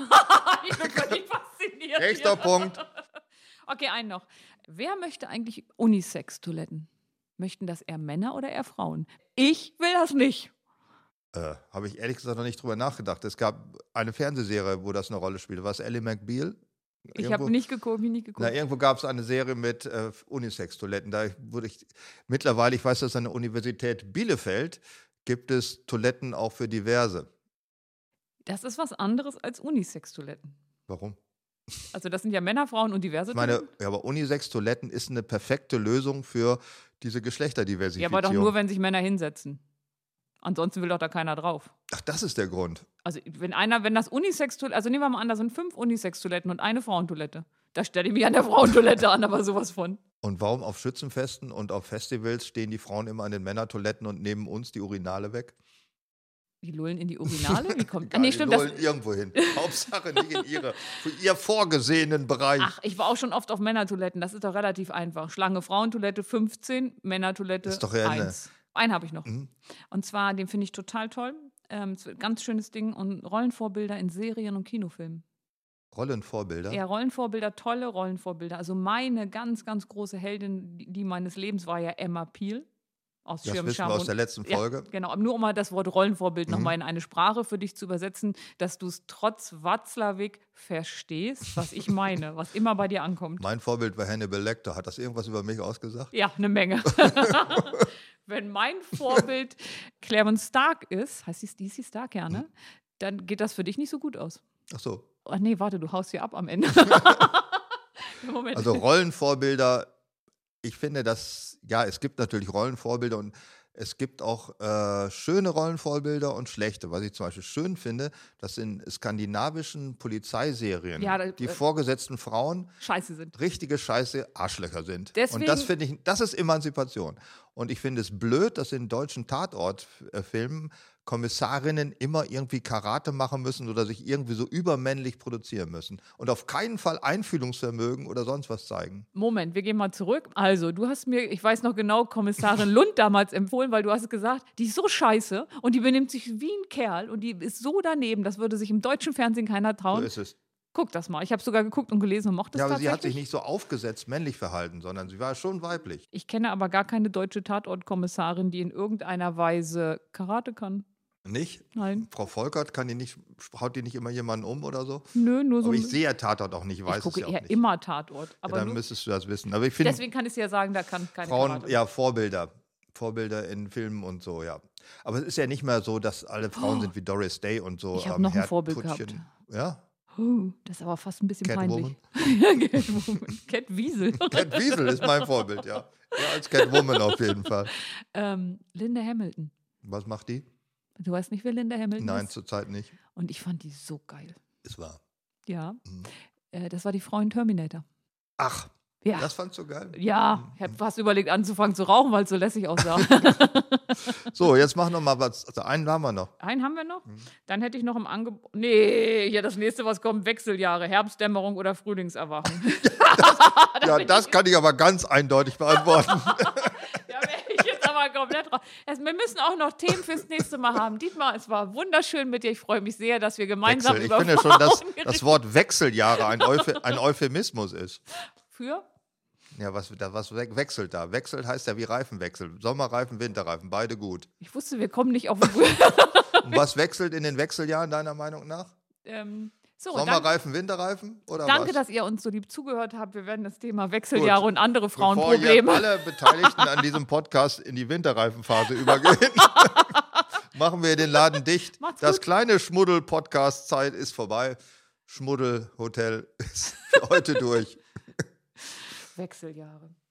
S3: ich
S2: (laughs)
S3: bin völlig fasziniert.
S2: Nächster
S3: hier.
S2: Punkt.
S3: (laughs) Okay, einen noch. Wer möchte eigentlich Unisex-Toiletten? Möchten das eher Männer oder eher Frauen? Ich will das nicht.
S2: Äh, Habe ich ehrlich gesagt noch nicht drüber nachgedacht. Es gab eine Fernsehserie, wo das eine Rolle spielte. War es Ellie McBeal?
S3: Ich
S2: Irgendwo-
S3: habe nicht geguckt, mich nicht
S2: Na,
S3: geguckt.
S2: irgendwo gab es eine Serie mit äh, Unisex-Toiletten. Da wurde ich mittlerweile, ich weiß, dass an der Universität Bielefeld gibt es Toiletten auch für diverse.
S3: Das ist was anderes als Unisex-Toiletten.
S2: Warum?
S3: Also das sind ja Männer, Frauen und diverse
S2: Ich meine,
S3: Toiletten.
S2: ja, aber Unisex-Toiletten ist eine perfekte Lösung für diese
S3: Ja,
S2: Geschlechterdiversifizierung.
S3: aber doch nur, wenn sich Männer hinsetzen. Ansonsten will doch da keiner drauf.
S2: Ach, das ist der Grund.
S3: Also wenn einer, wenn das Unisex-Toilette, also nehmen wir mal an, da sind fünf Unisex-Toiletten und eine Frauentoilette. Da stelle ich mich an der Frauentoilette an, aber sowas von.
S2: Und warum auf Schützenfesten und auf Festivals stehen die Frauen immer an den Männertoiletten und nehmen uns die Urinale weg?
S3: Die lullen in die Urinale? Wie
S2: (laughs)
S3: kommt
S2: Egal,
S3: Ah, nee,
S2: die
S3: stimmt. Das,
S2: lullen irgendwo hin. Hauptsache nicht in ihre, für ihr vorgesehenen Bereich.
S3: ach, ich war auch schon oft auf Männertoiletten. Das ist doch relativ einfach. Schlange Frauentoilette 15, Männertoilette
S2: Ist doch ja eine-
S3: 1. Einen habe ich noch.
S2: Mhm.
S3: Und zwar, den finde ich total toll. Ähm, es wird ein ganz schönes Ding und Rollenvorbilder in Serien und Kinofilmen.
S2: Rollenvorbilder.
S3: Ja, Rollenvorbilder, tolle Rollenvorbilder. Also meine ganz, ganz große Heldin, die, die meines Lebens war ja Emma Peel aus
S2: Das
S3: Schirm,
S2: wissen wir
S3: Scham
S2: aus
S3: und-
S2: der letzten Folge.
S3: Ja, (laughs) genau, nur um mal das Wort Rollenvorbild noch
S2: Mhm.
S3: nochmal in eine Sprache für dich zu übersetzen, dass du es trotz Watzlawick verstehst, was ich meine, was immer bei dir ankommt.
S2: Mein Vorbild war Hannibal Lecter. Hat das irgendwas über mich ausgesagt?
S3: Ja,
S2: (laughs)
S3: eine Menge. Wenn mein Vorbild Clarence Stark ist, heißt sie DC Stark ja,
S2: Mhm.
S3: ne? Dann geht das für dich nicht so gut aus.
S2: Ach so.
S3: Ach nee, warte, du haust hier ab
S2: (laughs)
S3: am Ende. (laughs) Moment.
S2: Also Rollenvorbilder, ich finde das, ja, es gibt natürlich Rollenvorbilder und es gibt auch äh, schöne Rollenvorbilder und schlechte. Was ich zum Beispiel schön finde, dass in skandinavischen Polizeiserien
S3: Ja, da-
S2: die
S3: äh,
S2: vorgesetzten Frauen
S3: Scheiße sind.
S2: richtige scheiße Arschlöcher sind.
S3: Deswegen-
S2: und das finde ich, das ist Emanzipation. Und ich finde es blöd, dass in deutschen Tatortfilmen Kommissarinnen immer irgendwie Karate machen müssen oder sich irgendwie so übermännlich produzieren müssen und auf keinen Fall Einfühlungsvermögen oder sonst was zeigen.
S3: Moment, wir gehen mal zurück. Also, du hast mir, ich weiß noch genau, Kommissarin Lund damals empfohlen, weil du hast gesagt, die ist so scheiße und die benimmt sich wie ein Kerl und die ist so daneben, das würde sich im deutschen Fernsehen keiner
S2: So
S3: trauen.
S2: ist es.
S3: Guck das mal. Ich habe sogar geguckt und gelesen und mochte es
S2: Ja, aber sie
S3: tatsächlich.
S2: hat sich nicht so aufgesetzt männlich verhalten, sondern sie war schon weiblich.
S3: ich kenne aber gar keine deutsche Tatortkommissarin, die in irgendeiner Weise Karate kann.
S2: Nicht?
S3: Nein.
S2: Frau Volkert kann die nicht, haut die nicht immer jemanden um oder so?
S3: Nö, nur so
S2: Aber
S3: ein-
S2: ich sehe ja Tatort auch nicht, ich
S3: Ich
S2: weiß es
S3: gucke
S2: ja auch
S3: eher
S2: nicht.
S3: immer Tatort.
S2: ja,
S3: Aber
S2: dann
S3: nur-
S2: müsstest du das wissen. Aber ich finde,
S3: deswegen kann ich dir sagen, da kann keine
S2: Frauen,
S3: Karate.
S2: ja, Vorbilder. Vorbilder in Filmen und so, ja. Aber es ist ja nicht mehr so, dass alle Frauen sind wie Doris Day und so.
S3: Oh. Ich hab
S2: ähm,
S3: noch ein Vorbild
S2: Herdputzchen.
S3: gehabt.
S2: Ja,
S3: Huh, Oh, das ist aber fast ein bisschen
S2: Catwoman.
S3: peinlich. (laughs) ja, Catwoman. Cat Wiesel.
S2: Cat Wiesel ist mein Vorbild, ja. Er als Catwoman auf jeden Fall.
S3: ähm, Linda Hamilton.
S2: Was macht die?
S3: Du weißt nicht, wer Linda Hamilton
S2: Nein,
S3: ist?
S2: zurzeit nicht.
S3: Und ich fand die so geil.
S2: Ist wahr.
S3: Ja.
S2: Mhm.
S3: Äh, das war die Frau in Terminator.
S2: Ach,
S3: Ja.
S2: das Mhm. fandst du geil.
S3: ja, ich habe fast überlegt, anzufangen zu rauchen, weil es so lässig
S2: (laughs)
S3: aussah.
S2: So, jetzt mach noch mal was. Also einen haben wir noch.
S3: Einen haben wir
S2: Mhm.
S3: noch. Dann hätte ich noch im Angebot. Nee, ja, das nächste, was kommt, Wechseljahre, Herbstdämmerung
S2: (laughs)
S3: oder Frühlingserwachen. Ah,
S2: Ja, das kann ich aber ganz eindeutig beantworten.
S3: da wäre ich jetzt aber komplett raus. Es- Wir müssen auch noch Themen fürs nächste Mal haben. Dietmar, es war wunderschön mit dir. Ich freue mich sehr, dass wir (laughs) gemeinsam
S2: Wechsel. Ich
S3: über
S2: finde schon, dass
S3: Frauen
S2: das
S3: geredet-
S2: Wort Wechseljahre ein, Euphe ein Euphemismus ist.
S3: für
S2: Ja, was, da, was we- wechselt da? Wechselt heißt ja wie Reifenwechsel. Sommerreifen, Winterreifen, beide gut.
S3: Ich wusste, wir kommen nicht auf den
S2: Und was wechselt in den Wechseljahren deiner Meinung nach?
S3: (laughs) ähm, So, danke,
S2: Sommerreifen, Winterreifen oder
S3: danke
S2: was?
S3: dass ihr uns so lieb zugehört habt. Wir werden das Thema Wechseljahre und andere
S2: Bevor jetzt
S3: Frauenprobleme.
S2: alle Beteiligten an diesem Podcast in die
S3: (laughs)
S2: Winterreifenphase übergehen, (laughs) machen wir den Laden dicht.
S3: Macht's
S2: das
S3: gut.
S2: kleine Schmuddel-Podcast-Zeit ist vorbei. (laughs) Schmuddel-Hotel ist für heute durch.
S3: Wechseljahre.